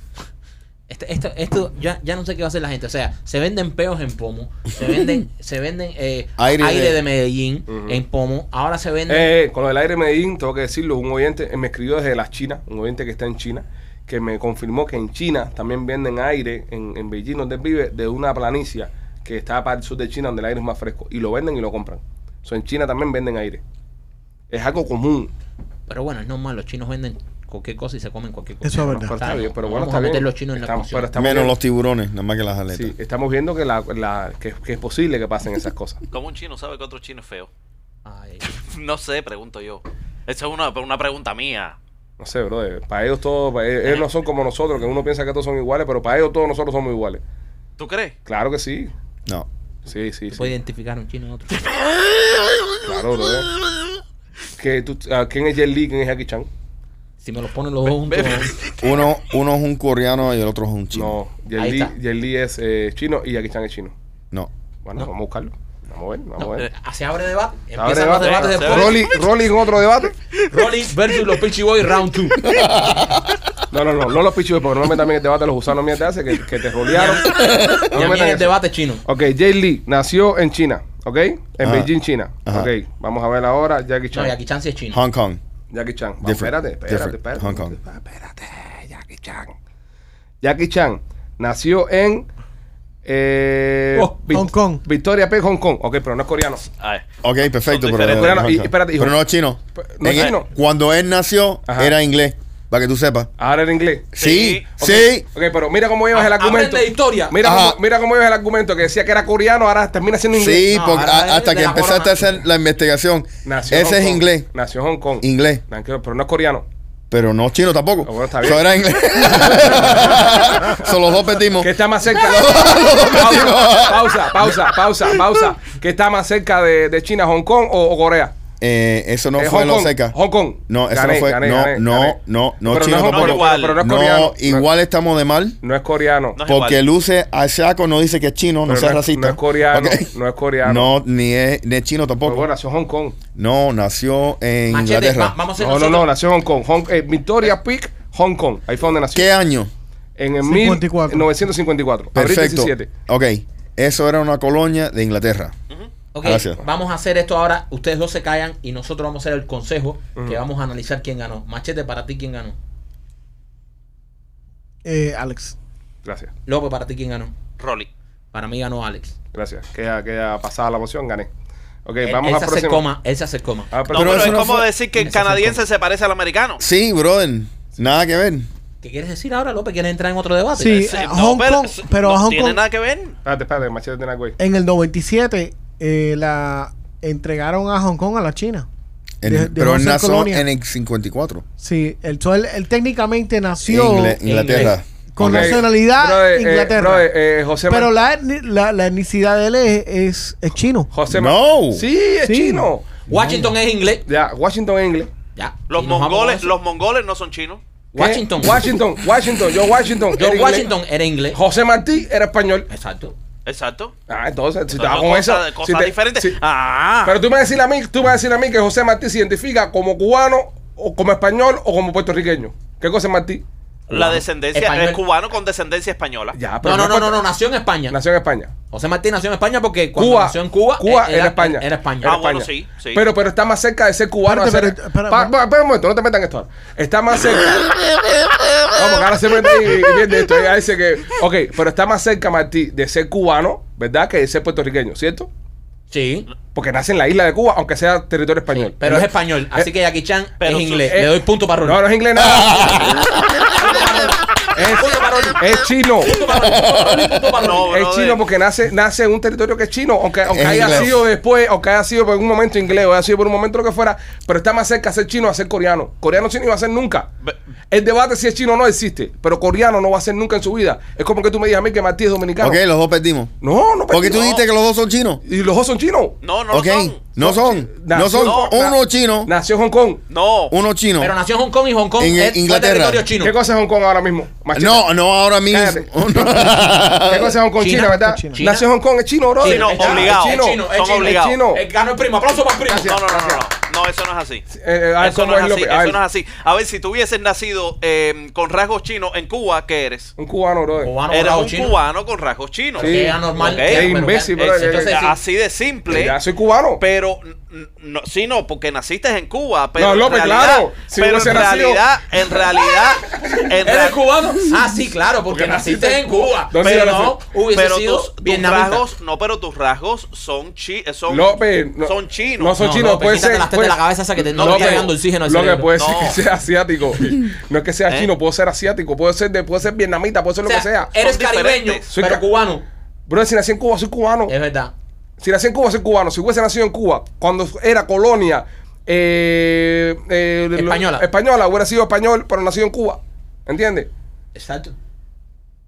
Speaker 2: Este, esto, esto ya, ya no sé qué va a hacer la gente. O sea, se venden peos en pomo, se venden, se venden eh, aire,
Speaker 3: Aire
Speaker 2: de,
Speaker 3: de-
Speaker 2: Medellín
Speaker 1: Ujú.
Speaker 2: en pomo. Ahora se venden.
Speaker 1: Eh, eh, con lo del aire Medellín, tengo que decirlo, un oyente eh, me escribió desde las China, un oyente que está en China, que me confirmó que en China también venden aire, en, en Beijing donde él vive, de una planicia que está para el sur de China donde el aire es más fresco. Y lo venden y lo compran. O sea, en China también venden aire. Es algo común.
Speaker 2: Pero bueno, es normal, los chinos venden cualquier cosa y se comen cualquier cosa.
Speaker 4: Eso es verdad.
Speaker 1: Pero está
Speaker 2: Claro,
Speaker 1: bien, pero
Speaker 2: no
Speaker 1: bueno,
Speaker 2: vamos a
Speaker 1: está bien.
Speaker 2: meter los chinos en la
Speaker 1: Estamos-
Speaker 2: ecuación.
Speaker 1: pero estamos
Speaker 3: Menos
Speaker 1: bien.
Speaker 3: los tiburones, nada más que las aletas.
Speaker 1: Sí, estamos viendo que, la, la- que, que es posible que pasen esas cosas.
Speaker 5: ¿Cómo un chino sabe que otro chino es feo?
Speaker 2: Ay.
Speaker 5: No sé, pregunto yo. Esa es una, una pregunta mía.
Speaker 1: No sé, bro. eh, Para ellos todos, para ellos, ellos no son como nosotros, que uno piensa que todos son iguales, pero para ellos todos nosotros somos iguales.
Speaker 5: ¿Tú crees?
Speaker 1: Claro que sí.
Speaker 3: No.
Speaker 1: Sí, sí,
Speaker 2: Puede
Speaker 1: sí.
Speaker 2: identificar un chino en otro.
Speaker 1: Claro, bro. Que tú, ah, ¿Quién es Jet Li? ¿Quién es Jackie Chan?
Speaker 2: Si me los ponen los dos juntos.
Speaker 3: Uno, uno es un coreano y el otro es un chino.
Speaker 1: No, Jet
Speaker 2: Ahí
Speaker 1: Li,
Speaker 2: está.
Speaker 1: Jet Li es eh, chino y Jackie Chan es chino.
Speaker 3: No.
Speaker 1: Bueno,
Speaker 2: No.
Speaker 1: vamos a buscarlo. Vamos a ver, vamos
Speaker 2: No,
Speaker 1: a
Speaker 2: eh,
Speaker 1: ver.
Speaker 2: se abre debate.
Speaker 1: Ahora
Speaker 2: Empiezan los
Speaker 1: debate.
Speaker 2: debates
Speaker 5: se
Speaker 2: después.
Speaker 5: abre.
Speaker 1: Rolly, Rolly con otro debate.
Speaker 2: Rolly versus los Pitchy Boys Round 2.
Speaker 1: No, no, no, no los pichos, porque no me metan en el debate de los gusanos mía te hace que, que te rolearon. No
Speaker 2: Ya
Speaker 1: me metan
Speaker 2: viene el
Speaker 1: en eso.
Speaker 2: debate chino.
Speaker 1: Ok, Jay Lee nació en China, ¿ok? En
Speaker 3: Ajá.
Speaker 1: Beijing, China.
Speaker 3: Ajá.
Speaker 1: Ok, vamos a ver ahora Jackie
Speaker 2: No,
Speaker 1: Chan.
Speaker 2: y aquí Chan sí es chino.
Speaker 3: Hong Kong.
Speaker 1: Jackie Chan. Vamos,
Speaker 3: Different.
Speaker 1: espérate, espérate,
Speaker 3: Different.
Speaker 1: espérate.
Speaker 3: Hong Kong.
Speaker 1: Espérate, Jackie Chan. Jackie Chan nació en eh,
Speaker 4: Oh,
Speaker 1: Vic-
Speaker 4: Hong Kong.
Speaker 1: Victoria P, Hong Kong. Ok, pero no es coreano.
Speaker 5: A ver,
Speaker 3: Ok, perfecto.
Speaker 5: Son
Speaker 3: Pero,
Speaker 5: diferentes.
Speaker 3: pero-
Speaker 1: Coreano y- espérate, hijo.
Speaker 3: pero no es chino.
Speaker 1: ¿No es
Speaker 3: En-
Speaker 1: chino?
Speaker 3: Cuando él nació,
Speaker 1: Ajá.
Speaker 3: era inglés. Para que tú sepas.
Speaker 1: Ahora en inglés.
Speaker 3: Sí, sí.
Speaker 1: Ok, ok, pero mira cómo llevas
Speaker 2: A-
Speaker 4: Ah,
Speaker 1: el argumento.
Speaker 2: aprende historia.
Speaker 1: Mira
Speaker 3: Ajá.
Speaker 1: cómo, mira cómo llevas el argumento que decía que era coreano, ahora termina siendo inglés.
Speaker 3: Sí,
Speaker 2: No,
Speaker 3: porque
Speaker 2: ahora
Speaker 3: a-
Speaker 2: es
Speaker 3: hasta
Speaker 2: de
Speaker 3: que
Speaker 2: la
Speaker 3: empezaste
Speaker 2: forma.
Speaker 3: a hacer la investigación.
Speaker 1: Nació en
Speaker 3: Ese
Speaker 1: Hong
Speaker 3: es
Speaker 1: Kong.
Speaker 3: inglés.
Speaker 1: Nació en Hong Kong.
Speaker 3: Inglés.
Speaker 1: Tranquilo, pero no es coreano.
Speaker 3: Pero no es chino tampoco.
Speaker 1: Ah, bueno, está
Speaker 3: Eso
Speaker 1: bien.
Speaker 3: era inglés. Son los dos petimos.
Speaker 1: ¿Qué está más cerca? pausa, pausa, pausa, pausa, pausa. ¿Qué está más cerca de, de China, Hong Kong o, o Corea?
Speaker 3: Eh, eso no
Speaker 1: Eh,
Speaker 3: fue
Speaker 1: Hong
Speaker 3: en los
Speaker 1: Kong,
Speaker 3: secas.
Speaker 1: Hong Kong.
Speaker 3: No, eso
Speaker 1: Gané,
Speaker 3: no fue.
Speaker 1: gané,
Speaker 3: no,
Speaker 1: gané,
Speaker 3: no,
Speaker 1: gané.
Speaker 3: no, no,
Speaker 1: Pero
Speaker 3: chino
Speaker 1: es-
Speaker 3: tampoco.
Speaker 5: no igual.
Speaker 1: Pero no es
Speaker 3: No,
Speaker 1: coreano.
Speaker 3: igual estamos de mal.
Speaker 1: No es coreano.
Speaker 5: No es
Speaker 3: Porque
Speaker 5: igual.
Speaker 3: luce a Chaco no dice que es chino,
Speaker 1: Pero
Speaker 3: no sea
Speaker 1: no es-
Speaker 3: racista.
Speaker 1: no es coreano,
Speaker 3: Ok.
Speaker 1: no es coreano.
Speaker 3: No, ni es, ni es chino
Speaker 1: Pero
Speaker 3: tampoco.
Speaker 1: bueno, nació Hong Kong.
Speaker 3: No, nació en
Speaker 2: Machete,
Speaker 3: Inglaterra.
Speaker 2: va- vamos a hacer
Speaker 1: No, no,
Speaker 2: nosotros.
Speaker 1: no, nació en Hong Kong. Hong- eh, Victoria Peak, Hong Kong. Ahí fue donde nació.
Speaker 3: ¿Qué año?
Speaker 1: En el
Speaker 4: 54.
Speaker 1: 1954. Abril
Speaker 3: Perfecto.
Speaker 1: 17.
Speaker 3: Ok. Eso era una colonia de Inglaterra.
Speaker 2: Ok,
Speaker 3: Gracias.
Speaker 2: vamos a hacer esto ahora. Ustedes dos se callan y nosotros vamos a hacer el consejo que vamos a analizar quién ganó. Machete, para ti quién ganó.
Speaker 4: Eh, Alex.
Speaker 1: Gracias,
Speaker 2: López, para ti quién ganó.
Speaker 5: Rolly.
Speaker 2: Para mí ganó Alex.
Speaker 1: gracias. Queda, queda pasada la moción, gané. Ok,
Speaker 2: Él-
Speaker 1: vamos
Speaker 2: él
Speaker 1: a
Speaker 2: Eh, se hace
Speaker 1: próxima.
Speaker 2: coma, él se hace coma.
Speaker 1: Ah,
Speaker 5: No,
Speaker 1: pero-
Speaker 5: pero,
Speaker 3: eso
Speaker 5: es
Speaker 3: no
Speaker 5: como
Speaker 3: fue-
Speaker 5: decir que el
Speaker 2: Eso fue
Speaker 5: canadiense se parece al americano.
Speaker 3: Sí, brother. Nada que ver.
Speaker 2: ¿Qué quieres decir ahora, López? ¿Quieres entrar en otro debate?
Speaker 4: Sí. eh, Hong
Speaker 5: pero,
Speaker 4: Kong, pero
Speaker 5: no
Speaker 4: Hong
Speaker 5: tiene
Speaker 4: Kong-
Speaker 5: nada que ver.
Speaker 1: Espérate, espérate, machete tiene algo ahí.
Speaker 4: En el 97 eh, la entregaron a Hong Kong a la China.
Speaker 3: En-
Speaker 4: De- dejó
Speaker 3: pero él
Speaker 4: ser
Speaker 3: nació
Speaker 4: colonia.
Speaker 3: en el 54.
Speaker 4: Sí, el, so, él, él técnicamente nació
Speaker 3: Ingle- Inglaterra.
Speaker 4: con
Speaker 1: Ok,
Speaker 4: nacionalidad
Speaker 1: brother, eh,
Speaker 4: Inglaterra.
Speaker 1: brother, eh, José
Speaker 4: pero
Speaker 1: Man-
Speaker 4: la, etni- la, la etnicidad de él es, es, es chino.
Speaker 1: José Man-
Speaker 3: No.
Speaker 1: Sí, es
Speaker 4: Sí.
Speaker 1: chino.
Speaker 2: Washington es inglés.
Speaker 1: Ya, Washington es inglés.
Speaker 2: Ya.
Speaker 5: Los
Speaker 2: y nos vamos
Speaker 5: mongoles,
Speaker 2: con eso.
Speaker 5: los mongoles no son chinos.
Speaker 1: ¿Qué?
Speaker 2: Washington.
Speaker 1: Washington, Washington, yo Washington. era
Speaker 2: George
Speaker 1: inglés.
Speaker 2: Washington era inglés.
Speaker 1: José Martí era español.
Speaker 2: Exacto.
Speaker 5: Exacto.
Speaker 1: Ah, entonces, si te
Speaker 5: Son
Speaker 1: vas
Speaker 5: dos
Speaker 1: con
Speaker 5: cosas,
Speaker 1: eso.
Speaker 5: cosas
Speaker 1: si te-
Speaker 5: diferentes.
Speaker 1: si-
Speaker 5: Ah,
Speaker 1: Pero tú me decís a mí, tú me decís a mí que José Martí se identifica como cubano, o como español, o como puertorriqueño. ¿Qué cosa es Martí?
Speaker 5: la descendencia
Speaker 2: Español.
Speaker 5: es cubano con descendencia española.
Speaker 1: Ya,
Speaker 2: No, no, no,
Speaker 1: es
Speaker 2: no,
Speaker 1: puerto-
Speaker 2: no, nació en España.
Speaker 1: Nació en España.
Speaker 2: José Martí nació en España porque cuando
Speaker 1: Cuba,
Speaker 2: nació en Cuba,
Speaker 1: Cuba
Speaker 2: eh,
Speaker 1: era, España.
Speaker 2: Era España.
Speaker 5: Ah, bueno, sí, sí.
Speaker 1: Pero, pero está más cerca de ser cubano.
Speaker 4: Espérate,
Speaker 1: de ser-
Speaker 4: pero- espera,
Speaker 1: Pa-
Speaker 4: espera.
Speaker 1: pa- espera un momento, no te metan en esto. ahora. Está más cerca. Vamos, porque ahora se mete y, y pierde esto. Ella dice que. Ok, pero está más cerca, Martí, de ser cubano, ¿verdad? Que de ser puertorriqueño, ¿cierto?
Speaker 2: Sí.
Speaker 1: Porque nace en la isla de Cuba, aunque sea territorio español.
Speaker 2: Pero
Speaker 1: No-
Speaker 2: es español, así que Jackie Chan
Speaker 5: pero
Speaker 2: es
Speaker 5: su-
Speaker 2: inglés.
Speaker 1: eh,
Speaker 2: Le doy punto para Rolly.
Speaker 1: No, no es inglés, nada. es,
Speaker 2: Punto para Rolly.
Speaker 1: es chino.
Speaker 2: Punto para Rolly. Punto para Rolly.
Speaker 5: No,
Speaker 1: Es
Speaker 5: brother.
Speaker 1: chino porque nace, nace en un territorio que es chino, aunque, aunque
Speaker 3: Es
Speaker 1: haya
Speaker 3: inglés.
Speaker 1: sido después, aunque haya sido por un momento inglés, o haya sido por un momento lo que fuera, pero está más cerca a ser chino a ser coreano. Coreano sí no iba a ser nunca.
Speaker 5: Ve-
Speaker 1: El debate si es chino o no existe, pero coreano no va a ser nunca en su vida. Es como que tú me digas a mí que Martí es dominicano.
Speaker 3: Ok, los dos perdimos.
Speaker 1: No, no
Speaker 3: Porque tú
Speaker 1: no.
Speaker 3: dijiste que los dos son chinos.
Speaker 1: Y los dos son chinos.
Speaker 5: No, no lo
Speaker 3: Ok,
Speaker 5: son.
Speaker 3: no son. No
Speaker 1: Nació-
Speaker 3: son.
Speaker 5: no,
Speaker 3: Uno chino.
Speaker 1: Nació en Hong Kong.
Speaker 5: No.
Speaker 3: Uno chino.
Speaker 2: Pero nació en Hong Kong y Hong Kong
Speaker 3: En-
Speaker 2: es fue
Speaker 3: Inglaterra.
Speaker 2: territorio chino.
Speaker 1: ¿Qué cosa es Hong Kong ahora mismo?
Speaker 5: Ah,
Speaker 1: Machete?
Speaker 3: No, no ahora mismo.
Speaker 1: Cállate.
Speaker 3: Uno-
Speaker 1: ¿Qué cosa es Hong Kong?
Speaker 2: Eh,
Speaker 1: China,
Speaker 2: China,
Speaker 1: ¿verdad?
Speaker 4: China.
Speaker 2: China.
Speaker 1: Nació en Hong Kong, es chino, bro.
Speaker 2: Chino,
Speaker 1: Es chino,
Speaker 5: obligado.
Speaker 1: es chino,
Speaker 5: Es
Speaker 2: chino,
Speaker 1: es
Speaker 2: son
Speaker 1: chino, es
Speaker 5: obligados.
Speaker 1: chino.
Speaker 2: Eh, ganó el primo, aplauso para el primo.
Speaker 1: Gracias.
Speaker 5: No, no, no, no, no, eso no es así.
Speaker 1: Eh, eh, a ver
Speaker 5: Eso
Speaker 1: cómo
Speaker 5: no es
Speaker 1: es lo
Speaker 5: así,
Speaker 1: que- a
Speaker 5: eso
Speaker 1: ver.
Speaker 5: no es así. A ver, si tú hubieses nacido eh, con rasgos chinos en Cuba, ¿qué eres?
Speaker 1: Un cubano, bro.
Speaker 2: Cubano,
Speaker 5: Eres
Speaker 2: bravo,
Speaker 5: un
Speaker 2: chino.
Speaker 5: cubano con rasgos chinos.
Speaker 1: Sí.
Speaker 2: Que era normal.
Speaker 5: Ok. Ah,
Speaker 2: que era,
Speaker 5: Qué
Speaker 2: pero
Speaker 1: imbécil,
Speaker 2: que-
Speaker 1: bro.
Speaker 2: entonces,
Speaker 1: Ya,
Speaker 2: sí.
Speaker 5: Así de simple.
Speaker 1: Ya soy cubano.
Speaker 5: Pero, n- no, sí, no, porque naciste en Cuba. Pero
Speaker 1: No,
Speaker 5: en
Speaker 1: López,
Speaker 5: realidad-
Speaker 1: claro. Si
Speaker 5: pero
Speaker 1: hubiese
Speaker 5: en
Speaker 1: nacido-
Speaker 5: realidad, en realidad, en
Speaker 2: ¿Eres
Speaker 5: realidad.
Speaker 2: cubano? Ah, sí, claro, porque, naciste en Cuba.
Speaker 1: ¿Dónde
Speaker 2: Pero
Speaker 1: ibas a
Speaker 2: no,
Speaker 1: nacer?
Speaker 2: hubiese
Speaker 5: pero
Speaker 2: sido
Speaker 5: tus, tus
Speaker 2: vietnamita.
Speaker 5: rasgos, no, pero tus rasgos son, chi, eh, son,
Speaker 1: López, no-
Speaker 5: son chinos.
Speaker 1: No son
Speaker 2: No,
Speaker 1: chinos,
Speaker 2: López,
Speaker 1: puede
Speaker 2: quítate
Speaker 1: ser.
Speaker 2: las tetas
Speaker 1: puede-
Speaker 2: de la cabeza esa que te- no
Speaker 5: te
Speaker 1: López,
Speaker 5: está
Speaker 2: llegando oxígeno al
Speaker 1: Lo que
Speaker 2: cerebro.
Speaker 1: puede ser
Speaker 5: No.
Speaker 1: que sea asiático. No es que sea
Speaker 5: ¿Eh?
Speaker 1: chino, puedo ser asiático, puedo ser, de, puedo ser vietnamita, puedo
Speaker 2: O
Speaker 1: ser lo
Speaker 2: sea,
Speaker 1: que sea.
Speaker 2: Eres
Speaker 5: Son
Speaker 2: caribeño,
Speaker 5: diferentes.
Speaker 1: Soy
Speaker 2: pero
Speaker 1: ca-
Speaker 2: cubano.
Speaker 1: Bro, si nací en Cuba, soy cubano.
Speaker 2: Es verdad.
Speaker 1: Si nací en Cuba, soy cubano. Si hubiese nacido en Cuba, cuando era colonia eh, eh, lo-
Speaker 2: Española.
Speaker 1: española, hubiera sido español, pero nacido en Cuba. ¿Entiendes?
Speaker 2: Exacto.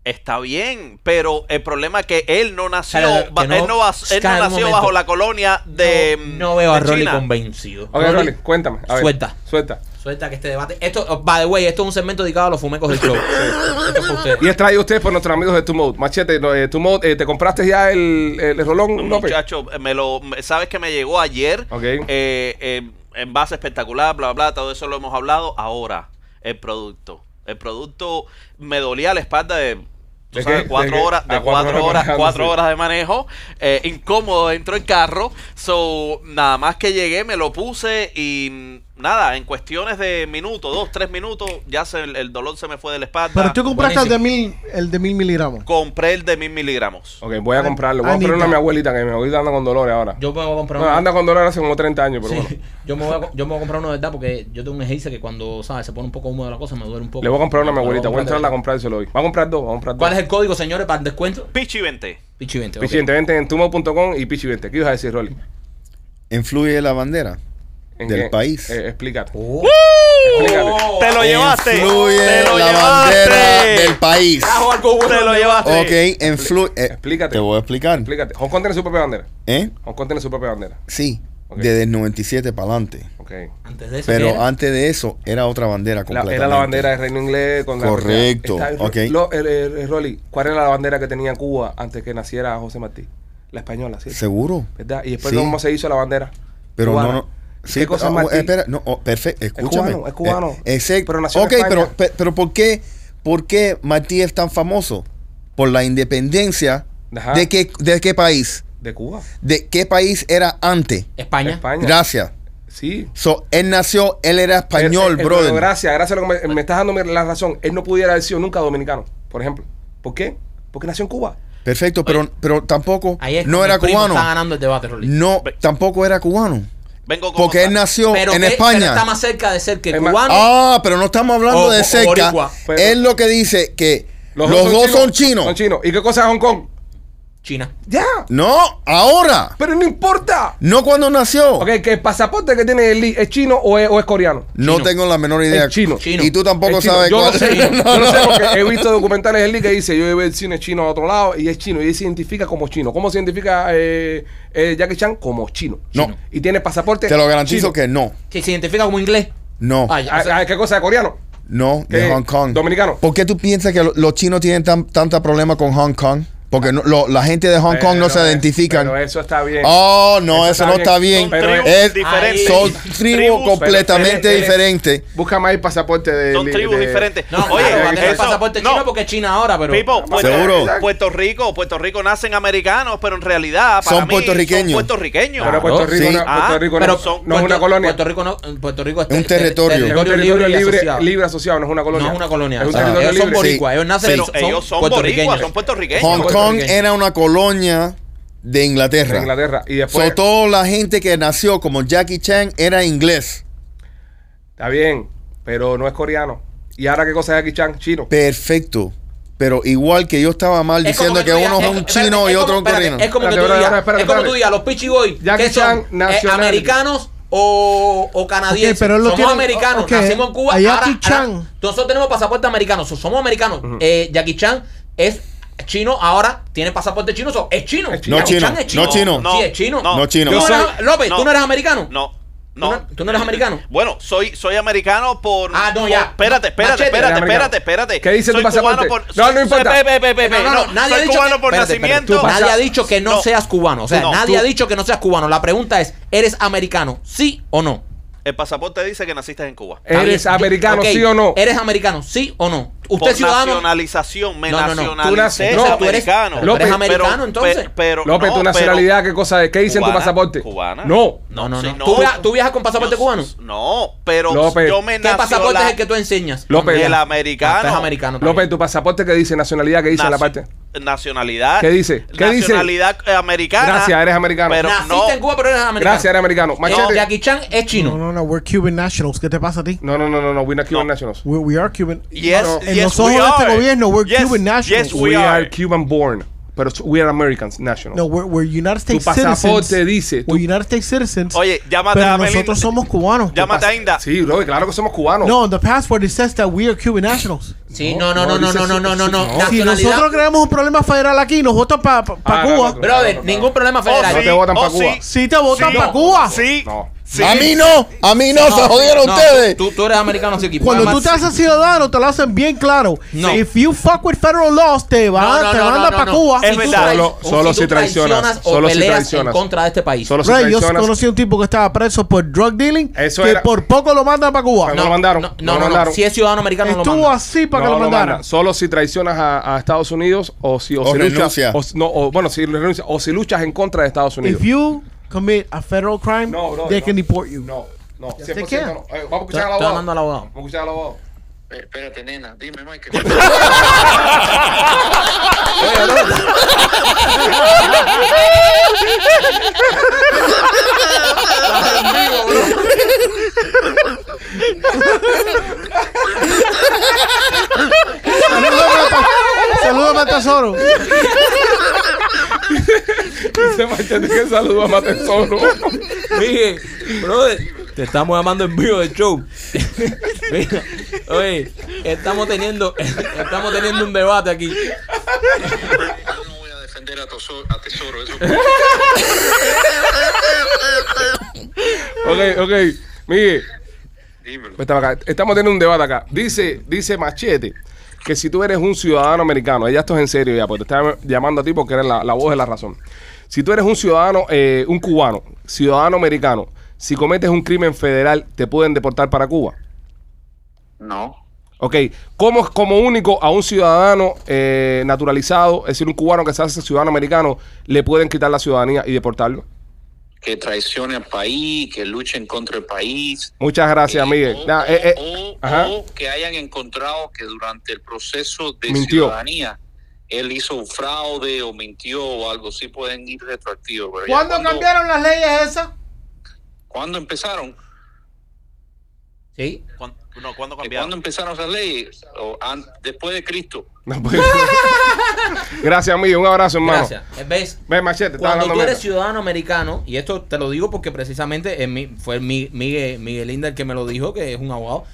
Speaker 5: Está bien, pero el problema es que él no nació,
Speaker 2: Pero, que
Speaker 5: ba-
Speaker 2: no-
Speaker 5: él no, bas- él no
Speaker 2: Cada
Speaker 5: nació
Speaker 2: momento.
Speaker 5: bajo la colonia de
Speaker 2: no, no veo a
Speaker 5: de
Speaker 2: Rolly
Speaker 5: China.
Speaker 2: convencido.
Speaker 1: Ok, Rolly, cuéntame. a ver.
Speaker 2: Suelta.
Speaker 1: Suelta.
Speaker 2: Suelta que este debate. Esto, oh, by the way, esto es un segmento dedicado a los fumecos del club. esto es para ustedes.
Speaker 1: Y es traído a ustedes por nuestros amigos de Two Mode. Machete, no, eh, Two Mode, eh, ¿te compraste ya el, el, el rolón, López?
Speaker 5: Muchacho, eh, me lo, me- sabes que me llegó ayer.
Speaker 1: Ok.
Speaker 5: Eh, eh, envase espectacular, bla, bla, todo eso lo hemos hablado. Ahora, el producto. El producto me dolía la espalda de, tú
Speaker 1: ¿De
Speaker 5: sabes,
Speaker 1: qué?
Speaker 5: cuatro
Speaker 1: ¿De qué?
Speaker 5: horas, de
Speaker 1: Ah,
Speaker 5: cuatro,
Speaker 1: cuatro horas
Speaker 5: horas,
Speaker 1: manejando,
Speaker 5: cuatro
Speaker 1: sí.
Speaker 5: horas de manejo, eh, incómodo dentro del carro. So, nada más que llegué, me lo puse y mm, nada, en cuestiones de minutos, dos, tres minutos, ya se- el, el dolor se me fue de la espalda.
Speaker 4: Pero tú compraste el de,
Speaker 2: Ah, Buenísimo.
Speaker 4: mil, el de mil miligramos.
Speaker 5: Compré el de mil miligramos.
Speaker 1: Ok, voy a comprarlo. Voy a
Speaker 4: Anita.
Speaker 1: comprarle a mi abuelita, que mi abuelita anda con dolores ahora.
Speaker 2: Yo me voy a comprar
Speaker 1: No,
Speaker 2: uno.
Speaker 1: anda con dolores hace como 30 años, pero
Speaker 2: Sí,
Speaker 1: bueno.
Speaker 2: yo, me voy a, co- yo me voy a comprar uno de verdad porque yo tengo un ejercicio que cuando ¿sabes? se pone un poco húmedo la cosa me duele un poco.
Speaker 1: Le voy a comprar una a mi
Speaker 2: Pero
Speaker 1: abuelita. Voy a
Speaker 2: comprarle
Speaker 1: entrarla a comprárselo hoy. Va a comprar dos, va a comprar dos.
Speaker 2: ¿Cuál es el código, señores, para el descuento?
Speaker 5: Pichi 20.
Speaker 2: Pichi 20. ok.
Speaker 1: Pichi 20, vente en tumo.com y Pichi 20. ¿Qué ibas a decir, Rolly?
Speaker 3: Influye la bandera.
Speaker 1: ¿En
Speaker 3: Del
Speaker 1: qué?
Speaker 3: país.
Speaker 1: Eh, explícate.
Speaker 2: Oh.
Speaker 1: Explícate.
Speaker 5: Te lo llevaste.
Speaker 3: Influye
Speaker 5: Te lo
Speaker 3: la
Speaker 5: llevaste.
Speaker 3: bandera del país.
Speaker 2: Trajo algo bueno.
Speaker 5: Te lo llevaste.
Speaker 3: Ok, influye.
Speaker 1: Explícate.
Speaker 3: Te voy a explicar.
Speaker 1: Explícate. Hong Kong tiene su propia bandera.
Speaker 3: ¿Eh?
Speaker 1: Hong Kong tiene su propia bandera.
Speaker 3: Sí,
Speaker 1: Ok.
Speaker 3: desde el 97 para adelante.
Speaker 1: Ok.
Speaker 2: Antes de eso. ¿qué
Speaker 3: Pero
Speaker 2: era?
Speaker 3: antes de eso era otra bandera
Speaker 1: La-
Speaker 3: completa.
Speaker 1: era la bandera del Reino Inglés con la-
Speaker 3: Correcto,
Speaker 1: Está-
Speaker 3: ok.
Speaker 1: Lo- el- el- el Rolly, ¿cuál era la bandera que tenía Cuba antes que naciera José Martí? La española, ¿sí?
Speaker 3: Seguro.
Speaker 1: ¿Verdad? Y después
Speaker 3: Sí.
Speaker 1: cómo se hizo la bandera.
Speaker 3: Pero
Speaker 1: cubana?
Speaker 3: no, no. Sí,
Speaker 1: ¿Qué cosa
Speaker 3: oh,
Speaker 1: más
Speaker 3: oh, espera, no, oh, perfecto, escúchame.
Speaker 1: cubano, es cubano.
Speaker 3: Eh, ese-
Speaker 1: Pero nació en
Speaker 3: ok,
Speaker 1: España.
Speaker 3: pero, pe- pero ¿por qué, por qué Martí es tan famoso? Por la independencia
Speaker 1: Ajá.
Speaker 3: de qué, de qué país,
Speaker 1: de Cuba?
Speaker 3: de qué país era antes.
Speaker 2: España.
Speaker 1: España.
Speaker 3: Gracias.
Speaker 1: Sí.
Speaker 3: So, él nació, él era español,
Speaker 1: Él- él-
Speaker 3: brother.
Speaker 1: pero Gracias, gracias. a lo que Me, me estás dando la razón. Él no pudiera haber sido nunca dominicano, por ejemplo. ¿Por qué? Porque nació en Cuba.
Speaker 3: Perfecto, pero, pero tampoco
Speaker 2: Ahí es
Speaker 3: no
Speaker 2: cuando
Speaker 3: era
Speaker 2: el primo Está
Speaker 3: cubano.
Speaker 2: ganando el debate, Rolly.
Speaker 3: No, tampoco era cubano.
Speaker 5: Vengo con
Speaker 3: Porque
Speaker 5: otra.
Speaker 3: él nació
Speaker 2: Pero
Speaker 3: en
Speaker 2: que-
Speaker 3: España.
Speaker 2: pero está más cerca de ser que
Speaker 1: Es más-
Speaker 2: cubano.
Speaker 3: Ah, pero no estamos hablando
Speaker 2: O- o
Speaker 3: de cerca.
Speaker 2: boricua,
Speaker 1: pero-
Speaker 3: es lo que dice que los, dos, son, chinos.
Speaker 1: Son chinos. ¿Y qué cosa es Hong Kong?
Speaker 2: China.
Speaker 1: ¡Ya!
Speaker 3: No, ahora.
Speaker 1: ¡Pero no importa!
Speaker 3: No cuando nació.
Speaker 1: Ok, que el pasaporte que tiene el es chino o es, o es coreano.
Speaker 3: No
Speaker 2: Chino.
Speaker 3: tengo la menor idea.
Speaker 1: Es chino.
Speaker 2: Chino.
Speaker 3: Y tú tampoco
Speaker 1: Es chino.
Speaker 3: sabes
Speaker 1: yo
Speaker 3: cuál
Speaker 1: no sé,
Speaker 3: es.
Speaker 1: yo no sé porque he visto documentales de Lee que dice, yo he el cine chino a otro lado y es chino y él se identifica como chino. ¿Cómo se identifica eh, eh, Jackie Chan? Como chino.
Speaker 3: No.
Speaker 1: Chino. Y tiene pasaporte
Speaker 3: Te lo garantizo
Speaker 1: chino.
Speaker 3: que no.
Speaker 2: Sí, se identifica como inglés.
Speaker 3: No.
Speaker 2: Ah, ya, o sea,
Speaker 1: Ah, ah, ¿Qué cosa? ¿Coreano?
Speaker 3: No, de
Speaker 1: ¿Qué?
Speaker 3: Hong Kong.
Speaker 1: Eh, Dominicano.
Speaker 3: ¿Por qué tú piensas que lo- los chinos tienen tan, tanta problema con Hong Kong? Porque no- lo- la gente de Hong Kong no
Speaker 1: Pero
Speaker 3: se
Speaker 1: es-
Speaker 3: identifican.
Speaker 1: Pero eso está bien.
Speaker 3: oh, no, eso, no está bien.
Speaker 1: Pero
Speaker 5: Son
Speaker 1: es-
Speaker 5: tribus
Speaker 3: Es-
Speaker 5: diferentes.
Speaker 3: son
Speaker 2: Son
Speaker 3: tribus
Speaker 5: tribus,
Speaker 3: completamente
Speaker 1: pero es-
Speaker 3: diferentes.
Speaker 1: Busca más el pasaporte de
Speaker 5: Son
Speaker 1: Lee-
Speaker 5: tribus
Speaker 1: de-
Speaker 5: diferentes.
Speaker 2: No,
Speaker 5: Oye,
Speaker 2: Oye, claro, bandera de
Speaker 5: eso-
Speaker 2: pasaporte
Speaker 5: no.
Speaker 2: chino porque es China ahora, pero.
Speaker 5: Pipo, Puerto,
Speaker 3: Seguro.
Speaker 5: Puerto Rico, Puerto Rico nacen americanos, pero en realidad para
Speaker 3: Son
Speaker 5: mí
Speaker 3: puertorriqueños.
Speaker 5: son puertorriqueños.
Speaker 1: Pero Puerto
Speaker 3: Claro,
Speaker 1: Rico,
Speaker 3: sí.
Speaker 1: no,
Speaker 5: Ah,
Speaker 1: Puerto Rico no-
Speaker 2: pero
Speaker 1: no,
Speaker 5: son-
Speaker 1: es una colonia.
Speaker 2: Puerto Rico no, Puerto Rico
Speaker 3: Es un territorio.
Speaker 1: Es un territorio libre,
Speaker 2: asociado.
Speaker 1: libre asociado, no es una colonia.
Speaker 2: No es una colonia.
Speaker 1: Es un
Speaker 3: Ah,
Speaker 2: o sea,
Speaker 1: territorio
Speaker 2: ellos son
Speaker 1: libre.
Speaker 2: boricuas, ellos nacen
Speaker 5: Pero
Speaker 2: son
Speaker 5: ellos son
Speaker 2: puertorriqueños.
Speaker 5: boricuas, son puertorriqueños.
Speaker 3: Hong
Speaker 2: puertorriqueños.
Speaker 3: Kong era una colonia de Inglaterra.
Speaker 1: de Inglaterra. pues. Y
Speaker 3: So,
Speaker 1: después.
Speaker 3: toda la gente que nació como Jackie Chan era inglés.
Speaker 1: Está bien, pero no es coreano. ¿Y ahora qué cosa es Jackie Chan? Chino.
Speaker 3: Perfecto. Pero igual que yo estaba mal
Speaker 2: Es como
Speaker 3: diciendo que
Speaker 2: tú digas-
Speaker 3: uno es
Speaker 2: es-
Speaker 3: un
Speaker 2: espérate,
Speaker 3: chino
Speaker 2: es
Speaker 3: y
Speaker 2: como-
Speaker 3: otro un
Speaker 2: espérate,
Speaker 3: coreano.
Speaker 2: Es como que tú
Speaker 1: Espérate,
Speaker 2: digas,
Speaker 1: espérate, espérate,
Speaker 2: es como tú
Speaker 1: espérate.
Speaker 2: digas, los Pichi Boys,
Speaker 1: Jackie
Speaker 2: que son
Speaker 1: Chan,
Speaker 2: eh,
Speaker 1: nacionality.
Speaker 2: americanos o, o canadienses.
Speaker 4: Ok, pero él lo
Speaker 2: somos
Speaker 4: tiene-
Speaker 2: americanos,
Speaker 4: ok,
Speaker 2: nacimos en Cuba.
Speaker 4: a Jackie
Speaker 2: ahora- ahora-
Speaker 4: Chan.
Speaker 2: nosotros tenemos pasaporte americano, so- somos americanos. Eh, Jackie Chan es chino, ahora tiene pasaporte chino, so, es chino.
Speaker 1: Es chino. No
Speaker 2: Jackie
Speaker 3: chino,
Speaker 2: Chan es
Speaker 3: no chino.
Speaker 2: Sí, es chino.
Speaker 3: No chino.
Speaker 2: ¿Tú
Speaker 3: Yo
Speaker 2: eres- López, ¿tú no eres americano?
Speaker 5: No.
Speaker 2: ¿Tú
Speaker 5: No.
Speaker 2: no- tú no eres americano?
Speaker 5: Bueno, soy, soy americano por.
Speaker 2: Ah, no,
Speaker 5: por-
Speaker 2: ya.
Speaker 5: Espérate, espérate,
Speaker 2: Machete.
Speaker 5: espérate,
Speaker 1: Eres americano.
Speaker 5: espérate, espérate.
Speaker 1: ¿Qué dice
Speaker 5: Soy
Speaker 1: tu
Speaker 5: cubano
Speaker 1: pasaporte?
Speaker 5: por-
Speaker 1: No, no
Speaker 5: soy-
Speaker 1: importa.
Speaker 5: pe- pe- pe- pe- pe- no, soy
Speaker 2: que-
Speaker 5: cubano por
Speaker 2: espérate, espérate,
Speaker 5: nacimiento.
Speaker 1: tú vas-
Speaker 2: nadie
Speaker 1: pasa-
Speaker 2: ha dicho que no,
Speaker 5: No.
Speaker 2: seas cubano. O sea,
Speaker 5: No,
Speaker 2: nadie
Speaker 5: tú-
Speaker 2: ha dicho que no seas cubano. La pregunta es, ¿eres americano? ¿Sí o no?
Speaker 5: El pasaporte dice que naciste en Cuba.
Speaker 1: ¿Eres
Speaker 2: Está bien.
Speaker 1: americano,
Speaker 2: Ok,
Speaker 1: sí o no?
Speaker 2: ¿Eres americano, sí o no? ¿Usted
Speaker 5: por
Speaker 2: es ciudadano?
Speaker 5: nacionalización, me
Speaker 2: No, no, no.
Speaker 5: nacionalicé
Speaker 1: Tú naces-
Speaker 5: soy
Speaker 1: no, tú
Speaker 2: eres-
Speaker 5: americano.
Speaker 1: pero tú eres
Speaker 2: americano, entonces.
Speaker 5: pe- pero,
Speaker 1: López,
Speaker 5: no,
Speaker 1: tu
Speaker 5: pero-
Speaker 1: nacionalidad, ¿qué cosa es? ¿Qué dice en tu
Speaker 5: cubana,
Speaker 1: pasaporte?
Speaker 5: Cubana.
Speaker 1: No.
Speaker 2: No, no,
Speaker 5: sí,
Speaker 2: no. ¿Tú, via- tú viajas con pasaporte
Speaker 5: Yo-
Speaker 2: cubano?
Speaker 5: No, pero
Speaker 1: López.
Speaker 5: yo me
Speaker 2: ¿Qué pasaporte es el que
Speaker 5: tú
Speaker 2: tú enseñas?
Speaker 1: López.
Speaker 5: El
Speaker 1: Ah,
Speaker 2: Ah, tú eres
Speaker 5: americano.
Speaker 2: americano. también.
Speaker 1: López, tu pasaporte, ¿qué dice? ¿Nacionalidad? ¿Qué dice en la parte?
Speaker 5: Nacionalidad.
Speaker 1: ¿Qué dice? ¿Qué dice?
Speaker 5: nacionalidad eh, americana.
Speaker 1: Gracias, eres americano.
Speaker 5: Pero
Speaker 2: Naciste
Speaker 5: no.
Speaker 2: en Cuba, pero eres americano.
Speaker 1: Gracias, eres americano.
Speaker 2: Eh,
Speaker 1: Machete.
Speaker 2: Jackie Chan es chino.
Speaker 4: No, no, no. We're Cuban nationals. ¿Qué te pasa a ti?
Speaker 1: No, no, no, no, no. We're not Cuban
Speaker 5: No.
Speaker 1: nationals.
Speaker 4: We, we are Cuban.
Speaker 5: Yes,
Speaker 1: No, no.
Speaker 5: yes,
Speaker 4: En los
Speaker 5: we
Speaker 4: ojos de este
Speaker 5: are.
Speaker 4: gobierno, we're
Speaker 5: Yes,
Speaker 4: Cuban nationals.
Speaker 5: Yes, we,
Speaker 1: We
Speaker 5: are.
Speaker 1: are Cuban born. Pero we are Americans nationals.
Speaker 4: No, we're, we're United
Speaker 1: Tu
Speaker 4: States
Speaker 1: pasaporte
Speaker 4: citizens.
Speaker 1: dice, tu-
Speaker 4: We're United States citizens.
Speaker 5: Oye, llámate
Speaker 4: pero
Speaker 5: a Belinda.
Speaker 4: nosotros somos cubanos.
Speaker 5: Llámate a Inda.
Speaker 1: Sí, bro, claro que somos cubanos.
Speaker 4: No, en the passport it says that we are Cuban nationals.
Speaker 2: Sí,
Speaker 1: No,
Speaker 2: no, no, no,
Speaker 1: no,
Speaker 2: no,
Speaker 1: dice
Speaker 2: no, no,
Speaker 1: sí,
Speaker 2: no, no,
Speaker 1: sí,
Speaker 2: no.
Speaker 1: no. Si
Speaker 4: Si
Speaker 2: Nacionalidad.
Speaker 4: nosotros creamos un problema federal aquí, nos votan para pa, pa
Speaker 1: Ah, no,
Speaker 4: Cuba.
Speaker 1: no, no.
Speaker 2: Brother,
Speaker 1: No, no, no.
Speaker 2: ningún problema federal.
Speaker 1: sí. te votan pa' Cuba.
Speaker 4: Si te votan
Speaker 5: Oh, Sí.
Speaker 4: para Cuba.
Speaker 5: Sí.
Speaker 1: No.
Speaker 5: sí.
Speaker 3: A mí no, a mí no, se jodieron
Speaker 2: no,
Speaker 3: ustedes.
Speaker 2: Tú, tú eres americano, así que
Speaker 4: Cuando tú
Speaker 2: además-
Speaker 4: te haces ciudadano, te lo hacen bien claro.
Speaker 2: No.
Speaker 4: If you fuck with federal laws, te, van
Speaker 2: No, no,
Speaker 4: te
Speaker 2: no,
Speaker 4: mandan
Speaker 2: no,
Speaker 4: para
Speaker 2: no.
Speaker 4: Cuba.
Speaker 5: Es
Speaker 2: Si tú
Speaker 5: verdad.
Speaker 2: trai-
Speaker 1: Solo-
Speaker 2: o
Speaker 1: solo
Speaker 2: tú
Speaker 1: si traicionas,
Speaker 2: o
Speaker 1: solo si
Speaker 2: peleas
Speaker 1: traicionas.
Speaker 2: en contra de este país.
Speaker 1: Solo si
Speaker 4: Bro, yo
Speaker 1: traicionas-
Speaker 4: conocí un tipo que estaba preso por drug dealing
Speaker 1: Eso
Speaker 4: que
Speaker 1: era-
Speaker 4: por poco lo mandan para Cuba.
Speaker 1: No, lo mandaron,
Speaker 2: No,
Speaker 1: no
Speaker 2: no,
Speaker 1: lo
Speaker 2: no,
Speaker 1: mandaron.
Speaker 2: Si es ciudadano americano, no lo
Speaker 4: Estuvo
Speaker 2: mandan.
Speaker 4: así
Speaker 1: No,
Speaker 4: para que lo
Speaker 1: no
Speaker 4: mandaran.
Speaker 1: mandan. Solo si traicionas a, a Estados Unidos o si, o si
Speaker 3: O renuncia.
Speaker 1: luchas. O, si- no, o, bueno, si renuncia, o si luchas en contra de Estados Unidos.
Speaker 4: If you commit a federal crime,
Speaker 1: No, bro,
Speaker 4: they
Speaker 1: no.
Speaker 4: can deport you.
Speaker 1: No, no,
Speaker 4: sé
Speaker 1: 100%
Speaker 4: qué.
Speaker 1: no. Eh, vamos a
Speaker 2: Estoy
Speaker 1: escuchar al abogado.
Speaker 2: hablando al abogado.
Speaker 1: Vamos a escuchar al abogado.
Speaker 6: Eh, Espérate, nena, dime, Michael.
Speaker 4: Salúdame, tesoro.
Speaker 1: Dice Machete que saludo a Matesoro.
Speaker 2: Oye, brother, te estamos llamando en vivo del show. Mira, oye, estamos teniendo, estamos teniendo un debate aquí.
Speaker 6: Yo no voy a defender a, Toso- a Tesoro, eso
Speaker 1: ok, ok. Miguel,
Speaker 6: dímelo.
Speaker 1: vete para acá. Estamos teniendo un debate acá. Dice, dice Machete que si tú eres un ciudadano americano, ella esto es en serio ya, porque te estaba llamando a ti porque eres la, la voz de la razón. Si tú eres un ciudadano, eh, un cubano, ciudadano americano, si cometes un crimen federal, te pueden deportar para Cuba.
Speaker 6: No,
Speaker 1: Ok, ¿cómo es como único a un ciudadano eh, naturalizado, es decir, un cubano que se hace ciudadano americano, le pueden quitar la ciudadanía y deportarlo?
Speaker 6: que traicione al país, que luchen contra el país.
Speaker 1: Muchas gracias,
Speaker 6: Eh,
Speaker 1: Miguel.
Speaker 6: o-
Speaker 1: Nah, eh, eh,
Speaker 6: o-
Speaker 1: ajá.
Speaker 6: o que hayan encontrado que durante el proceso de
Speaker 1: Mintió.
Speaker 6: ciudadanía él hizo un fraude o mintió o algo, sí pueden ir retroactivos. pero ya cuando-
Speaker 4: las leyes esas?
Speaker 6: ¿Cuándo empezaron?
Speaker 2: Sí.
Speaker 5: Cuan- No, ¿cuándo
Speaker 6: ¿Cuándo
Speaker 5: cambiaron?
Speaker 6: empezaron esas leyes? O an- después de Cristo.
Speaker 1: no puede- gracias, Miguel. Un abrazo, hermano.
Speaker 2: Gracias. ¿Ves?
Speaker 1: Ve, Machete, estás
Speaker 2: Cuando
Speaker 1: hablando
Speaker 2: tú eres
Speaker 1: mierda.
Speaker 2: ciudadano americano, y esto te lo digo porque precisamente en mi- fue mi, Miguel, Miguelinda el que me lo dijo, que es un abogado,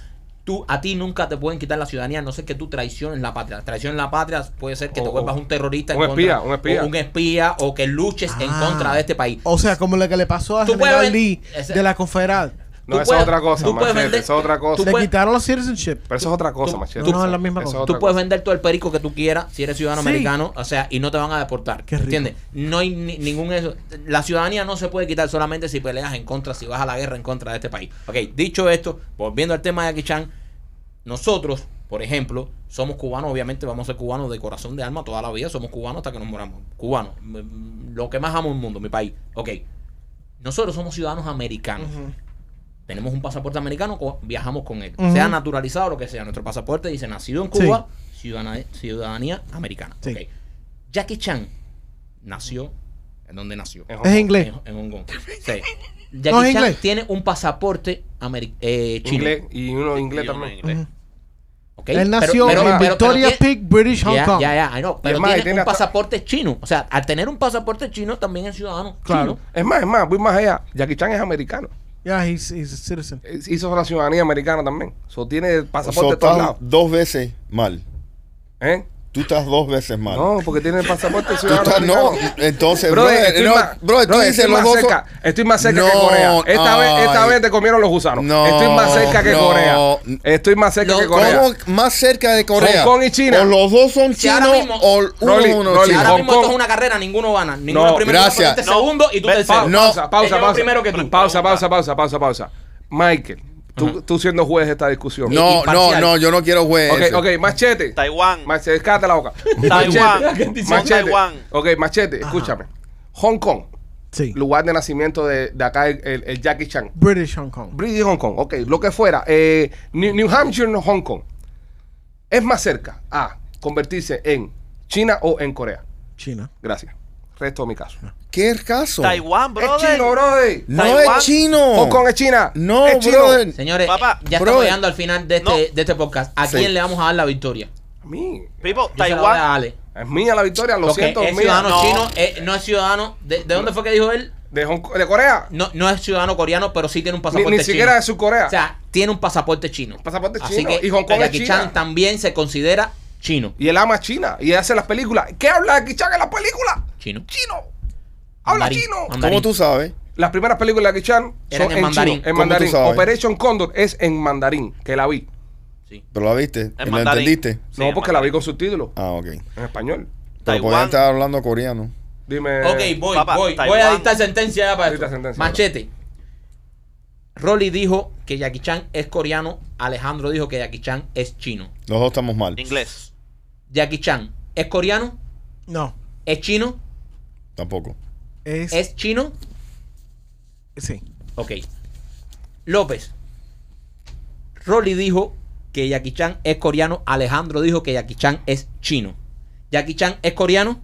Speaker 2: tú, a ti nunca te pueden quitar la ciudadanía, a no sé que tú traiciones la patria. Traición en la patria puede ser que te
Speaker 1: O-
Speaker 2: vuelvas
Speaker 1: o-
Speaker 2: un terrorista.
Speaker 1: un
Speaker 2: en contra-
Speaker 1: espía, un espía.
Speaker 2: O un espía, o que luches en
Speaker 4: Ah.
Speaker 2: contra de este país.
Speaker 4: O sea, como lo que le pasó a
Speaker 2: Tú
Speaker 4: General
Speaker 2: puedes-
Speaker 4: Lee
Speaker 2: ese-
Speaker 4: de la confederada.
Speaker 2: tú
Speaker 1: No, eso es
Speaker 2: puedes-
Speaker 1: otra cosa,
Speaker 2: tú puedes
Speaker 1: Machete.
Speaker 2: vender-
Speaker 1: Eso es otra cosa.
Speaker 2: tú
Speaker 4: Le
Speaker 2: puedes-
Speaker 4: quitaron la citizenship.
Speaker 1: Pero eso es otra cosa,
Speaker 2: tú-
Speaker 1: Machete.
Speaker 4: tú- No, no, es la misma
Speaker 1: Eso
Speaker 4: cosa.
Speaker 1: otra
Speaker 2: Tú puedes vender todo el perico que tú quieras si eres ciudadano
Speaker 4: Sí.
Speaker 2: americano, o sea, y no te van a deportar.
Speaker 4: Qué rico.
Speaker 2: ¿Entiendes? No hay ni- ningún eso. La ciudadanía no se puede quitar solamente si peleas en contra, si vas a la guerra en contra de este país. Ok, dicho esto, volviendo al tema de Jackie Chan, nosotros, por ejemplo, somos cubanos, obviamente vamos a ser cubanos de corazón, de alma, toda la vida, somos cubanos hasta que nos moramos. Cubanos, mm, lo que más amo en el mundo, mi país. Ok, nosotros somos ciudadanos americanos tenemos un pasaporte americano, co- viajamos con él.
Speaker 4: Ujú.
Speaker 2: Sea naturalizado o lo que sea, nuestro pasaporte dice nacido en Cuba, ciudadana- ciudadanía, americana.
Speaker 4: Sí.
Speaker 2: Ok. Jackie Chan nació en donde nació.
Speaker 1: En Hong
Speaker 4: Es
Speaker 1: Kong.
Speaker 4: inglés.
Speaker 2: En, en Hong Kong. Sí.
Speaker 4: No, es
Speaker 2: Jackie Chan
Speaker 4: inglés.
Speaker 2: tiene un pasaporte ameri- eh, chino.
Speaker 1: Inglés y uno inglés
Speaker 5: Y uno
Speaker 1: también.
Speaker 5: inglés.
Speaker 2: ¿ok?
Speaker 4: Él nació
Speaker 1: pero-
Speaker 4: en
Speaker 1: pero-
Speaker 4: Victoria
Speaker 2: tiene-
Speaker 4: Peak, British Hong
Speaker 2: Ya,
Speaker 4: Kong.
Speaker 2: ya, ya, I know, Pero
Speaker 1: es más,
Speaker 2: tiene
Speaker 1: tiene
Speaker 2: un
Speaker 1: hasta-
Speaker 2: pasaporte chino. O sea, al tener un pasaporte chino también es ciudadano.
Speaker 4: Claro.
Speaker 2: chino.
Speaker 1: Es más, es más, voy más allá. Jackie Chan es americano.
Speaker 4: Yeah, he's, he's a citizen.
Speaker 1: Eh, Hizo la ciudadanía americana también. So, tiene el pasaporte
Speaker 3: So,
Speaker 1: de todos
Speaker 3: estás
Speaker 1: lados.
Speaker 3: dos veces mal.
Speaker 1: ¿Eh?
Speaker 3: Tú estás dos veces mal.
Speaker 1: No, porque tiene el pasaporte
Speaker 3: Tú estás-
Speaker 1: ciudadano.
Speaker 3: no,
Speaker 1: americano.
Speaker 3: entonces, bro,
Speaker 1: Brother, estoy
Speaker 3: no,
Speaker 1: más-
Speaker 3: bro, tú
Speaker 1: brother,
Speaker 3: dices
Speaker 1: estoy
Speaker 3: los
Speaker 1: más
Speaker 3: dos.
Speaker 1: cerca, estoy más cerca que
Speaker 3: No,
Speaker 1: Corea. Esta vez, esta
Speaker 3: ay.
Speaker 1: vez te comieron los gusanos.
Speaker 3: No,
Speaker 1: estoy más cerca que
Speaker 3: no.
Speaker 1: Corea. Estoy más cerca
Speaker 2: No,
Speaker 1: que Corea.
Speaker 3: ¿Cómo más cerca de Corea?
Speaker 1: Hong Kong y China.
Speaker 3: O los dos son
Speaker 2: Si
Speaker 3: chinos
Speaker 2: ahora mismo-
Speaker 3: o uno
Speaker 1: Rolly,
Speaker 3: uno
Speaker 1: Rolly,
Speaker 2: Si
Speaker 3: chino.
Speaker 2: ahora
Speaker 1: Hong
Speaker 2: mismo
Speaker 1: Kong.
Speaker 2: esto es una carrera, ninguno gana. Ninguno
Speaker 1: No,
Speaker 2: primero,
Speaker 3: gracias.
Speaker 2: este
Speaker 5: No,
Speaker 2: segundo y tú
Speaker 5: ve-
Speaker 2: tercero.
Speaker 3: No.
Speaker 1: Pausa, pausa,
Speaker 2: Ellos
Speaker 1: pausa.
Speaker 2: primero que tú.
Speaker 1: Pausa, pausa, pausa, pausa, pausa. Michael, tú, tú siendo juez de esta discusión.
Speaker 3: No, no,
Speaker 2: imparcial.
Speaker 3: no, yo no quiero juez.
Speaker 1: Ok,
Speaker 3: ese.
Speaker 1: ok, machete.
Speaker 5: Taiwán.
Speaker 1: Machete, cállate la boca.
Speaker 5: Taiwán.
Speaker 1: Machete,
Speaker 5: Son
Speaker 1: machete.
Speaker 5: Taiwán.
Speaker 1: Ok, machete, escúchame. Hong Kong,
Speaker 4: Sí.
Speaker 1: lugar de nacimiento de, de acá el, el- el Jackie Chan.
Speaker 4: British Hong Kong.
Speaker 1: British Hong Kong, ok, lo que fuera. Eh, New, New Hampshire, no Hong Kong. ¿Es más cerca a convertirse en China o en Corea?
Speaker 4: China.
Speaker 1: Gracias. Resto de mi caso.
Speaker 3: ¿Qué caso?
Speaker 5: Taiwán,
Speaker 1: Es
Speaker 5: brother.
Speaker 1: chino, brother.
Speaker 3: No
Speaker 5: Taiwán.
Speaker 3: es chino.
Speaker 1: Hong Kong es China.
Speaker 3: No,
Speaker 1: es chino.
Speaker 3: brother.
Speaker 2: Señores,
Speaker 5: Papá,
Speaker 2: ya
Speaker 3: brother.
Speaker 2: estamos llegando al final de este,
Speaker 5: No.
Speaker 2: de este podcast. ¿A
Speaker 3: Sí.
Speaker 2: quién le vamos a dar la victoria?
Speaker 1: A mí.
Speaker 5: People,
Speaker 2: Yo se la voy a dar
Speaker 5: Taiwán.
Speaker 2: a Ale.
Speaker 1: Es mía la victoria, lo
Speaker 2: Porque
Speaker 1: siento.
Speaker 2: es
Speaker 1: mía.
Speaker 2: ciudadano
Speaker 5: No.
Speaker 2: chino, eh, no es ciudadano. ¿De, de dónde fue que dijo él?
Speaker 1: De, Hong Kong- de Corea.
Speaker 2: No, no es ciudadano coreano, pero sí tiene un
Speaker 1: Ni,
Speaker 2: pasaporte
Speaker 1: ni
Speaker 2: chino.
Speaker 1: siquiera de su Corea.
Speaker 2: O sea, tiene un pasaporte chino.
Speaker 1: Pasaporte
Speaker 2: Así
Speaker 1: chino.
Speaker 2: que
Speaker 1: Y Hong Kong es
Speaker 2: Jackie
Speaker 1: China.
Speaker 2: Chan también se considera chino.
Speaker 1: y él ama a China. Y hace las películas. ¿Qué habla de Kichang en las películas?
Speaker 2: Chino.
Speaker 1: Chino. Habla
Speaker 2: Mandarín.
Speaker 1: chino.
Speaker 2: Mandarín.
Speaker 3: ¿Cómo tú sabes?
Speaker 1: Las primeras películas de Kichan
Speaker 2: Eran
Speaker 1: son
Speaker 2: en
Speaker 1: en,
Speaker 2: mandarín.
Speaker 1: chino, en
Speaker 2: ¿Cómo
Speaker 1: mandarín.
Speaker 3: tú sabes?
Speaker 1: Operation Condor es en mandarín, que la vi.
Speaker 5: Sí.
Speaker 3: ¿Pero la viste?
Speaker 5: Es
Speaker 3: ¿Y ¿La
Speaker 5: mandarín.
Speaker 3: entendiste?
Speaker 5: Sí,
Speaker 1: no,
Speaker 5: es
Speaker 1: porque la vi
Speaker 5: mandarín.
Speaker 1: con subtítulos
Speaker 3: Ah, ok.
Speaker 1: en español.
Speaker 3: Pero podían
Speaker 5: Taiwán.
Speaker 3: estar hablando coreano.
Speaker 1: Dime.
Speaker 2: Ok, voy,
Speaker 5: Papá,
Speaker 2: voy.
Speaker 5: Taiwán.
Speaker 2: Voy a dictar sentencia ya para
Speaker 1: Dicta
Speaker 2: esto.
Speaker 1: sentencia.
Speaker 2: Machete. Rolly dijo que Jackie Chan es coreano. Alejandro dijo que Jackie Chan es chino.
Speaker 3: Los dos estamos mal.
Speaker 5: Inglés.
Speaker 2: Jackie Chan es coreano,
Speaker 4: No.
Speaker 2: es chino,
Speaker 3: Tampoco.
Speaker 4: Es,
Speaker 2: es chino.
Speaker 4: Sí.
Speaker 2: Ok. López. Rolly dijo que Jackie Chan es coreano. Alejandro dijo que Jackie Chan es chino. Jackie Chan es coreano.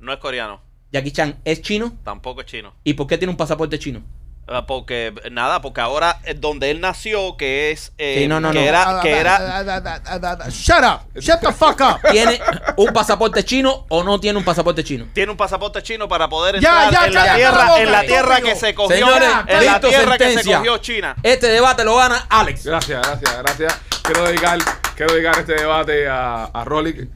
Speaker 5: No es coreano.
Speaker 2: Jackie Chan es chino.
Speaker 5: Tampoco es chino.
Speaker 2: ¿Y por qué tiene un pasaporte chino?
Speaker 5: Ah, Porque, nada, porque ahora eh, donde él nació, que es. eh,
Speaker 2: Sí, no, no,
Speaker 5: que
Speaker 2: no.
Speaker 5: era.
Speaker 4: Ah,
Speaker 5: Que era
Speaker 4: Shut up. Shut the fuck up.
Speaker 2: ¿Tiene un pasaporte chino o no tiene un pasaporte chino?
Speaker 5: tiene un pasaporte chino para poder
Speaker 4: ah. Ya,
Speaker 5: entrar
Speaker 4: ya,
Speaker 5: en,
Speaker 4: ya,
Speaker 5: la
Speaker 4: ya,
Speaker 5: tierra,
Speaker 4: ya,
Speaker 5: en la
Speaker 4: ya,
Speaker 5: tierra
Speaker 4: ya,
Speaker 5: que se cogió.
Speaker 2: Señores,
Speaker 5: en la
Speaker 2: listo
Speaker 5: tierra que se
Speaker 2: sentencia.
Speaker 5: cogió China.
Speaker 2: Este debate lo gana Alex.
Speaker 1: Gracias, gracias, gracias. Quiero dedicar, quiero dedicar este debate a, a Rolly.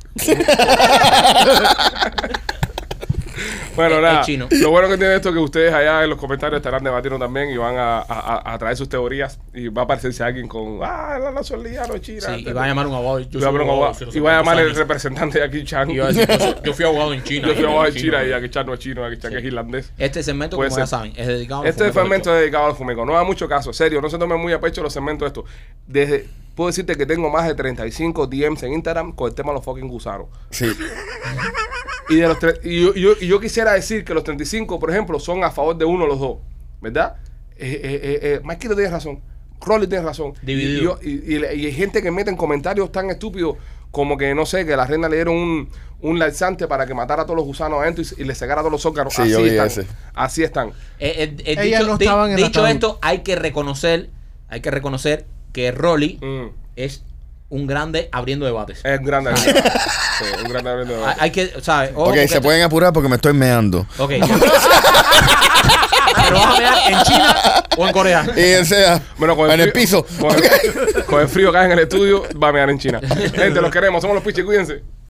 Speaker 1: bueno,
Speaker 2: Es-
Speaker 1: nada.
Speaker 2: es chino.
Speaker 1: Lo bueno que tiene esto es que ustedes allá en los comentarios estarán debatiendo también y van a, a- a- a traer sus teorías. Y va a aparecerse alguien con. Ah, la nacionalidad no es china.
Speaker 2: Sí, y va a llamar un abogado.
Speaker 1: Y
Speaker 2: Yo
Speaker 1: va
Speaker 2: soy
Speaker 1: a llamar un
Speaker 2: abogado,
Speaker 1: abogado.
Speaker 2: sí, no sé
Speaker 1: Y va a
Speaker 2: cuántos
Speaker 1: llamar el
Speaker 2: años.
Speaker 1: representante de aquí, Chan.
Speaker 2: Y va a decir, yo soy- yo fui abogado en China.
Speaker 1: Yo soy abogado en
Speaker 2: China,
Speaker 1: China y
Speaker 2: yo-
Speaker 1: aquí Chan no es chino, aquí Chan es irlandés.
Speaker 2: Este segmento,
Speaker 1: Puede
Speaker 2: como ya
Speaker 1: ser.
Speaker 2: saben, es dedicado a
Speaker 1: Este
Speaker 2: los fomentos
Speaker 1: segmento es dedicado al fumeco. No da mucho caso, serio. No se tomen muy a pecho los segmentos estos. Desde, puedo decirte que tengo más de 35 DMs en Instagram con el tema de los fucking gusanos.
Speaker 3: Sí.
Speaker 1: Y, de los tre- y yo, y yo- y yo quisiera decir que los 35, por ejemplo, son a favor de uno los dos. ¿Verdad? Eh, eh, eh, eh, Marquito tiene razón. Rolly tiene razón.
Speaker 2: Dividido.
Speaker 1: Y, yo- y- y la- y hay gente que mete en comentarios tan estúpidos como que, no sé, que la reina le dieron un, un laxante para que matara a todos los gusanos adentro y, y le sacara todos los órganos.
Speaker 3: Sí,
Speaker 1: así,
Speaker 3: yo vi
Speaker 1: están,
Speaker 3: ese.
Speaker 1: así están.
Speaker 2: Eh, eh, eh,
Speaker 4: Ellas
Speaker 2: dicho
Speaker 4: no
Speaker 2: di-
Speaker 4: estaban en el
Speaker 2: dicho
Speaker 4: ataúd.
Speaker 2: esto, hay que reconocer, hay que reconocer que Rolly
Speaker 1: Mm. Eh.
Speaker 2: es un grande abriendo debates.
Speaker 1: Es un gran avión. sí, un gran avión de
Speaker 2: hay,
Speaker 1: verdad.
Speaker 2: hay que, ¿sabes?
Speaker 1: Oh,
Speaker 2: Ojo,
Speaker 3: ok,
Speaker 2: porque
Speaker 3: se
Speaker 2: esto-
Speaker 3: pueden apurar porque me estoy meando.
Speaker 2: Ok. Pero vas a mear en China o en Corea.
Speaker 3: Y o sea,
Speaker 1: Bueno, con
Speaker 3: en el
Speaker 1: frío-
Speaker 3: piso.
Speaker 1: Con, el- con el frío que hay en el estudio, va a mear en China. Gente, los queremos. Somos los piches, cuídense.